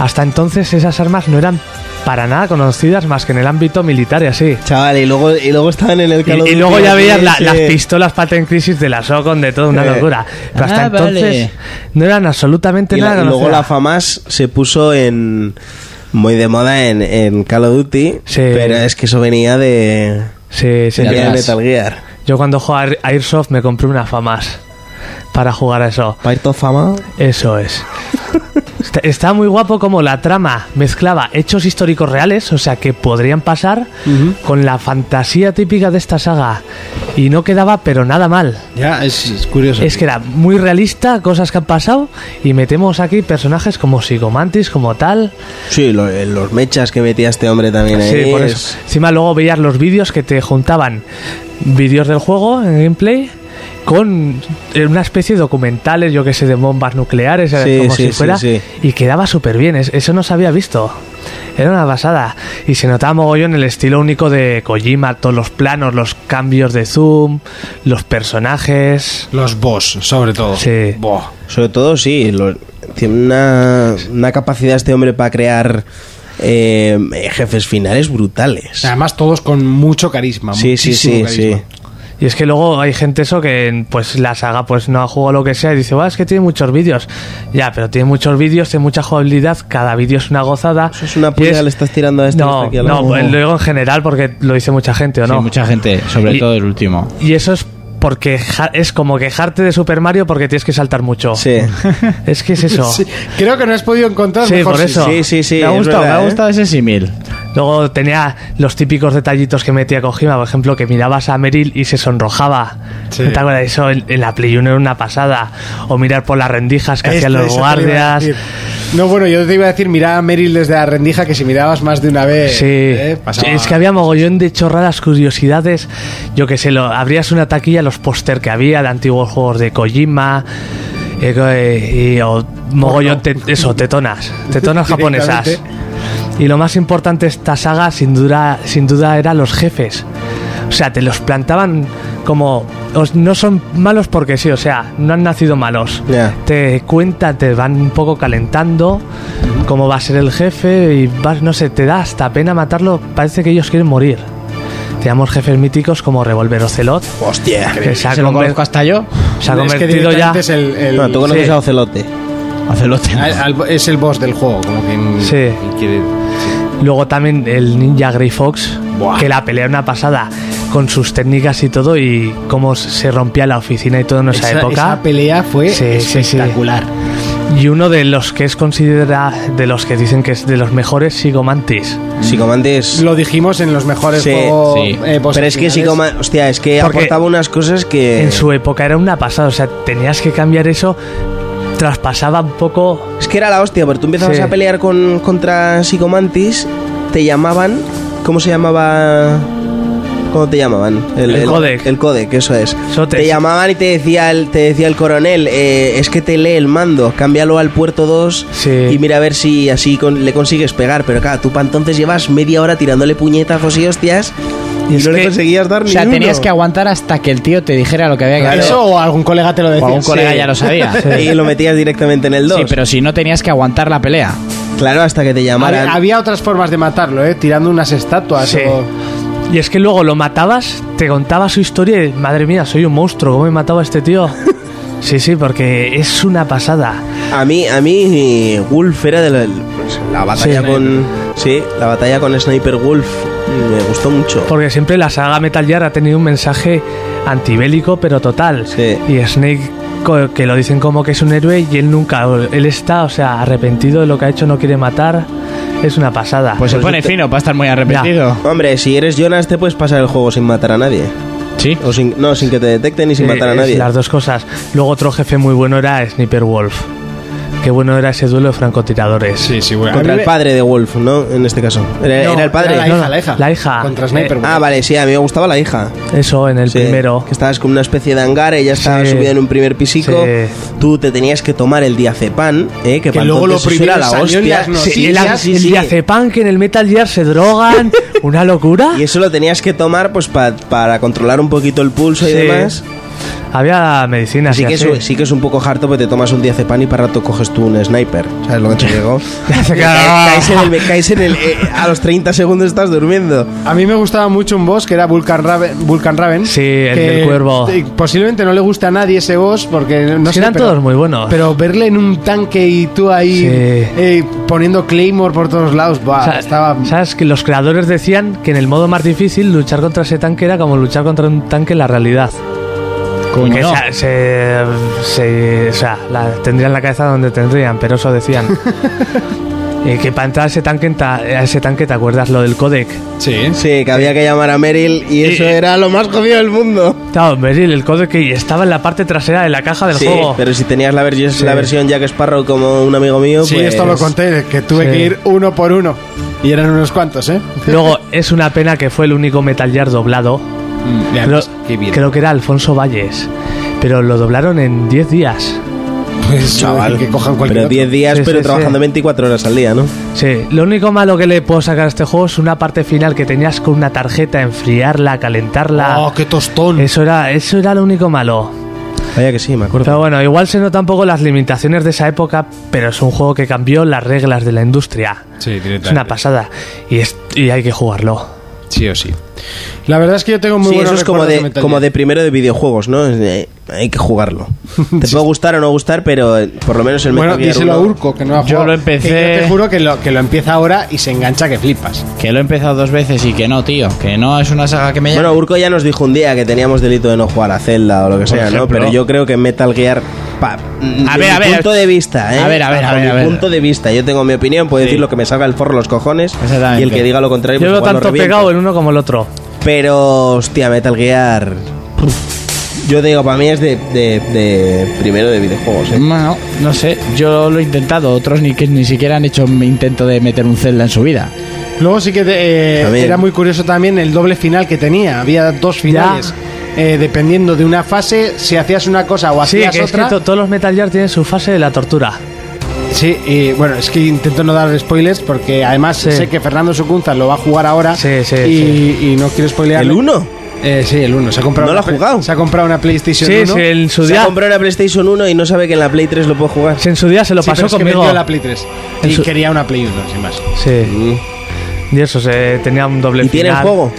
Speaker 7: Hasta entonces esas armas no eran para nada conocidas más que en el ámbito militar y así.
Speaker 6: Chaval, y luego, y luego estaban en el
Speaker 7: Y,
Speaker 6: calor.
Speaker 7: y luego ya veías la- las pistolas Patent Crisis de la Socon, de todo, una
Speaker 6: Eh.
Speaker 7: locura. Pero hasta
Speaker 5: Ah, vale.
Speaker 7: entonces no eran absolutamente
Speaker 6: Y, la-
Speaker 7: nada
Speaker 6: y luego
Speaker 7: conocidas.
Speaker 6: la FAMAS se puso en... Muy de moda en, en Call of Duty.
Speaker 7: Sí.
Speaker 6: Pero es que eso venía de...
Speaker 7: Sí, sí,
Speaker 6: venía de
Speaker 7: yo-
Speaker 5: atrás.
Speaker 6: Metal Gear.
Speaker 7: Yo cuando juego a Air- a Airsoft me compré una FAMAS para jugar a eso.
Speaker 6: Paito Fama.
Speaker 7: Eso es. Está, está muy guapo como la trama mezclaba hechos históricos reales, o sea, que podrían pasar, con la fantasía típica de esta saga. Y no quedaba, pero nada mal.
Speaker 2: Ya, es, es curioso.
Speaker 7: Es que era muy realista, cosas que han pasado, y metemos aquí personajes como Psicomantis, como tal.
Speaker 6: Sí, lo- los mechas que metía este hombre también ahí.
Speaker 7: Sí, por
Speaker 6: es-
Speaker 7: eso. Encima luego veías los vídeos que te juntaban vídeos del juego en gameplay con eh, una especie de documentales, yo que sé, de bombas nucleares, era
Speaker 6: Sí,
Speaker 7: como
Speaker 6: sí,
Speaker 7: si
Speaker 6: sí,
Speaker 7: fuera,
Speaker 6: sí.
Speaker 7: y quedaba súper bien, es- eso no se había visto. Era una basada y se notaba mogollón el estilo único de Kojima, todos los planos, los cambios de zoom, los personajes.
Speaker 2: Los boss, sobre todo.
Speaker 7: Sí.
Speaker 2: Buah.
Speaker 6: Sobre todo, sí. lo- tiene una, una capacidad este hombre para crear eh, jefes finales brutales.
Speaker 2: Además, todos con mucho carisma.
Speaker 6: Sí, sí,
Speaker 2: muchísimo
Speaker 6: sí,
Speaker 2: carisma.
Speaker 6: sí.
Speaker 7: Y es que luego hay gente eso que pues la saga pues no ha jugado lo que sea y dice, "Buah, es que tiene muchos vídeos. Ya, pero tiene muchos vídeos, tiene mucha jugabilidad, cada vídeo es una gozada.
Speaker 6: Eso es una
Speaker 7: Y
Speaker 6: puya que le estás tirando a este que
Speaker 7: No,
Speaker 6: está aquí al
Speaker 7: no,
Speaker 6: lado.
Speaker 7: pues, lo digo en general porque lo dice mucha gente, ¿o
Speaker 5: Sí,
Speaker 7: no?
Speaker 5: mucha gente, sobre
Speaker 7: Y-
Speaker 5: todo el último.
Speaker 7: Y eso es porque ja- es como quejarte de Super Mario porque tienes que saltar mucho.
Speaker 6: Sí.
Speaker 7: Es que es eso.
Speaker 2: Sí, Creo que no has podido encontrar
Speaker 7: Sí,
Speaker 2: mejor
Speaker 7: por
Speaker 2: sitio.
Speaker 7: eso.
Speaker 6: sí, sí, sí.
Speaker 5: me ha
Speaker 6: es
Speaker 5: gustado,
Speaker 6: verdad,
Speaker 5: me ha
Speaker 6: ¿eh?
Speaker 5: gustado ese símil.
Speaker 7: Luego tenía los típicos detallitos que metía Kojima, por ejemplo, que mirabas a Meryl y se sonrojaba.
Speaker 2: Sí.
Speaker 7: ¿No te acuerdas? Eso en, en la Play 1 era una pasada. O mirar por las rendijas que hacían
Speaker 2: Esto,
Speaker 7: los
Speaker 2: eso te lo iba a
Speaker 7: guardias.
Speaker 2: decir. No, bueno, yo te iba a decir, miraba a Meryl desde la rendija que si mirabas más de una vez.
Speaker 7: Sí,
Speaker 2: eh,
Speaker 7: Sí,
Speaker 2: pasaba.
Speaker 7: es que había mogollón de chorradas, curiosidades. Yo que sé, lo, abrías una taquilla, los póster que había de antiguos juegos de Kojima. eh, co- eh, y, o mogollón, te- eso, tetonas. Tetonas japonesas. Y lo más importante de esta saga, sin duda, sin duda, eran los jefes. O sea, te los plantaban como. os- no son malos porque sí, o sea, no han nacido malos.
Speaker 6: Ya.
Speaker 7: Te cuentan, te van un poco calentando cómo va a ser el jefe y vas, no sé, te da hasta pena matarlo. Parece que ellos quieren morir. Tenemos jefes míticos como Revolver Ocelot.
Speaker 6: Hostia.
Speaker 7: Que se ha,
Speaker 5: Se lo
Speaker 7: conver-
Speaker 5: conozco hasta yo.
Speaker 7: se ha
Speaker 2: Es que
Speaker 7: convertido ya.
Speaker 2: directamente Es el, el-
Speaker 6: No, tú conoces
Speaker 7: Sí.
Speaker 6: a Ocelote.
Speaker 5: Hacelote.
Speaker 2: al- al- es el boss del juego, como quien,
Speaker 7: Sí.
Speaker 2: quien quiere.
Speaker 7: Luego también el ninja Grey Fox,
Speaker 2: Buah.
Speaker 7: que la pelea era una pasada con sus técnicas y todo y cómo se rompía la oficina y todo en esa, época.
Speaker 2: esa pelea fue
Speaker 7: Sí, sí, sí.
Speaker 2: espectacular.
Speaker 7: y uno de los que es considera de los que dicen que es de los mejores Sigomantis.
Speaker 6: Psicomantes.
Speaker 2: Lo dijimos en los mejores
Speaker 6: Sí,
Speaker 2: juegos.
Speaker 5: sí.
Speaker 2: eh, boss
Speaker 6: Pero es que
Speaker 2: finales.
Speaker 6: Psicomantes. Hostia, es que
Speaker 7: Porque
Speaker 6: aportaba unas cosas que.
Speaker 7: En su época era una pasada, o sea, tenías que cambiar eso, traspasaba un poco
Speaker 6: Es que era la hostia, porque tú empezabas
Speaker 7: Sí.
Speaker 6: a pelear con, contra Psicomantis, te llamaban. ¿Cómo se llamaba? ¿Cómo te llamaban?
Speaker 7: El codec.
Speaker 6: El codec, eso es.
Speaker 7: Eso te-
Speaker 6: Te llamaban y te decía el, te decía el coronel, eh, es que te lee el mando, cámbialo al puerto 2
Speaker 7: Sí.
Speaker 6: y mira a ver si así con- le consigues pegar. Pero claro, tú para entonces llevas media hora tirándole puñetazos y hostias Y
Speaker 7: es
Speaker 6: no le
Speaker 7: que-
Speaker 6: conseguías dar
Speaker 5: O
Speaker 6: ni
Speaker 5: sea,
Speaker 6: uno.
Speaker 5: tenías que aguantar hasta que el tío te dijera lo que había que hacer.
Speaker 2: Eso o algún colega te lo
Speaker 5: O
Speaker 2: decía.
Speaker 5: algún colega
Speaker 2: Sí.
Speaker 5: ya lo sabía.
Speaker 6: Y lo metías directamente en el 2.
Speaker 5: Sí, pero si no tenías que aguantar la pelea.
Speaker 6: Claro, hasta que te llamaran.
Speaker 2: Había, había otras formas de matarlo, ¿eh? Tirando unas estatuas
Speaker 7: Sí.
Speaker 2: o...
Speaker 7: Y es que luego lo matabas, te contaba su historia y madre mía, soy un monstruo, ¿cómo he matado a este tío? Sí, sí, porque es una pasada.
Speaker 6: A mí, a mí Wolf era de la, la batalla
Speaker 7: Sí.
Speaker 6: con. Sí, la batalla con Sniper Wolf me gustó mucho.
Speaker 7: Porque siempre la saga Metal Gear ha tenido un mensaje antibélico, pero total.
Speaker 6: Sí.
Speaker 7: Y Snake, co- que lo dicen como que es un héroe y él nunca, él está, o sea, arrepentido de lo que ha hecho, no quiere matar. Es una pasada.
Speaker 5: Pues se pone fino para estar muy arrepentido.
Speaker 6: Hombre, si eres Jonas te puedes pasar el juego sin matar a nadie.
Speaker 5: Sí.
Speaker 6: O sin, no, sin que te detecten y sin
Speaker 7: Sí,
Speaker 6: matar a
Speaker 7: eh, es
Speaker 6: nadie.
Speaker 7: Las dos cosas. Luego otro jefe muy bueno era Sniper Wolf. Qué bueno era ese duelo de francotiradores.
Speaker 5: Sí, sí, bueno.
Speaker 6: Contra
Speaker 2: A mí me-
Speaker 6: el padre de Wolf, ¿no? En este caso. Era,
Speaker 2: No,
Speaker 6: era el padre.
Speaker 2: era la
Speaker 7: No,
Speaker 2: hija,
Speaker 7: no,
Speaker 2: la hija.
Speaker 7: la hija. Eh,
Speaker 2: Contra Sniper.
Speaker 6: Ah, vale, sí, a mí me gustaba la hija.
Speaker 7: Eso en el
Speaker 6: Sí,
Speaker 7: primero.
Speaker 6: Que estabas con una especie de hangar, ella estaba
Speaker 7: Sí.
Speaker 6: subida en un primer pisico.
Speaker 7: Sí.
Speaker 6: Tú te tenías que tomar el diazepam, ¿eh? Que, para
Speaker 2: luego lo
Speaker 6: entonces eso era
Speaker 2: primero
Speaker 6: la
Speaker 2: salió en
Speaker 6: hostia.
Speaker 2: las
Speaker 6: Sí,
Speaker 7: Sí, el,
Speaker 2: noticias.
Speaker 6: sí,
Speaker 7: el
Speaker 6: sí.
Speaker 7: diazepam que en el Metal Gear se drogan, una locura.
Speaker 6: Y eso lo tenías que tomar pues pa- para controlar un poquito el pulso y
Speaker 7: Sí.
Speaker 6: demás.
Speaker 7: Había medicinas
Speaker 6: Sí
Speaker 7: y
Speaker 6: que,
Speaker 7: así.
Speaker 6: es, sí que es un poco harto porque te tomas un diazepam y para rato coges tú un sniper. ¿Sabes lo que te digo?
Speaker 7: Se quedaba-
Speaker 6: caes en el... caes en el- eh, a los 30 segundos estás durmiendo.
Speaker 2: A mí me gustaba mucho un boss que era Vulcan Raven. Vulcan Raven
Speaker 7: Sí, el del cuervo.
Speaker 2: eh, Posiblemente no le gusta a nadie ese boss porque no
Speaker 7: Sí,
Speaker 2: sé,
Speaker 7: eran
Speaker 2: pero-
Speaker 7: todos muy
Speaker 5: Ah.
Speaker 7: buenos.
Speaker 2: Pero verle en un tanque y tú ahí
Speaker 7: Sí.
Speaker 2: eh, poniendo Claymore por todos lados, buah,
Speaker 7: Sa-
Speaker 2: estaba...
Speaker 7: Sabes que los creadores decían que en el modo más difícil luchar contra ese tanque era como luchar contra un tanque en la realidad.
Speaker 5: Coño,
Speaker 7: Que
Speaker 5: no.
Speaker 7: sa- se, se- o sea, la, tendrían la cabeza donde tendrían, pero eso decían. Eh, que para entrar a ese tanque, en ta- a ese tanque, ¿te acuerdas lo del codec?
Speaker 5: Sí.
Speaker 6: Sí, que había que llamar a Meryl y eso era lo más jodido del mundo.
Speaker 7: Claro, Meryl, el codec que estaba en la parte trasera de la caja del
Speaker 6: Sí,
Speaker 7: juego.
Speaker 6: pero si tenías la, ver- la versión Jack Sparrow como un amigo mío,
Speaker 2: Sí,
Speaker 6: pues...
Speaker 2: esto lo conté, que tuve
Speaker 7: Sí.
Speaker 2: que ir uno por uno. Y eran unos cuantos, ¿eh?
Speaker 7: Luego, es una pena que fue el único Metal Gear doblado.
Speaker 5: Mm, ya,
Speaker 7: Creo,
Speaker 5: pues, qué bien.
Speaker 7: creo que era Alfonso Valles. Pero lo doblaron en 10 días.
Speaker 2: Pues
Speaker 6: Chaval,
Speaker 2: que cojan cualquier
Speaker 6: pero
Speaker 2: otro.
Speaker 6: 10 días,
Speaker 7: Sí,
Speaker 6: pero
Speaker 7: sí,
Speaker 6: trabajando
Speaker 7: sí.
Speaker 6: 24 horas al día, ¿no?
Speaker 7: Sí, lo único malo que le puedo sacar a este juego es una parte final que tenías con una tarjeta, enfriarla, calentarla.
Speaker 2: Oh, qué tostón.
Speaker 7: Eso era, eso era lo único malo.
Speaker 6: Vaya que sí, me acuerdo.
Speaker 7: Pero bueno, igual se notan un poco las limitaciones de esa época, pero es un juego que cambió las reglas de la industria.
Speaker 5: Sí, directamente.
Speaker 7: Es una pasada. Y, es- y hay que jugarlo.
Speaker 5: Sí o sí.
Speaker 2: La verdad es que yo tengo muy
Speaker 6: sí,
Speaker 2: buenos
Speaker 6: eso es como
Speaker 2: recuerdos
Speaker 6: de,
Speaker 2: Metal
Speaker 6: como
Speaker 2: Gear.
Speaker 6: de primero de videojuegos, ¿no? Es de- hay que jugarlo. Te puede gustar o no gustar, pero eh, por lo menos el Metal
Speaker 2: Bueno,
Speaker 6: Gear
Speaker 2: díselo a
Speaker 6: 1
Speaker 2: Urco, que no ha
Speaker 5: Yo
Speaker 2: jugado.
Speaker 5: lo empecé-
Speaker 2: Que yo te juro que lo, que lo empieza ahora y se engancha que flipas.
Speaker 5: Que lo he empezado dos veces y que no, tío. Que no es una saga que me llama.
Speaker 6: Bueno, Urco ya nos dijo un día que teníamos delito de no jugar a Zelda o lo que sea, ¿no?
Speaker 5: ejemplo.
Speaker 6: Pero yo creo que Metal Gear. pa- de
Speaker 5: ver,
Speaker 6: mi
Speaker 5: a ver.
Speaker 6: punto de vista, ¿eh?
Speaker 5: A ver, a ver, a
Speaker 6: Bajo
Speaker 5: ver,
Speaker 6: mi
Speaker 5: a ver.
Speaker 6: punto de vista. Yo tengo mi opinión, puedo
Speaker 5: Sí.
Speaker 6: decir lo que me salga el forro los cojones.
Speaker 5: Exactamente.
Speaker 6: Y el que diga lo contrario,
Speaker 7: Yo
Speaker 6: pues
Speaker 7: veo
Speaker 6: igual lo
Speaker 7: tanto
Speaker 6: reviento.
Speaker 7: pegado el uno como el otro.
Speaker 6: Pero, hostia, Metal Gear. Yo te digo, para mí es de, de- de primero de videojuegos, ¿eh?
Speaker 5: No, no sé, yo lo he intentado, otros ni, que ni siquiera han hecho mi intento de meter un Zelda en su vida.
Speaker 2: Luego sí que eh,
Speaker 6: También.
Speaker 2: era muy curioso también el doble final que tenía. Había dos finales. Eh, dependiendo de una fase, si hacías una cosa o
Speaker 7: Sí,
Speaker 2: hacías
Speaker 7: que es que
Speaker 2: otra.
Speaker 7: to- todos los Metal Gear tienen su fase de la tortura.
Speaker 2: Sí, y bueno, es que intento no dar spoilers porque además
Speaker 7: Sí.
Speaker 2: sé que Fernando Sucunza lo va a jugar ahora.
Speaker 7: Sí, sí,
Speaker 2: y, y no quiero spoilear.
Speaker 6: ¿El 1?
Speaker 2: sí, el 1. Se ha comprado.
Speaker 6: ¿No lo
Speaker 2: una
Speaker 6: ha
Speaker 2: Play-
Speaker 6: jugado?
Speaker 2: Se ha comprado una PlayStation
Speaker 7: Sí,
Speaker 2: 1.
Speaker 7: sí, en su
Speaker 6: Se ha
Speaker 7: día.
Speaker 6: comprado una PlayStation 1 y no sabe que en la Play 3 lo puedo jugar.
Speaker 7: En su día se lo
Speaker 2: Sí,
Speaker 7: pasó
Speaker 2: pero es que
Speaker 7: conmigo.
Speaker 2: vendió la Play 3.
Speaker 7: En
Speaker 2: Y
Speaker 7: su-
Speaker 2: quería una Play 1, sin más.
Speaker 7: Sí. Y eso, se tenía un doble
Speaker 6: Mm. ¿Y tiene el
Speaker 7: final.
Speaker 6: juego?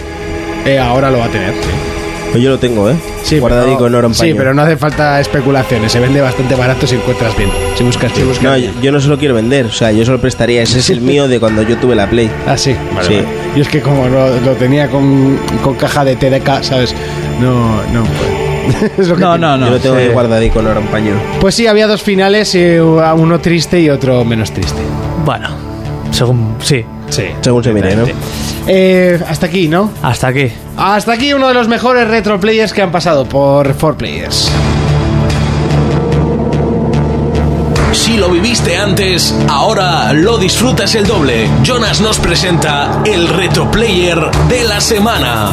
Speaker 2: Eh, ahora lo va a tener. Sí,
Speaker 6: Pues yo lo tengo, ¿eh?
Speaker 2: Sí,
Speaker 6: Guardadico
Speaker 2: pero-
Speaker 6: en oro en
Speaker 2: Sí,
Speaker 6: paño.
Speaker 2: pero no hace falta especulaciones. Se vende bastante barato si encuentras bien. Si buscas bien.
Speaker 6: No, yo, yo no se lo quiero vender, o sea, yo se lo prestaría. Ese es el mío de cuando yo tuve la Play.
Speaker 2: Ah, sí.
Speaker 6: Sí.
Speaker 2: vale. Yo es que como lo, lo tenía con, con caja de TDK, ¿sabes? No, no. es lo que
Speaker 5: No,
Speaker 2: tiene.
Speaker 5: no, no.
Speaker 6: yo lo tengo
Speaker 5: sí.
Speaker 6: ahí guardadico en oro en paño.
Speaker 2: Pues sí, había dos finales, eh, uno triste y otro menos triste.
Speaker 7: Bueno, según. Sí,
Speaker 2: Sí.
Speaker 6: Según se mire, ¿no?
Speaker 2: Eh, hasta aquí, ¿no?
Speaker 7: hasta aquí.
Speaker 2: Hasta aquí uno de los mejores retro players que han pasado por 4Players.
Speaker 1: Si lo viviste antes, ahora lo disfrutas el doble. Jonas nos presenta el reto player de la semana.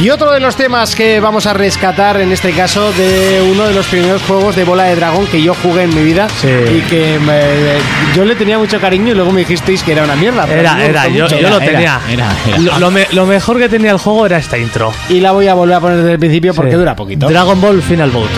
Speaker 2: Y otro de los temas que vamos a rescatar en este caso de uno de los primeros juegos de bola de dragón que yo jugué en mi vida
Speaker 7: Sí.
Speaker 2: y que me- yo le tenía mucho cariño y luego me dijisteis que era una mierda. pero a mí
Speaker 7: Era,
Speaker 2: me
Speaker 7: era,
Speaker 2: gustó
Speaker 7: yo,
Speaker 2: mucho.
Speaker 7: yo lo
Speaker 5: Era, era,
Speaker 7: tenía.
Speaker 5: era, era.
Speaker 7: Lo, lo me- lo mejor que tenía el juego era esta intro.
Speaker 2: Y la voy a volver a poner desde el principio porque
Speaker 7: Sí.
Speaker 2: dura poquito.
Speaker 7: Dragon Ball Final Boat.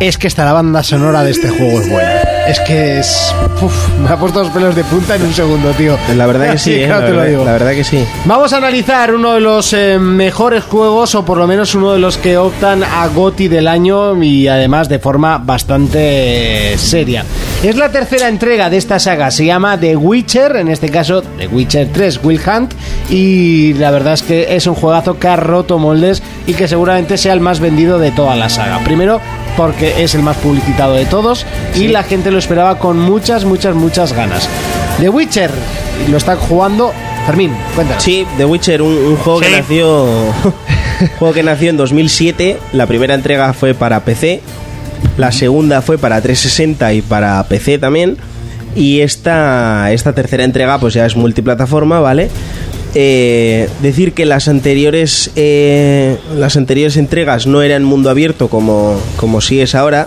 Speaker 2: Es que esta la banda sonora de este juego es buena. Es que es. Uf, me ha puesto los pelos de punta en un segundo, tío.
Speaker 6: La verdad que sí, eh,
Speaker 2: claro
Speaker 6: la,
Speaker 2: te lo
Speaker 6: verdad,
Speaker 2: digo.
Speaker 6: la verdad que sí.
Speaker 2: Vamos a analizar uno de los eh, mejores juegos, o por lo menos uno de los que optan a GOTI del año y además de forma bastante eh, seria. Es la tercera entrega de esta saga, se llama The Witcher, en este caso The Witcher 3, Will Hunt, y la verdad es que es un juegazo que ha roto moldes y que seguramente sea el más vendido de toda la saga. Primero, porque es el más publicitado de todos y la gente lo esperaba con muchas, muchas, muchas ganas. The Witcher lo están jugando. Fermín, cuéntanos.
Speaker 6: Sí, The Witcher, un, un juego que nació. un juego que nació en 2007. La primera entrega fue para PC. La segunda fue para 360 y para PC también. Y esta, esta tercera entrega, pues ya es multiplataforma, ¿vale? Eh, decir que las anteriores. eh, las anteriores entregas no eran mundo abierto como, como sí es ahora.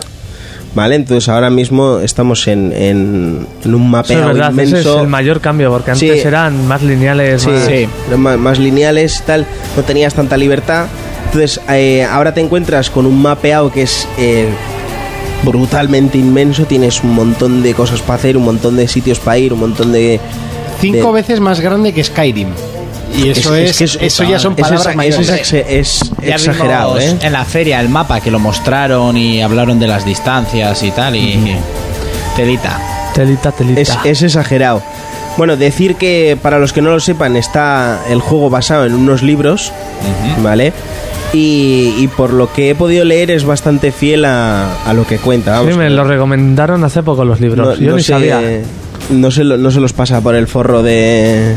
Speaker 6: Vale, entonces ahora mismo estamos en, en, en un
Speaker 7: Eso es
Speaker 6: mapeado
Speaker 7: verdad, ese es
Speaker 6: inmenso.
Speaker 7: el mayor cambio, porque
Speaker 6: Sí.
Speaker 7: antes eran más lineales.
Speaker 6: Sí,
Speaker 7: más-
Speaker 6: eran ma- Más, lineales y tal, no tenías tanta libertad. Entonces, eh, ahora te encuentras con un mapeado que es eh, brutalmente inmenso, tienes un montón de cosas para hacer, un montón de sitios para ir, un montón de...
Speaker 2: Cinco
Speaker 6: de-
Speaker 2: veces más grande que Skyrim. Y eso es,
Speaker 6: que
Speaker 2: eso ya son
Speaker 6: eso es-
Speaker 2: palabras
Speaker 6: eso
Speaker 2: mayores.
Speaker 6: es exe- es
Speaker 5: Ya vimos
Speaker 6: exagerado, ¿eh?
Speaker 5: En la feria, el mapa que lo mostraron y hablaron de las distancias y tal, y. Telita.
Speaker 7: Telita, telita.
Speaker 6: Es, es exagerado. Bueno, decir que para los que no lo sepan, está el juego basado en unos libros, ¿vale? Y, y por lo que he podido leer es bastante fiel a, a lo que cuenta.
Speaker 7: Sí,
Speaker 6: Vamos,
Speaker 7: me
Speaker 6: que-
Speaker 7: lo recomendaron hace poco los libros. Yo ni
Speaker 6: se-
Speaker 7: sabía.
Speaker 6: No se, lo- no se los pasa por el forro de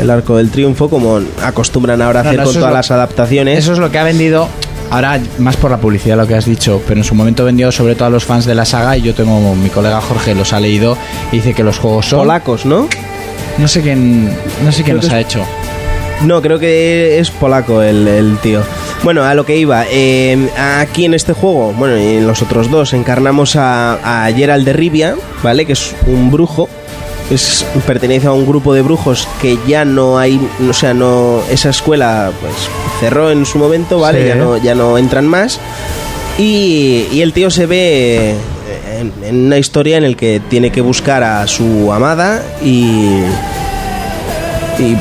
Speaker 6: el arco del triunfo como acostumbran ahora a
Speaker 5: No,
Speaker 6: hacer
Speaker 5: no,
Speaker 6: con
Speaker 5: eso es
Speaker 6: todas
Speaker 5: lo-
Speaker 6: las adaptaciones.
Speaker 5: Eso es lo que ha vendido. Ahora, más por la publicidad, lo que has dicho, pero en su momento vendió sobre todo a los fans de la saga. Y yo tengo mi colega Jorge, los ha leído y dice que los juegos son.
Speaker 6: polacos, ¿no?
Speaker 5: No sé quién, no sé quién
Speaker 6: Creo
Speaker 5: los
Speaker 6: que es-
Speaker 5: ha hecho.
Speaker 6: No, creo que es polaco el, el tío. Bueno, a lo que iba. eh, aquí en este juego, bueno, y en los otros dos, encarnamos a, a Gerald de Rivia, ¿vale? Que es un brujo. Es, pertenece a un grupo de brujos que ya no hay, o sea, no esa escuela pues cerró en su momento, ¿vale?
Speaker 7: Sí.
Speaker 6: Ya no ya no entran más. Y, y el tío se ve eh, en, en una historia en el que tiene que buscar a su amada y y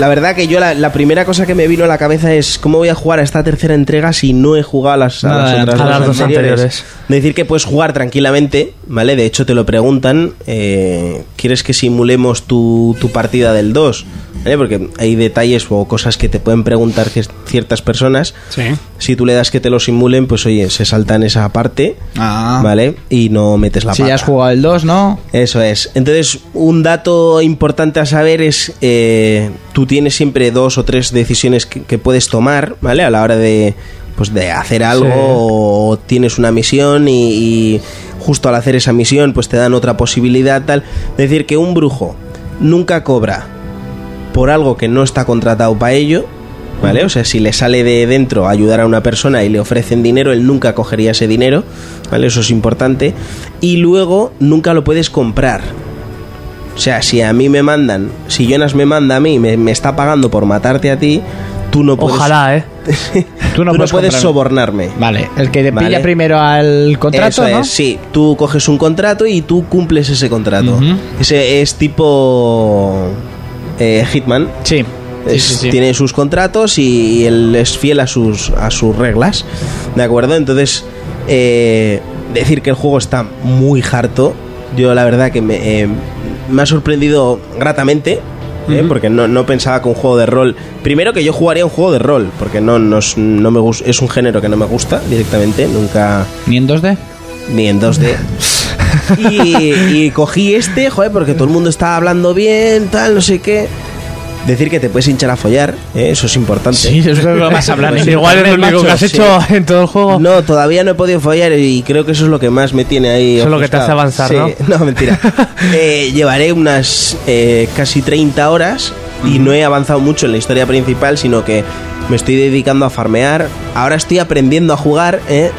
Speaker 6: la verdad que yo la, la primera cosa que me vino a la cabeza es cómo voy a jugar a esta tercera entrega si no he jugado a las, a
Speaker 5: Nada,
Speaker 6: las otras
Speaker 7: a las dos anteriores.
Speaker 6: Decir que puedes jugar tranquilamente, ¿vale? De hecho te lo preguntan, eh, ¿quieres que simulemos tu, tu partida del 2? ¿Vale? Porque hay detalles o cosas que te pueden preguntar cier- ciertas personas. Si tú le das que te lo simulen, pues oye, se saltan esa parte,
Speaker 5: Ah.
Speaker 6: ¿vale? Y no metes la
Speaker 5: Si ya
Speaker 6: pata.
Speaker 5: has jugado el 2, ¿no?
Speaker 6: Eso es. Entonces, un dato importante a saber es eh, tú tienes siempre dos o tres decisiones que, que puedes tomar, ¿vale? A la hora de, pues, de hacer algo
Speaker 7: Sí.
Speaker 6: o tienes una misión y, y justo al hacer esa misión pues te dan otra posibilidad tal. Es decir, que un brujo nunca cobra por algo que no está contratado para ello, ¿vale? O sea, si le sale de dentro a ayudar a una persona y le ofrecen dinero, él nunca cogería ese dinero, ¿vale? Eso es importante. Y luego nunca lo puedes comprar. O sea, si a mí me mandan, si Jonas me manda a mí y me, me está pagando por matarte a ti, tú no puedes,
Speaker 7: Ojalá, ¿eh?
Speaker 5: Tú no
Speaker 6: tú no
Speaker 5: puedes,
Speaker 6: puedes
Speaker 5: comprar-
Speaker 6: sobornarme.
Speaker 5: Vale, el que te
Speaker 6: Vale.
Speaker 5: pilla primero al contrato,
Speaker 6: Eso
Speaker 5: ¿no?
Speaker 6: es, sí. Tú coges un contrato y tú cumples ese contrato.
Speaker 5: Ujú.
Speaker 6: Ese es tipo eh, Hitman.
Speaker 5: Sí. Sí,
Speaker 6: Es-
Speaker 5: sí, sí.
Speaker 6: Tiene sus contratos y, él es fiel a sus, a sus reglas. ¿De acuerdo? Entonces, eh, decir que el juego está muy harto. Yo la verdad que me, eh, me ha sorprendido gratamente. ¿eh? Porque no, no pensaba que un juego de rol. Primero que yo jugaría un juego de rol. Porque no, no, es- no me gus- es un género que no me gusta directamente. Nunca
Speaker 5: ¿Ni en 2D?
Speaker 6: ni en 2D. Y, y cogí este, joder, porque todo el mundo estaba hablando bien, tal, no sé qué. Decir que te puedes hinchar a follar, ¿eh? eso es importante.
Speaker 5: eso es lo que vas a hablar.
Speaker 6: Pues
Speaker 5: en
Speaker 7: Igual es lo
Speaker 5: internet,
Speaker 7: único que has
Speaker 5: macho.
Speaker 7: hecho en todo el juego.
Speaker 6: No, todavía no he podido follar y creo que eso es lo que más me tiene ahí.
Speaker 7: Eso es lo que te
Speaker 6: ofuscado.
Speaker 7: hace avanzar,
Speaker 6: Sí. No, mentira. Eh, llevaré unas eh, casi 30 horas y no he avanzado mucho en la historia principal, sino que me estoy dedicando a farmear. Ahora estoy aprendiendo a jugar, ¿eh?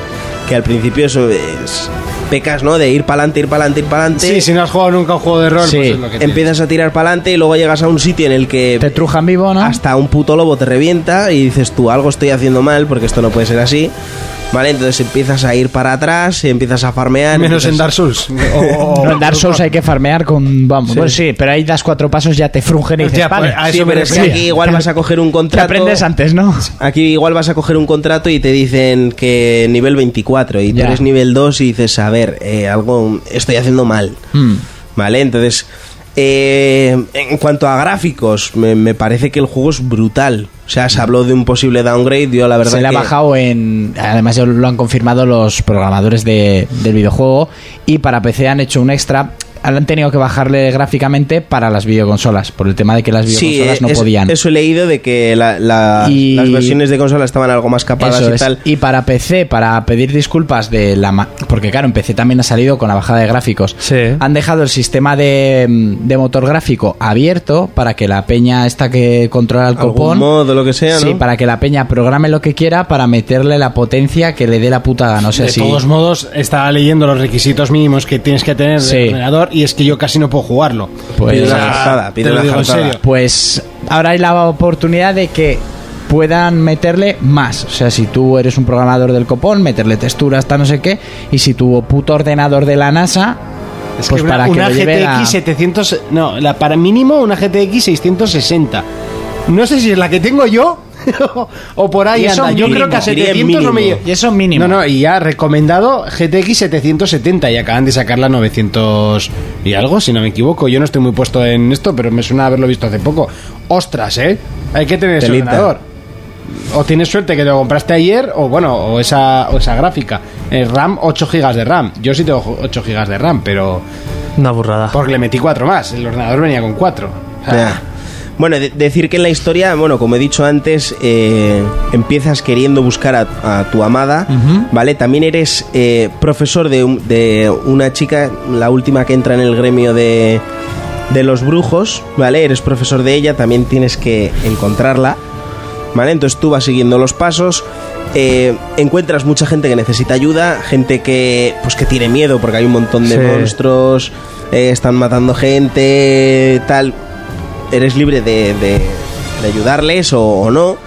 Speaker 6: que al principio eso es pecas, ¿no? De ir para adelante, ir para adelante, ir para adelante.
Speaker 2: Sí, si no has jugado nunca un juego de rol,
Speaker 5: Sí.
Speaker 2: pues es lo que tienes.
Speaker 6: Empiezas a tirar para adelante y luego llegas a un sitio en el que
Speaker 5: Te trujan vivo, ¿no?
Speaker 6: hasta un puto lobo te revienta y dices tú algo estoy haciendo mal porque esto no puede ser así. Vale, entonces empiezas a ir para atrás, empiezas a farmear.
Speaker 2: Menos en
Speaker 6: empiezas-
Speaker 2: Dark Souls.
Speaker 5: No, en Dark Souls hay que farmear con. Vamos. Pues sí, pero ahí das cuatro pasos, ya te frungen y dices,
Speaker 2: Ya, pues,
Speaker 5: vale.
Speaker 2: a
Speaker 6: Sí,
Speaker 2: eso me
Speaker 6: pero es que
Speaker 2: refería.
Speaker 6: aquí igual vas a coger un
Speaker 5: Te
Speaker 6: contrato.
Speaker 5: aprendes antes, ¿no?
Speaker 6: Aquí igual vas a coger un contrato y te dicen que nivel 24 y tú
Speaker 5: Ya.
Speaker 6: eres nivel 2 y dices, a ver, eh, algo estoy haciendo mal.
Speaker 5: Mm.
Speaker 6: Vale, entonces, eh, en cuanto a gráficos, me, me parece que el juego es brutal. O sea, se habló de un posible downgrade, yo la verdad
Speaker 5: Se le ha
Speaker 6: que-
Speaker 5: bajado en. Además, ya lo han confirmado los programadores de- del videojuego. Y para PC han hecho un extra. Han tenido que bajarle gráficamente para las videoconsolas. Por el tema de que las
Speaker 6: Sí,
Speaker 5: videoconsolas no
Speaker 6: es-
Speaker 5: podían.
Speaker 6: eso he leído de que la- la-
Speaker 5: Y-
Speaker 6: las versiones de consola estaban algo más capadas
Speaker 5: Eso
Speaker 6: y
Speaker 5: es.
Speaker 6: tal.
Speaker 5: Y para PC, para pedir disculpas de la... ma- Porque claro, en PC también ha salido con la bajada de gráficos.
Speaker 7: Sí.
Speaker 5: Han dejado el sistema de, de motor gráfico abierto para que la peña esta que controla el
Speaker 6: Algún
Speaker 5: copón...
Speaker 6: modo, lo que sea,
Speaker 5: Sí,
Speaker 6: ¿no?
Speaker 5: para que la peña programe lo que quiera para meterle la potencia que le dé la puta gana. O sea,
Speaker 2: de
Speaker 5: si-
Speaker 2: todos modos, estaba leyendo los requisitos mínimos que tienes que tener
Speaker 5: Sí.
Speaker 2: de ordenador y es que yo casi no puedo jugarlo.
Speaker 5: Pues-
Speaker 6: Pide
Speaker 2: O
Speaker 6: una
Speaker 2: sea,
Speaker 6: jartada, pide
Speaker 2: te lo
Speaker 6: una
Speaker 2: digo en
Speaker 6: jartada.
Speaker 2: serio.
Speaker 5: Pues ahora hay la oportunidad de que puedan meterle más. O sea, si tú eres un programador del copón, meterle texturas, hasta no sé qué. Y si tu puto ordenador de la NASA,
Speaker 2: Es
Speaker 5: pues
Speaker 2: que una,
Speaker 5: para que
Speaker 2: una
Speaker 5: lo lleve
Speaker 2: GTX
Speaker 5: la-
Speaker 2: 700, no, la para mínimo una GTX 660. No sé si es la que tengo yo o por ahí
Speaker 5: Y eso
Speaker 2: anda. Yo creo
Speaker 5: mínimo.
Speaker 2: que a
Speaker 6: Diría
Speaker 2: 700 no me
Speaker 6: mínimo.
Speaker 2: lle-
Speaker 5: Y eso mínimo.
Speaker 2: No, no, y ya ha recomendado GTX 770 y acaban de sacar la 900 y algo, si no me equivoco. Yo no estoy muy puesto en esto, pero me suena haberlo visto hace poco. Ostras, ¿eh? Hay que tener ese
Speaker 6: Telita.
Speaker 2: ordenador. O tienes suerte que te lo compraste ayer, o bueno, o esa, o esa gráfica. Eh, RAM, 8 GB de RAM. Yo sí tengo 8 GB de RAM, pero...
Speaker 7: Una burrada.
Speaker 2: Porque le metí cuatro más. El ordenador venía con cuatro. O sea,
Speaker 6: Ya. Bueno, de- decir que en la historia, bueno, como he dicho antes, eh, empiezas queriendo buscar a, a tu amada, ¿vale? También eres eh, profesor de, un- de una chica, la última que entra en el gremio de, de los brujos, ¿vale? Eres profesor de ella, también tienes que encontrarla, ¿vale? Entonces tú vas siguiendo los pasos. eh, encuentras mucha gente que necesita ayuda, gente que pues que tiene miedo porque hay un montón de
Speaker 7: Sí.
Speaker 6: monstruos, eh, están matando gente, tal eres libre de, de- de ayudarles o, o no.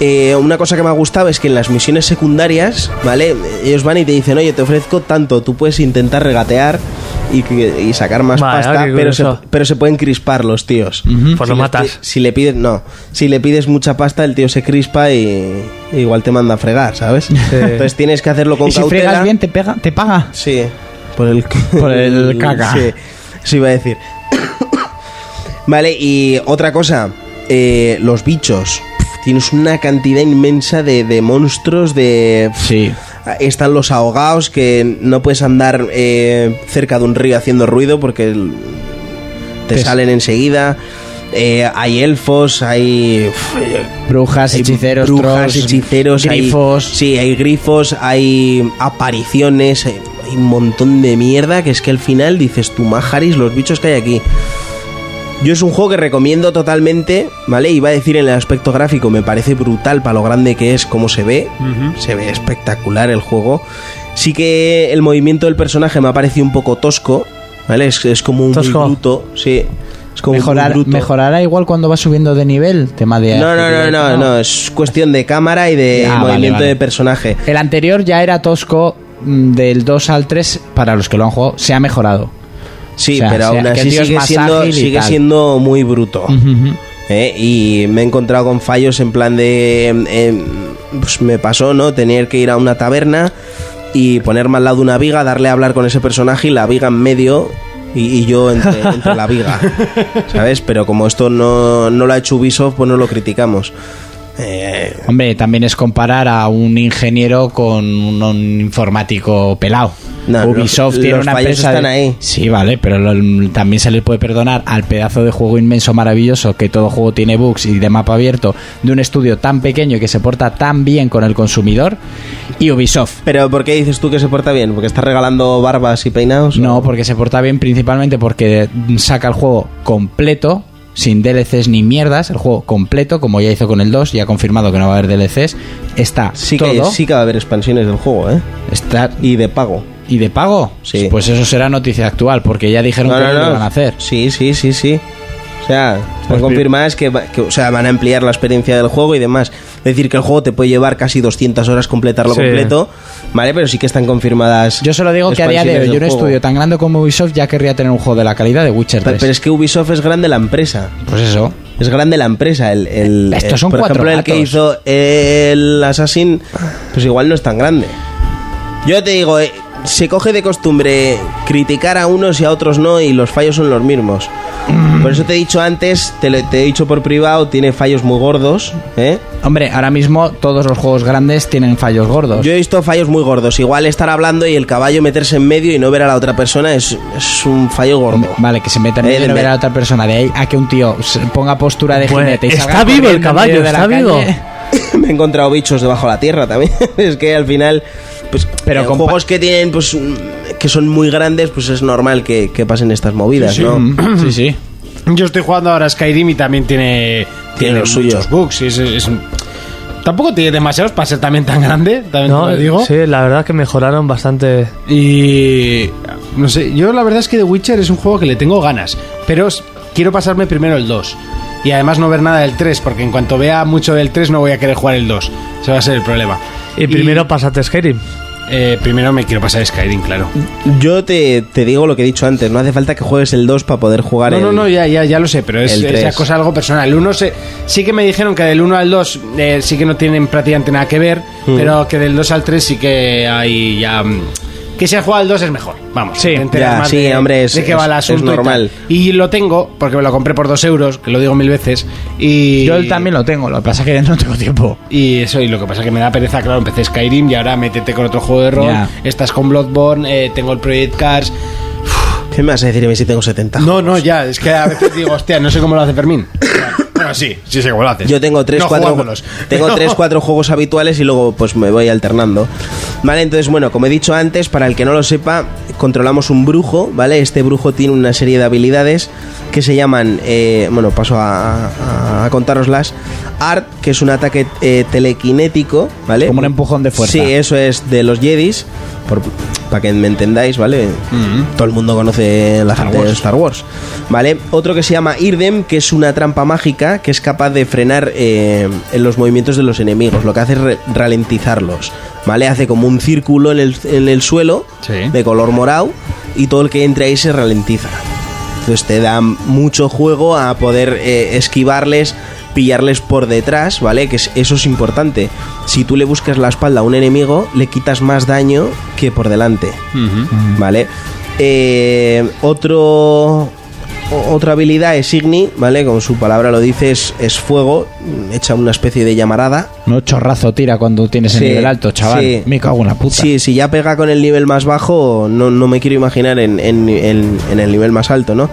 Speaker 6: Eh, una cosa que me ha gustado es que en las misiones secundarias, ¿vale? Ellos van y te dicen, oye, te ofrezco tanto, tú puedes intentar regatear y, que- y sacar más
Speaker 7: Vale,
Speaker 6: pasta,
Speaker 7: qué
Speaker 6: pero se,
Speaker 7: curioso.
Speaker 6: pero se pueden crispar los tíos.
Speaker 7: Pues
Speaker 6: Si le
Speaker 7: lo matas.
Speaker 6: pi- Si le pides, no, si le pides mucha pasta, el tío se crispa y y igual te manda a fregar, ¿sabes? Entonces tienes que hacerlo con
Speaker 5: y si
Speaker 6: cautela.
Speaker 5: fregas bien, te, pega, te paga.
Speaker 6: Sí. Por el,
Speaker 5: Por el caca.
Speaker 6: Sí, eso iba a decir. vale, y otra cosa. eh, los bichos. Pf, Tienes una cantidad inmensa de, de monstruos, de... pf,
Speaker 5: Sí.
Speaker 6: Están los ahogados, que no puedes andar eh, cerca de un río haciendo ruido porque el- te
Speaker 5: Te-
Speaker 6: salen enseguida. Eh, hay elfos, hay. uf, eh,
Speaker 5: Brujas,
Speaker 6: hay
Speaker 5: hechiceros,
Speaker 6: brujas,
Speaker 5: trolls,
Speaker 6: hechiceros, hay-
Speaker 5: grifos.
Speaker 6: sí, hay grifos, hay apariciones, hay hay un montón de mierda que es que al final dices tú, Majaris, los bichos que hay aquí. Yo es un juego que recomiendo totalmente, ¿vale? Iba a decir en el aspecto gráfico, me parece brutal para lo grande que es, cómo se ve. Se ve espectacular el juego. Sí que el movimiento del personaje me ha parecido un poco tosco, ¿vale? Es, es como un muy
Speaker 7: Tosco.
Speaker 6: bruto, sí. Es como un muy
Speaker 5: Mejorar-
Speaker 6: bruto.
Speaker 5: mejorará igual cuando va subiendo de nivel, tema de...
Speaker 6: No, no, no,
Speaker 5: agilidad,
Speaker 6: no, no, es cuestión de cámara y de
Speaker 5: Ah, vale,
Speaker 6: movimiento
Speaker 5: vale.
Speaker 6: de personaje.
Speaker 5: El anterior ya era tosco, mm, del 2 al 3, para los que lo han jugado, se ha mejorado.
Speaker 6: Sí,
Speaker 5: O sea,
Speaker 6: pero
Speaker 5: o sea,
Speaker 6: aún
Speaker 5: que el
Speaker 6: así
Speaker 5: tío es
Speaker 6: sigue
Speaker 5: más
Speaker 6: siendo,
Speaker 5: ágil y
Speaker 6: sigue
Speaker 5: tal.
Speaker 6: siendo muy bruto. ¿eh? Y me he encontrado con fallos en plan de... eh, pues me pasó, ¿no? Tener que ir a una taberna y ponerme al lado de una viga, darle a hablar con ese personaje y la viga en medio y, y yo entre, entre la viga. ¿Sabes? Pero como esto no, no lo ha hecho Ubisoft, pues no lo criticamos. Eh,
Speaker 5: Hombre, también es comparar a un ingeniero con un, un informático pelado.
Speaker 6: No,
Speaker 5: Ubisoft
Speaker 6: los-
Speaker 5: tiene
Speaker 6: los
Speaker 5: una
Speaker 6: fallos
Speaker 5: empresa. de-
Speaker 6: están ahí.
Speaker 5: Sí, vale, pero lo- también se le puede perdonar al pedazo de juego inmenso, maravilloso, que todo juego tiene bugs y de mapa abierto, de un estudio tan pequeño y que se porta tan bien con el consumidor. Y Ubisoft.
Speaker 6: Pero ¿por qué dices tú que se porta bien? ¿Porque está regalando barbas y peinados?
Speaker 5: No, porque se porta bien principalmente porque saca el juego completo, sin DLCs ni mierdas, el juego completo, como ya hizo con el 2, ya ha confirmado que no va a haber DLCs. Está
Speaker 6: Sí que,
Speaker 5: todo,
Speaker 6: sí que va a haber expansiones del juego, ¿eh?
Speaker 5: está
Speaker 6: Y de pago.
Speaker 5: ¿Y de pago?
Speaker 6: Sí.
Speaker 5: Pues eso será noticia actual, porque ya dijeron que no lo van a hacer.
Speaker 6: Sí, sí, sí, sí. O sea, están confirmadas que, va- que, o sea, van a ampliar la experiencia del juego y demás. Es decir, que el juego te puede llevar casi 200 horas completarlo
Speaker 7: Sí.
Speaker 6: completo, ¿vale? Pero sí que están confirmadas.
Speaker 5: Yo solo digo que a día de hoy
Speaker 6: expansiones
Speaker 5: un
Speaker 6: del juego.
Speaker 5: estudio tan grande como Ubisoft ya querría tener un juego de la calidad de Witcher
Speaker 6: Pero,
Speaker 5: 3.
Speaker 6: pero es que Ubisoft es grande la empresa.
Speaker 5: Pues eso.
Speaker 6: Es grande la empresa. El, el-
Speaker 5: Eh, Estos
Speaker 6: el-
Speaker 5: son
Speaker 6: por
Speaker 5: cuatro
Speaker 6: ejemplo, el que
Speaker 5: gatos.
Speaker 6: hizo el Assassin, pues igual no es tan grande. Yo te digo, eh, se coge de costumbre criticar a unos y a otros no, y los fallos son los mismos.
Speaker 5: Mm.
Speaker 6: Por eso te he dicho antes, te, lo- te he dicho por privado, tiene fallos muy gordos. ¿eh?
Speaker 5: Hombre, ahora mismo todos los juegos grandes tienen fallos gordos.
Speaker 6: Yo he visto fallos muy gordos. Igual estar hablando y el caballo meterse en medio y no ver a la otra persona es, es un fallo gordo.
Speaker 5: Hombre, Vale, que se meta en
Speaker 6: Eh,
Speaker 5: medio de
Speaker 6: de-
Speaker 5: ver a otra persona. De ahí a que un tío se ponga postura de
Speaker 7: Bueno,
Speaker 5: jinete y salga
Speaker 7: Pues, está vivo el
Speaker 5: corriendo en medio
Speaker 7: caballo,
Speaker 5: de la
Speaker 7: está vivo.
Speaker 5: calle.
Speaker 6: me he encontrado bichos debajo de la tierra también. es que al final, pues,
Speaker 5: Pero
Speaker 6: pero
Speaker 5: con
Speaker 6: con juegos que tienen, pues, mm, que son muy grandes, pues es normal que, que pasen estas movidas, ¿no?
Speaker 5: Mm, sí, sí.
Speaker 2: Yo estoy jugando ahora a Skyrim y también tiene,
Speaker 6: Tiene lo suyo.
Speaker 2: muchos bugs. y es- es- tampoco tiene demasiados para ser también tan grande, también te
Speaker 7: No,
Speaker 2: lo digo.
Speaker 7: sí, la verdad que mejoraron bastante.
Speaker 2: Y no sé, yo la verdad es que The Witcher es un juego que le tengo ganas, pero s- quiero pasarme primero el 2. Y además no ver nada del 3, porque en cuanto vea mucho del 3 no voy a querer jugar el 2. Ese va a ser el problema.
Speaker 5: Eh,
Speaker 7: Y primero pasate Skyrim.
Speaker 2: eh, primero me quiero pasar Skyrim, claro.
Speaker 6: Yo te, te digo lo que he dicho antes, no hace falta que juegues el 2 para poder jugar
Speaker 2: No,
Speaker 6: el...
Speaker 2: no, no, ya, ya, ya lo sé, pero es,
Speaker 6: el
Speaker 2: es ya
Speaker 6: tres.
Speaker 2: cosa algo personal. El 1 se, sí que me dijeron que del 1 al 2 eh, sí que no tienen prácticamente nada que ver,
Speaker 6: Mm.
Speaker 2: pero que del 2 al 3 sí que hay ya... mm, Que si has jugado al 2 es mejor, vamos.
Speaker 5: Sí,
Speaker 2: te enteras
Speaker 6: ya,
Speaker 2: más
Speaker 6: sí,
Speaker 2: de,
Speaker 6: hombre, es-
Speaker 2: de qué va el
Speaker 6: es- es
Speaker 2: asunto y tal.
Speaker 6: normal.
Speaker 2: Y, lo tengo, porque me lo compré por 2 euros, que lo digo mil veces, y...
Speaker 5: Yo también lo tengo, lo que pasa es que no tengo tiempo.
Speaker 2: Y eso, y lo que pasa es que me da pereza, claro, empecé Skyrim y ahora métete con otro juego de rol,
Speaker 5: Ya.
Speaker 2: estás con Bloodborne, eh, tengo el Project Cars...
Speaker 6: ¿Qué me vas a decir a mí si tengo 70?
Speaker 2: No, no, ya, es que a veces digo, hostia, no sé cómo lo hace Fermín. Bueno, sí, sí sé cómo lo hace.
Speaker 6: Yo tengo 3,
Speaker 2: No
Speaker 6: 4
Speaker 2: jugándolos.
Speaker 6: tengo tres, cuatro juegos habituales y luego pues me voy alternando. Vale, entonces bueno, como he dicho antes, para el que no lo sepa, controlamos un brujo, ¿vale? Este brujo tiene una serie de habilidades que se llaman, eh, bueno, paso a, a- a contároslas. Art, que es un ataque eh, telequinético, ¿vale?
Speaker 5: Como un empujón de fuerza.
Speaker 6: Sí, eso es de los Jedis, por- para que me entendáis, ¿vale? Todo el mundo conoce la gente de Mm-hmm. Star Wars, ¿vale? Otro que se llama Irdem, que es una trampa mágica que es capaz de frenar eh, en los movimientos de los enemigos. Lo que hace es re- ralentizarlos, ¿vale? Hace como un círculo en el, en el suelo
Speaker 2: Sí.
Speaker 6: de color morado y todo el que entre ahí se ralentiza. Entonces te da mucho juego a poder eh, esquivarles, pillarles por detrás, ¿vale? Que es- eso es importante. Si tú le buscas la espalda a un enemigo, le quitas más daño que por delante, ¿vale? Eh, otro... o- Otra habilidad es Igni, ¿vale? Como su palabra lo dice, es, es fuego, echa una especie de llamarada,
Speaker 5: No chorrazo tira cuando tienes el
Speaker 6: Sí,
Speaker 5: nivel alto, chaval.
Speaker 6: sí.
Speaker 5: Me cago en la puta.
Speaker 6: Sí, si ya pega con el nivel más bajo, no, no me quiero imaginar en, en- en- en el nivel más alto, ¿no?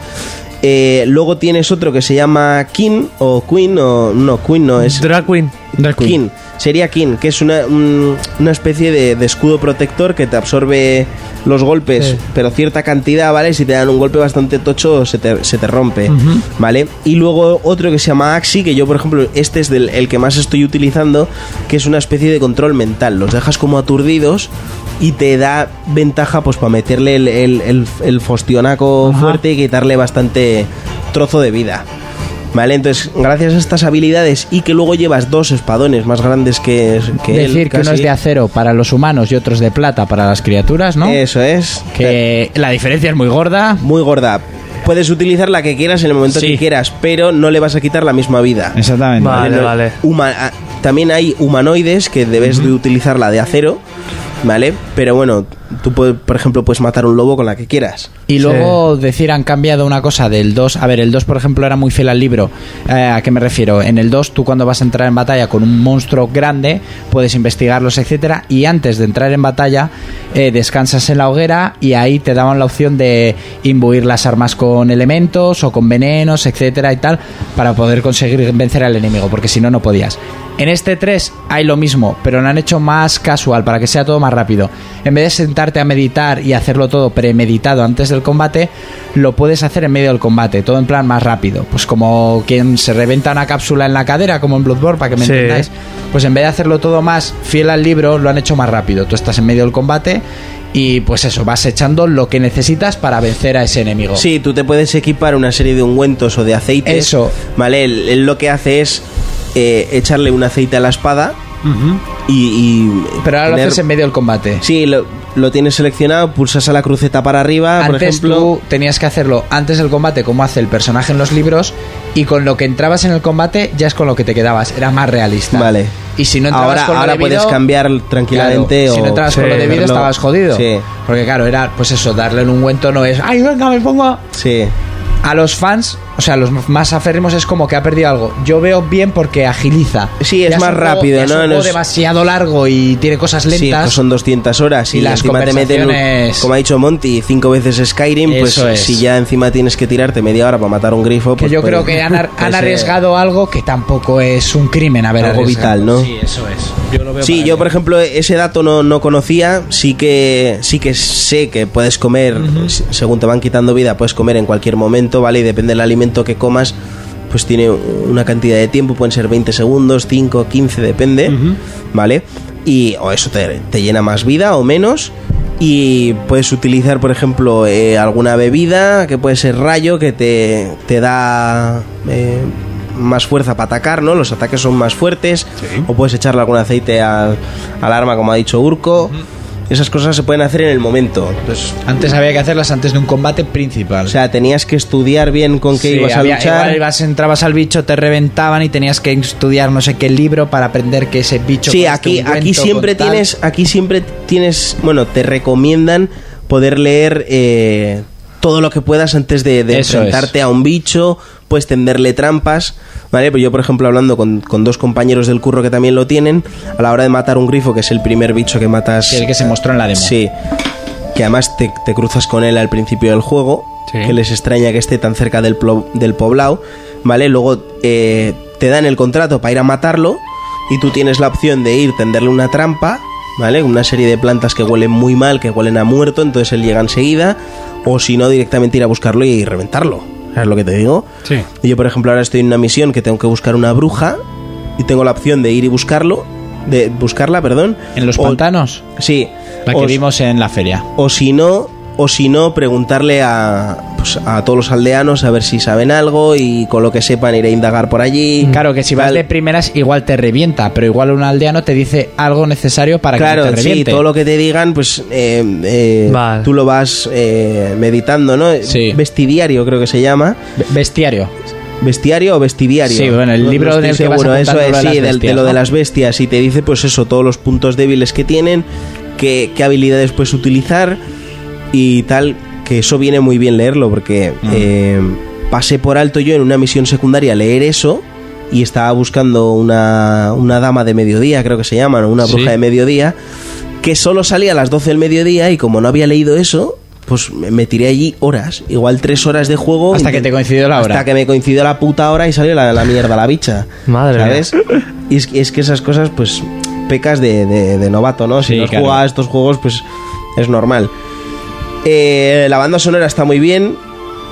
Speaker 6: Eh, luego tienes otro que se llama King o Queen o no, Queen no es
Speaker 7: Drag Queen.
Speaker 5: Drag Queen.
Speaker 6: Kin, sería Kin, que es una, un- una especie de, de escudo protector que te absorbe los golpes,
Speaker 7: Sí.
Speaker 6: pero cierta cantidad, ¿vale? Si te dan un golpe bastante tocho, se te, se te rompe, ¿vale? Y luego otro que se llama Axi, que yo, por ejemplo, este es del, el que más estoy utilizando, que es una especie de control mental. Los dejas como aturdidos y te da ventaja, pues, para meterle el, el, el- el fostionaco fuerte y quitarle bastante trozo de vida. Vale, entonces, gracias a estas habilidades y que luego llevas dos espadones más grandes que, que él,
Speaker 5: Decir que uno
Speaker 6: casi.
Speaker 5: es de acero para los humanos y otro es de plata para las criaturas, ¿no?
Speaker 6: Eso es.
Speaker 5: que la diferencia es muy gorda.
Speaker 6: Muy gorda. Puedes utilizar la que quieras en el momento
Speaker 5: Sí.
Speaker 6: que quieras, pero no le vas a quitar la misma vida.
Speaker 5: Exactamente.
Speaker 7: Vale.
Speaker 6: No- huma- ah, también hay humanoides que debes de utilizar la de acero, ¿vale? Pero bueno, tú, puedes, por ejemplo, puedes matar un lobo con la que quieras.
Speaker 5: Y luego decir han cambiado una cosa del 2. A ver, el 2 por ejemplo era muy fiel al libro. Eh, ¿A qué me refiero? En el 2 tú cuando vas a entrar en batalla con un monstruo grande puedes investigarlos, etcétera, y antes de entrar en batalla eh, descansas en la hoguera y ahí te daban la opción de imbuir las armas con elementos o con venenos, etcétera y tal para poder conseguir vencer al enemigo, porque si no no podías. En este 3 hay lo mismo, pero lo han hecho más casual para que sea todo más rápido. En vez de sentarte a meditar y hacerlo todo premeditado antes del combate, lo puedes hacer en medio del combate, todo en plan más rápido. Pues como quien se reventa una cápsula en la cadera, como en Bloodborne, para que me
Speaker 7: Sí.
Speaker 5: entendáis. Pues en vez de hacerlo todo más fiel al libro, lo han hecho más rápido. Tú estás en medio del combate y pues eso, vas echando lo que necesitas para vencer a ese enemigo.
Speaker 6: Sí, tú te puedes equipar una serie de ungüentos o de aceites.
Speaker 5: Eso.
Speaker 6: Vale, él, él lo que hace es eh, echarle un aceite a la espada y, y
Speaker 5: Pero ahora lo
Speaker 6: tener-
Speaker 5: haces en medio del combate.
Speaker 6: Sí, lo, lo tienes seleccionado, pulsas a la cruceta para arriba, Ah, por
Speaker 5: antes
Speaker 6: ejemplo.
Speaker 5: tú tenías que hacerlo antes del combate como hace el personaje en los libros y con lo que entrabas en el combate ya es con lo que te quedabas era más realista
Speaker 6: Vale.
Speaker 5: y si no entrabas
Speaker 6: ahora
Speaker 5: con lo
Speaker 6: ahora
Speaker 5: debido,
Speaker 6: puedes cambiar
Speaker 5: claro,
Speaker 6: tranquilamente o
Speaker 5: si no entrabas con
Speaker 7: sí,
Speaker 5: lo debido
Speaker 6: hacerlo-
Speaker 5: estabas jodido
Speaker 6: Sí.
Speaker 5: porque claro era pues eso darle un ungüento no es ay venga me pongo a-".
Speaker 6: Sí.
Speaker 5: a los fans o sea a los más aférrimos es como que ha perdido algo yo veo bien porque agiliza
Speaker 6: Sí, es
Speaker 5: Ya
Speaker 6: más
Speaker 5: un juego-
Speaker 6: rápido,
Speaker 5: ya es
Speaker 6: ¿no?
Speaker 5: un
Speaker 6: No
Speaker 5: juego
Speaker 6: es-
Speaker 5: demasiado largo y tiene cosas lentas
Speaker 6: Sí, pues son 200 horas y,
Speaker 5: Y las
Speaker 6: encima te meten,
Speaker 5: conversaciones-
Speaker 6: como ha dicho Monty, cinco veces Skyrim, pues
Speaker 5: Eso es.
Speaker 6: si ya encima tienes que tirarte media hora para matar a un grifo,
Speaker 5: Que
Speaker 6: pues
Speaker 5: yo
Speaker 6: puede-
Speaker 5: creo que han, ar-
Speaker 6: puede
Speaker 5: han
Speaker 6: ser
Speaker 5: arriesgado algo que tampoco es un crimen haber
Speaker 6: algo
Speaker 5: arriesgado.
Speaker 6: vital, ¿no?
Speaker 5: Sí, eso es. Yo lo veo
Speaker 6: Sí,
Speaker 5: para
Speaker 6: yo
Speaker 5: bien.
Speaker 6: por ejemplo ese dato no, no conocía, sí que sí que sé que puedes comer s- según te van quitando vida, puedes comer en cualquier momento, ¿vale? Y depende del alimento que comas, pues tiene una cantidad de tiempo, pueden ser 20 segundos, 5, 15, depende, ¿vale? Y o eso te, te llena más vida o menos. Y puedes utilizar, por ejemplo, eh, alguna bebida que puede ser rayo, que te, te da eh, más fuerza para atacar, ¿no? Los ataques son más fuertes. O puedes echarle algún aceite al, al arma, como ha dicho Urco. Esas cosas se pueden hacer en el momento. Entonces,
Speaker 5: Antes había que hacerlas antes de un combate principal.
Speaker 6: o sea, tenías que estudiar bien con qué
Speaker 5: Sí,
Speaker 6: ibas a
Speaker 5: había-
Speaker 6: luchar.
Speaker 5: igual ibas, entrabas al bicho, te reventaban y tenías que estudiar no sé qué libro para aprender que ese bicho.
Speaker 6: Sí,
Speaker 5: con este
Speaker 6: aquí, aquí
Speaker 5: ungüento,
Speaker 6: siempre
Speaker 5: con tal-
Speaker 6: tienes, aquí siempre tienes, bueno, te recomiendan poder leer eh, todo lo que puedas antes de, de
Speaker 5: Eso
Speaker 6: enfrentarte a un bicho, puedes tenderle trampas, ¿vale? Pues yo, por ejemplo, hablando con, con dos compañeros del curro que también lo tienen, a la hora de matar un grifo, que es el primer bicho que matas...
Speaker 5: que El que se mostró en la demo.
Speaker 6: Sí. Que además te, te cruzas con él al principio del juego.
Speaker 7: Sí.
Speaker 6: Que les extraña que esté tan cerca del, plo- del poblado. ¿Vale? Luego eh, te dan el contrato para ir a matarlo. Y tú tienes la opción de ir, tenderle una trampa. ¿Vale? Una serie de plantas que huelen muy mal, que huelen a muerto. Entonces él llega enseguida. O si no, directamente ir a buscarlo y reventarlo. ¿Sabes lo que te digo?
Speaker 7: Sí.
Speaker 6: Y yo, por ejemplo, ahora estoy en una misión que tengo que buscar una bruja. Y tengo la opción de ir y buscarlo. De buscarla, perdón.
Speaker 5: En los
Speaker 6: o-
Speaker 5: pantanos.
Speaker 6: Sí.
Speaker 5: La que
Speaker 6: o-
Speaker 5: vimos en la feria.
Speaker 6: o si no, o si no, preguntarle a, pues, a todos los aldeanos a ver si saben algo y con lo que sepan ir a indagar por allí.
Speaker 5: Mm. Claro, que si vas
Speaker 6: Mm. Tal.
Speaker 5: de primeras igual te revienta, pero igual un aldeano te dice algo necesario para
Speaker 6: Claro,
Speaker 5: que no te
Speaker 6: sí,
Speaker 5: reviente.
Speaker 6: todo lo que te digan, pues eh, eh,
Speaker 7: Vale.
Speaker 6: tú lo vas eh, meditando, ¿no?
Speaker 5: Sí.
Speaker 6: Vestidiario creo que se llama.
Speaker 5: Be- Bestiario.
Speaker 6: ¿Bestiario o vestidiario?
Speaker 5: Sí, bueno, el libro en
Speaker 6: estoy
Speaker 5: el que vas
Speaker 6: seguro, eso
Speaker 5: apuntando lo de
Speaker 6: es, sí,
Speaker 5: las
Speaker 6: del- de
Speaker 5: bestias,
Speaker 6: lo de
Speaker 5: ¿no?
Speaker 6: las bestias. Y te dice, pues eso, todos los puntos débiles que tienen, qué, qué habilidades puedes utilizar y tal. Que eso viene muy bien leerlo, porque
Speaker 5: Mm.
Speaker 6: eh, pasé por alto yo en una misión secundaria leer eso y estaba buscando una, una dama de mediodía, creo que se llaman, o una bruja de mediodía, que solo salía a las 12 del mediodía y como no había leído eso, pues me me tiré allí horas, igual tres horas de juego.
Speaker 5: Hasta que te coincidió la hora.
Speaker 6: Hasta que me coincidió la puta hora y salió la, la mierda, la bicha.
Speaker 7: Madre mía.
Speaker 6: ¿Sabes? Y es, que- es que esas cosas, pues, pecas de, de- de novato, ¿no? Si
Speaker 5: Sí,
Speaker 6: no has
Speaker 5: claro.
Speaker 6: jugado a estos juegos, pues es normal. Eh, la banda sonora está muy bien.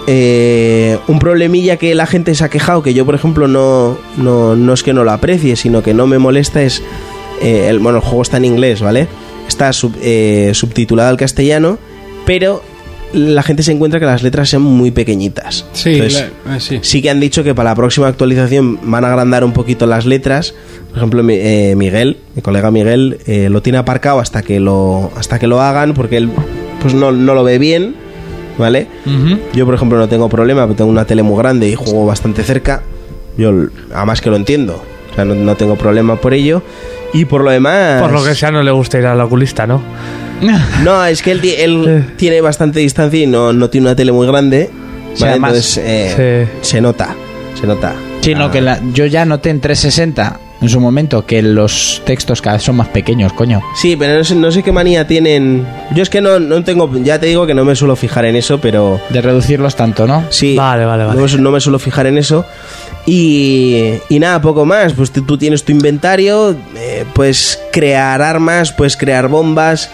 Speaker 6: Eh, un problemilla que la gente se ha quejado, que yo por ejemplo no, no, no es que no lo aprecie, sino que no me molesta, es... eh, el, bueno, el juego está en inglés, ¿vale? Está sub- eh, subtitulado al castellano, pero la gente se encuentra que las letras son muy pequeñitas.
Speaker 10: Sí,
Speaker 6: Entonces,
Speaker 10: la- eh, sí.
Speaker 6: sí que han dicho que para la próxima actualización van a agrandar un poquito las letras. Por ejemplo, mi- eh, Miguel, mi colega Miguel, eh, lo tiene aparcado hasta que lo, hasta que lo hagan porque él pues no, no lo ve bien, ¿vale? Yo, por ejemplo, no tengo problema, porque tengo una tele muy grande y juego bastante cerca. Yo, l- además que lo entiendo, o sea, no, no tengo problema por ello. Y por lo demás...
Speaker 7: Por lo que sea, no le gusta ir al oculista, ¿no?
Speaker 6: No, es que él, ti- él
Speaker 7: Sí.
Speaker 6: tiene bastante distancia y no, no tiene una tele muy grande. ¿vale?
Speaker 5: sea, más-
Speaker 6: Entonces, eh, se nota, se nota.
Speaker 5: Sino
Speaker 6: Ah.
Speaker 5: que la- yo ya noté en 360 en su momento que los textos cada vez son más pequeños, coño.
Speaker 6: Sí, pero no sé, no sé qué manía tienen. Yo es que no, no tengo, ya te digo que no me suelo fijar en eso, pero
Speaker 5: De reducirlos tanto, ¿no?
Speaker 6: sí.
Speaker 7: Vale, vale, vale.
Speaker 6: No, me su- no me suelo fijar en eso. Y, y nada, poco más. Pues tú- tú tienes tu inventario, eh, puedes crear armas, puedes crear bombas.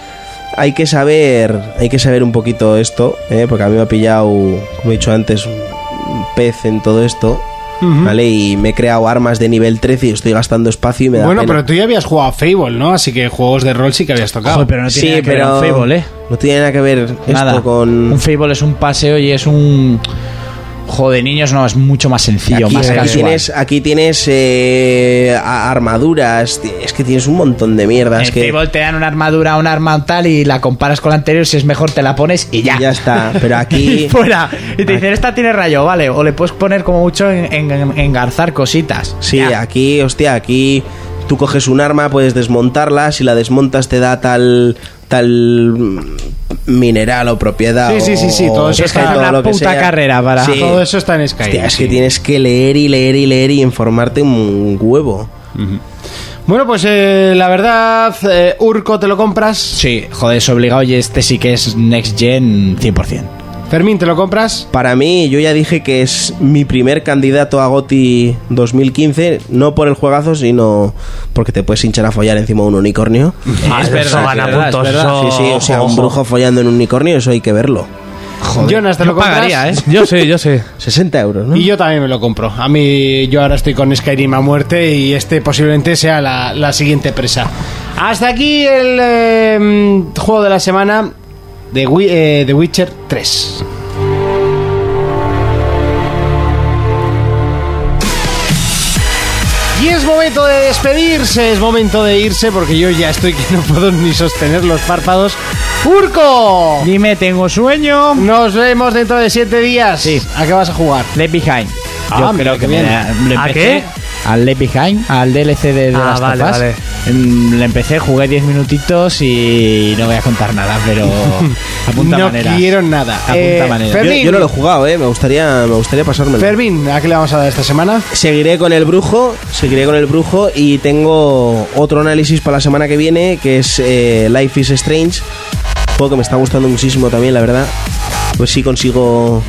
Speaker 6: Hay que saber, hay que saber un poquito esto, eh, porque a mí me ha pillado, como he dicho antes, un pez en todo esto. ¿Vale? Y me he creado armas de nivel 13 y estoy gastando espacio y me da
Speaker 10: Bueno,
Speaker 6: pena.
Speaker 10: pero tú ya habías jugado a Fable, ¿no? Así que juegos de rol sí que habías tocado.
Speaker 5: Joder, pero no tiene nada que ver un Fable, ¿eh?
Speaker 6: No tiene nada que ver
Speaker 5: Nada.
Speaker 6: esto con.
Speaker 5: Un Fable es un paseo y es un juego de niños, no, es mucho más sencillo,
Speaker 6: Aquí,
Speaker 5: más
Speaker 6: aquí
Speaker 5: casual.
Speaker 6: tienes, aquí tienes eh, a- armaduras, ti- es que tienes un montón de
Speaker 5: En
Speaker 6: mierdas que
Speaker 5: Fable te dan una armadura, una arma tal y la comparas con la anterior, si es mejor te la pones y ya.
Speaker 6: ya está. Pero aquí,
Speaker 5: Fuera. Y te dicen, esta tiene rayo, vale. O le puedes poner como mucho en, en- en- engarzar cositas.
Speaker 6: sí,
Speaker 5: Ya.
Speaker 6: aquí, hostia, aquí tú coges un arma, puedes desmontarla, si la desmontas te da tal tal mm, mineral o propiedad.
Speaker 10: Sí, sí, sí, sí,
Speaker 6: o
Speaker 10: todo eso
Speaker 5: Es que es
Speaker 6: objeto,
Speaker 5: una
Speaker 6: lo que
Speaker 5: puta
Speaker 6: sea.
Speaker 5: carrera para-
Speaker 6: Sí.
Speaker 10: Todo eso está en Sky.
Speaker 6: Hostia, es
Speaker 10: sí.
Speaker 6: que tienes que leer y leer y leer y informarte un huevo.
Speaker 10: Bueno, pues eh, la verdad, eh, Urco, ¿te lo compras?
Speaker 5: Sí, joder, es obligado y este sí que es next gen 100%.
Speaker 10: Fermín, ¿te lo compras?
Speaker 6: Para mí, yo ya dije que es mi primer candidato a GOTI 2015, no por el juegazo, sino porque te puedes hinchar a follar encima de un unicornio.
Speaker 5: es verdad,
Speaker 7: eso gana
Speaker 5: es verdad,
Speaker 7: puntos.
Speaker 5: es verdad.
Speaker 7: eso-
Speaker 6: sí, sí, o sea, un
Speaker 7: ojo.
Speaker 6: brujo follando en un unicornio, eso hay que verlo.
Speaker 10: Jonas, ¿te lo
Speaker 5: Yo
Speaker 10: compras?
Speaker 5: pagaría, ¿eh?
Speaker 7: Yo sí, yo sí.
Speaker 6: 60 euros, ¿no?
Speaker 10: Y yo también me lo compro. A mí, yo ahora estoy con Skyrim a muerte y este posiblemente sea la, la siguiente presa. Hasta aquí el eh, mm, juego de la semana de Wi- eh, The Witcher 3. Y es momento de despedirse, es momento de irse porque yo ya estoy que no puedo ni sostener los párpados. ¡Urco!
Speaker 5: Dime, tengo sueño.
Speaker 10: Nos vemos dentro de siete días.
Speaker 5: Sí.
Speaker 10: ¿A qué vas a jugar?
Speaker 5: Left Behind.
Speaker 10: Ah,
Speaker 5: Yo
Speaker 10: mira,
Speaker 5: creo que
Speaker 10: qué bien.
Speaker 5: me da- le
Speaker 7: ¿A
Speaker 5: empecé
Speaker 7: qué?
Speaker 5: Al Left Behind, al DLC de, de
Speaker 7: Ah,
Speaker 5: Last of
Speaker 7: vale,
Speaker 5: Us.
Speaker 7: vale.
Speaker 5: Mm, Le empecé, jugué 10 minutitos y no voy a contar nada, pero apunta
Speaker 10: no
Speaker 5: maneras.
Speaker 10: quiero nada.
Speaker 5: Apunta
Speaker 10: Eh,
Speaker 5: maneras.
Speaker 6: Yo,
Speaker 10: Fermín,
Speaker 6: yo no lo he jugado, ¿eh? Me gustaría, me gustaría pasármelo.
Speaker 10: Fermín, ¿a qué le vamos a dar esta semana?
Speaker 6: Seguiré con el brujo, seguiré con el brujo y tengo otro análisis para la semana que viene, que es eh, Life is Strange. Juego que me está gustando muchísimo también, la verdad. Pues sí consigo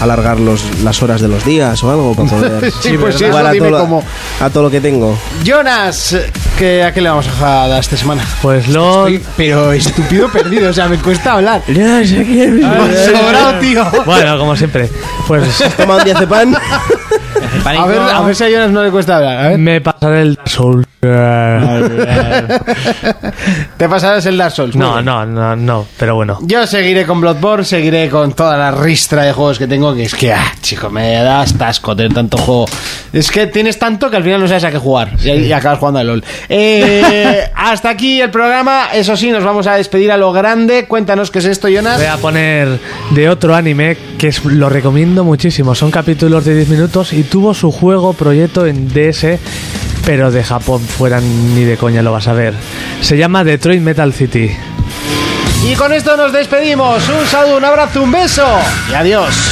Speaker 6: alargar los, las horas de los días o algo para poder
Speaker 10: Sí, pues sí, eso
Speaker 6: jugar a,
Speaker 10: dime
Speaker 6: todo, lo-
Speaker 10: cómo.
Speaker 6: a todo lo que tengo.
Speaker 10: Jonas, ¿qué, ¿a qué le vamos a dar esta semana?
Speaker 7: Pues lo
Speaker 10: Estoy, pero estúpido perdido, o sea, me cuesta hablar. Sobrado, tío.
Speaker 7: Bueno, como siempre. Pues
Speaker 6: Toma un diazepam.
Speaker 10: A ver, a ver si a Jonas no le cuesta hablar. A ver.
Speaker 7: me pasaré el Dark Souls.
Speaker 10: Te pasarás el Dark Souls. muy
Speaker 7: No,
Speaker 10: bien.
Speaker 7: no, no, no, pero bueno.
Speaker 10: Yo seguiré con Bloodborne, seguiré con toda la ristra de juegos que tengo, que es que, ah, chico, me da hasta asco tener tanto juego. Es que tienes tanto que al final no sabes a qué jugar y, y acabas jugando al LOL. Eh, hasta aquí el programa, eso sí, nos vamos a despedir a lo grande. Cuéntanos qué es esto, Jonas.
Speaker 7: Voy a poner de otro anime que es- lo recomiendo muchísimo. Son capítulos de 10 minutos y tuvo su juego proyecto en DS, pero de Japón fuera ni de coña lo vas a ver. Se llama Detroit Metal City.
Speaker 10: Y con esto nos despedimos. Un saludo, un abrazo, un beso y adiós.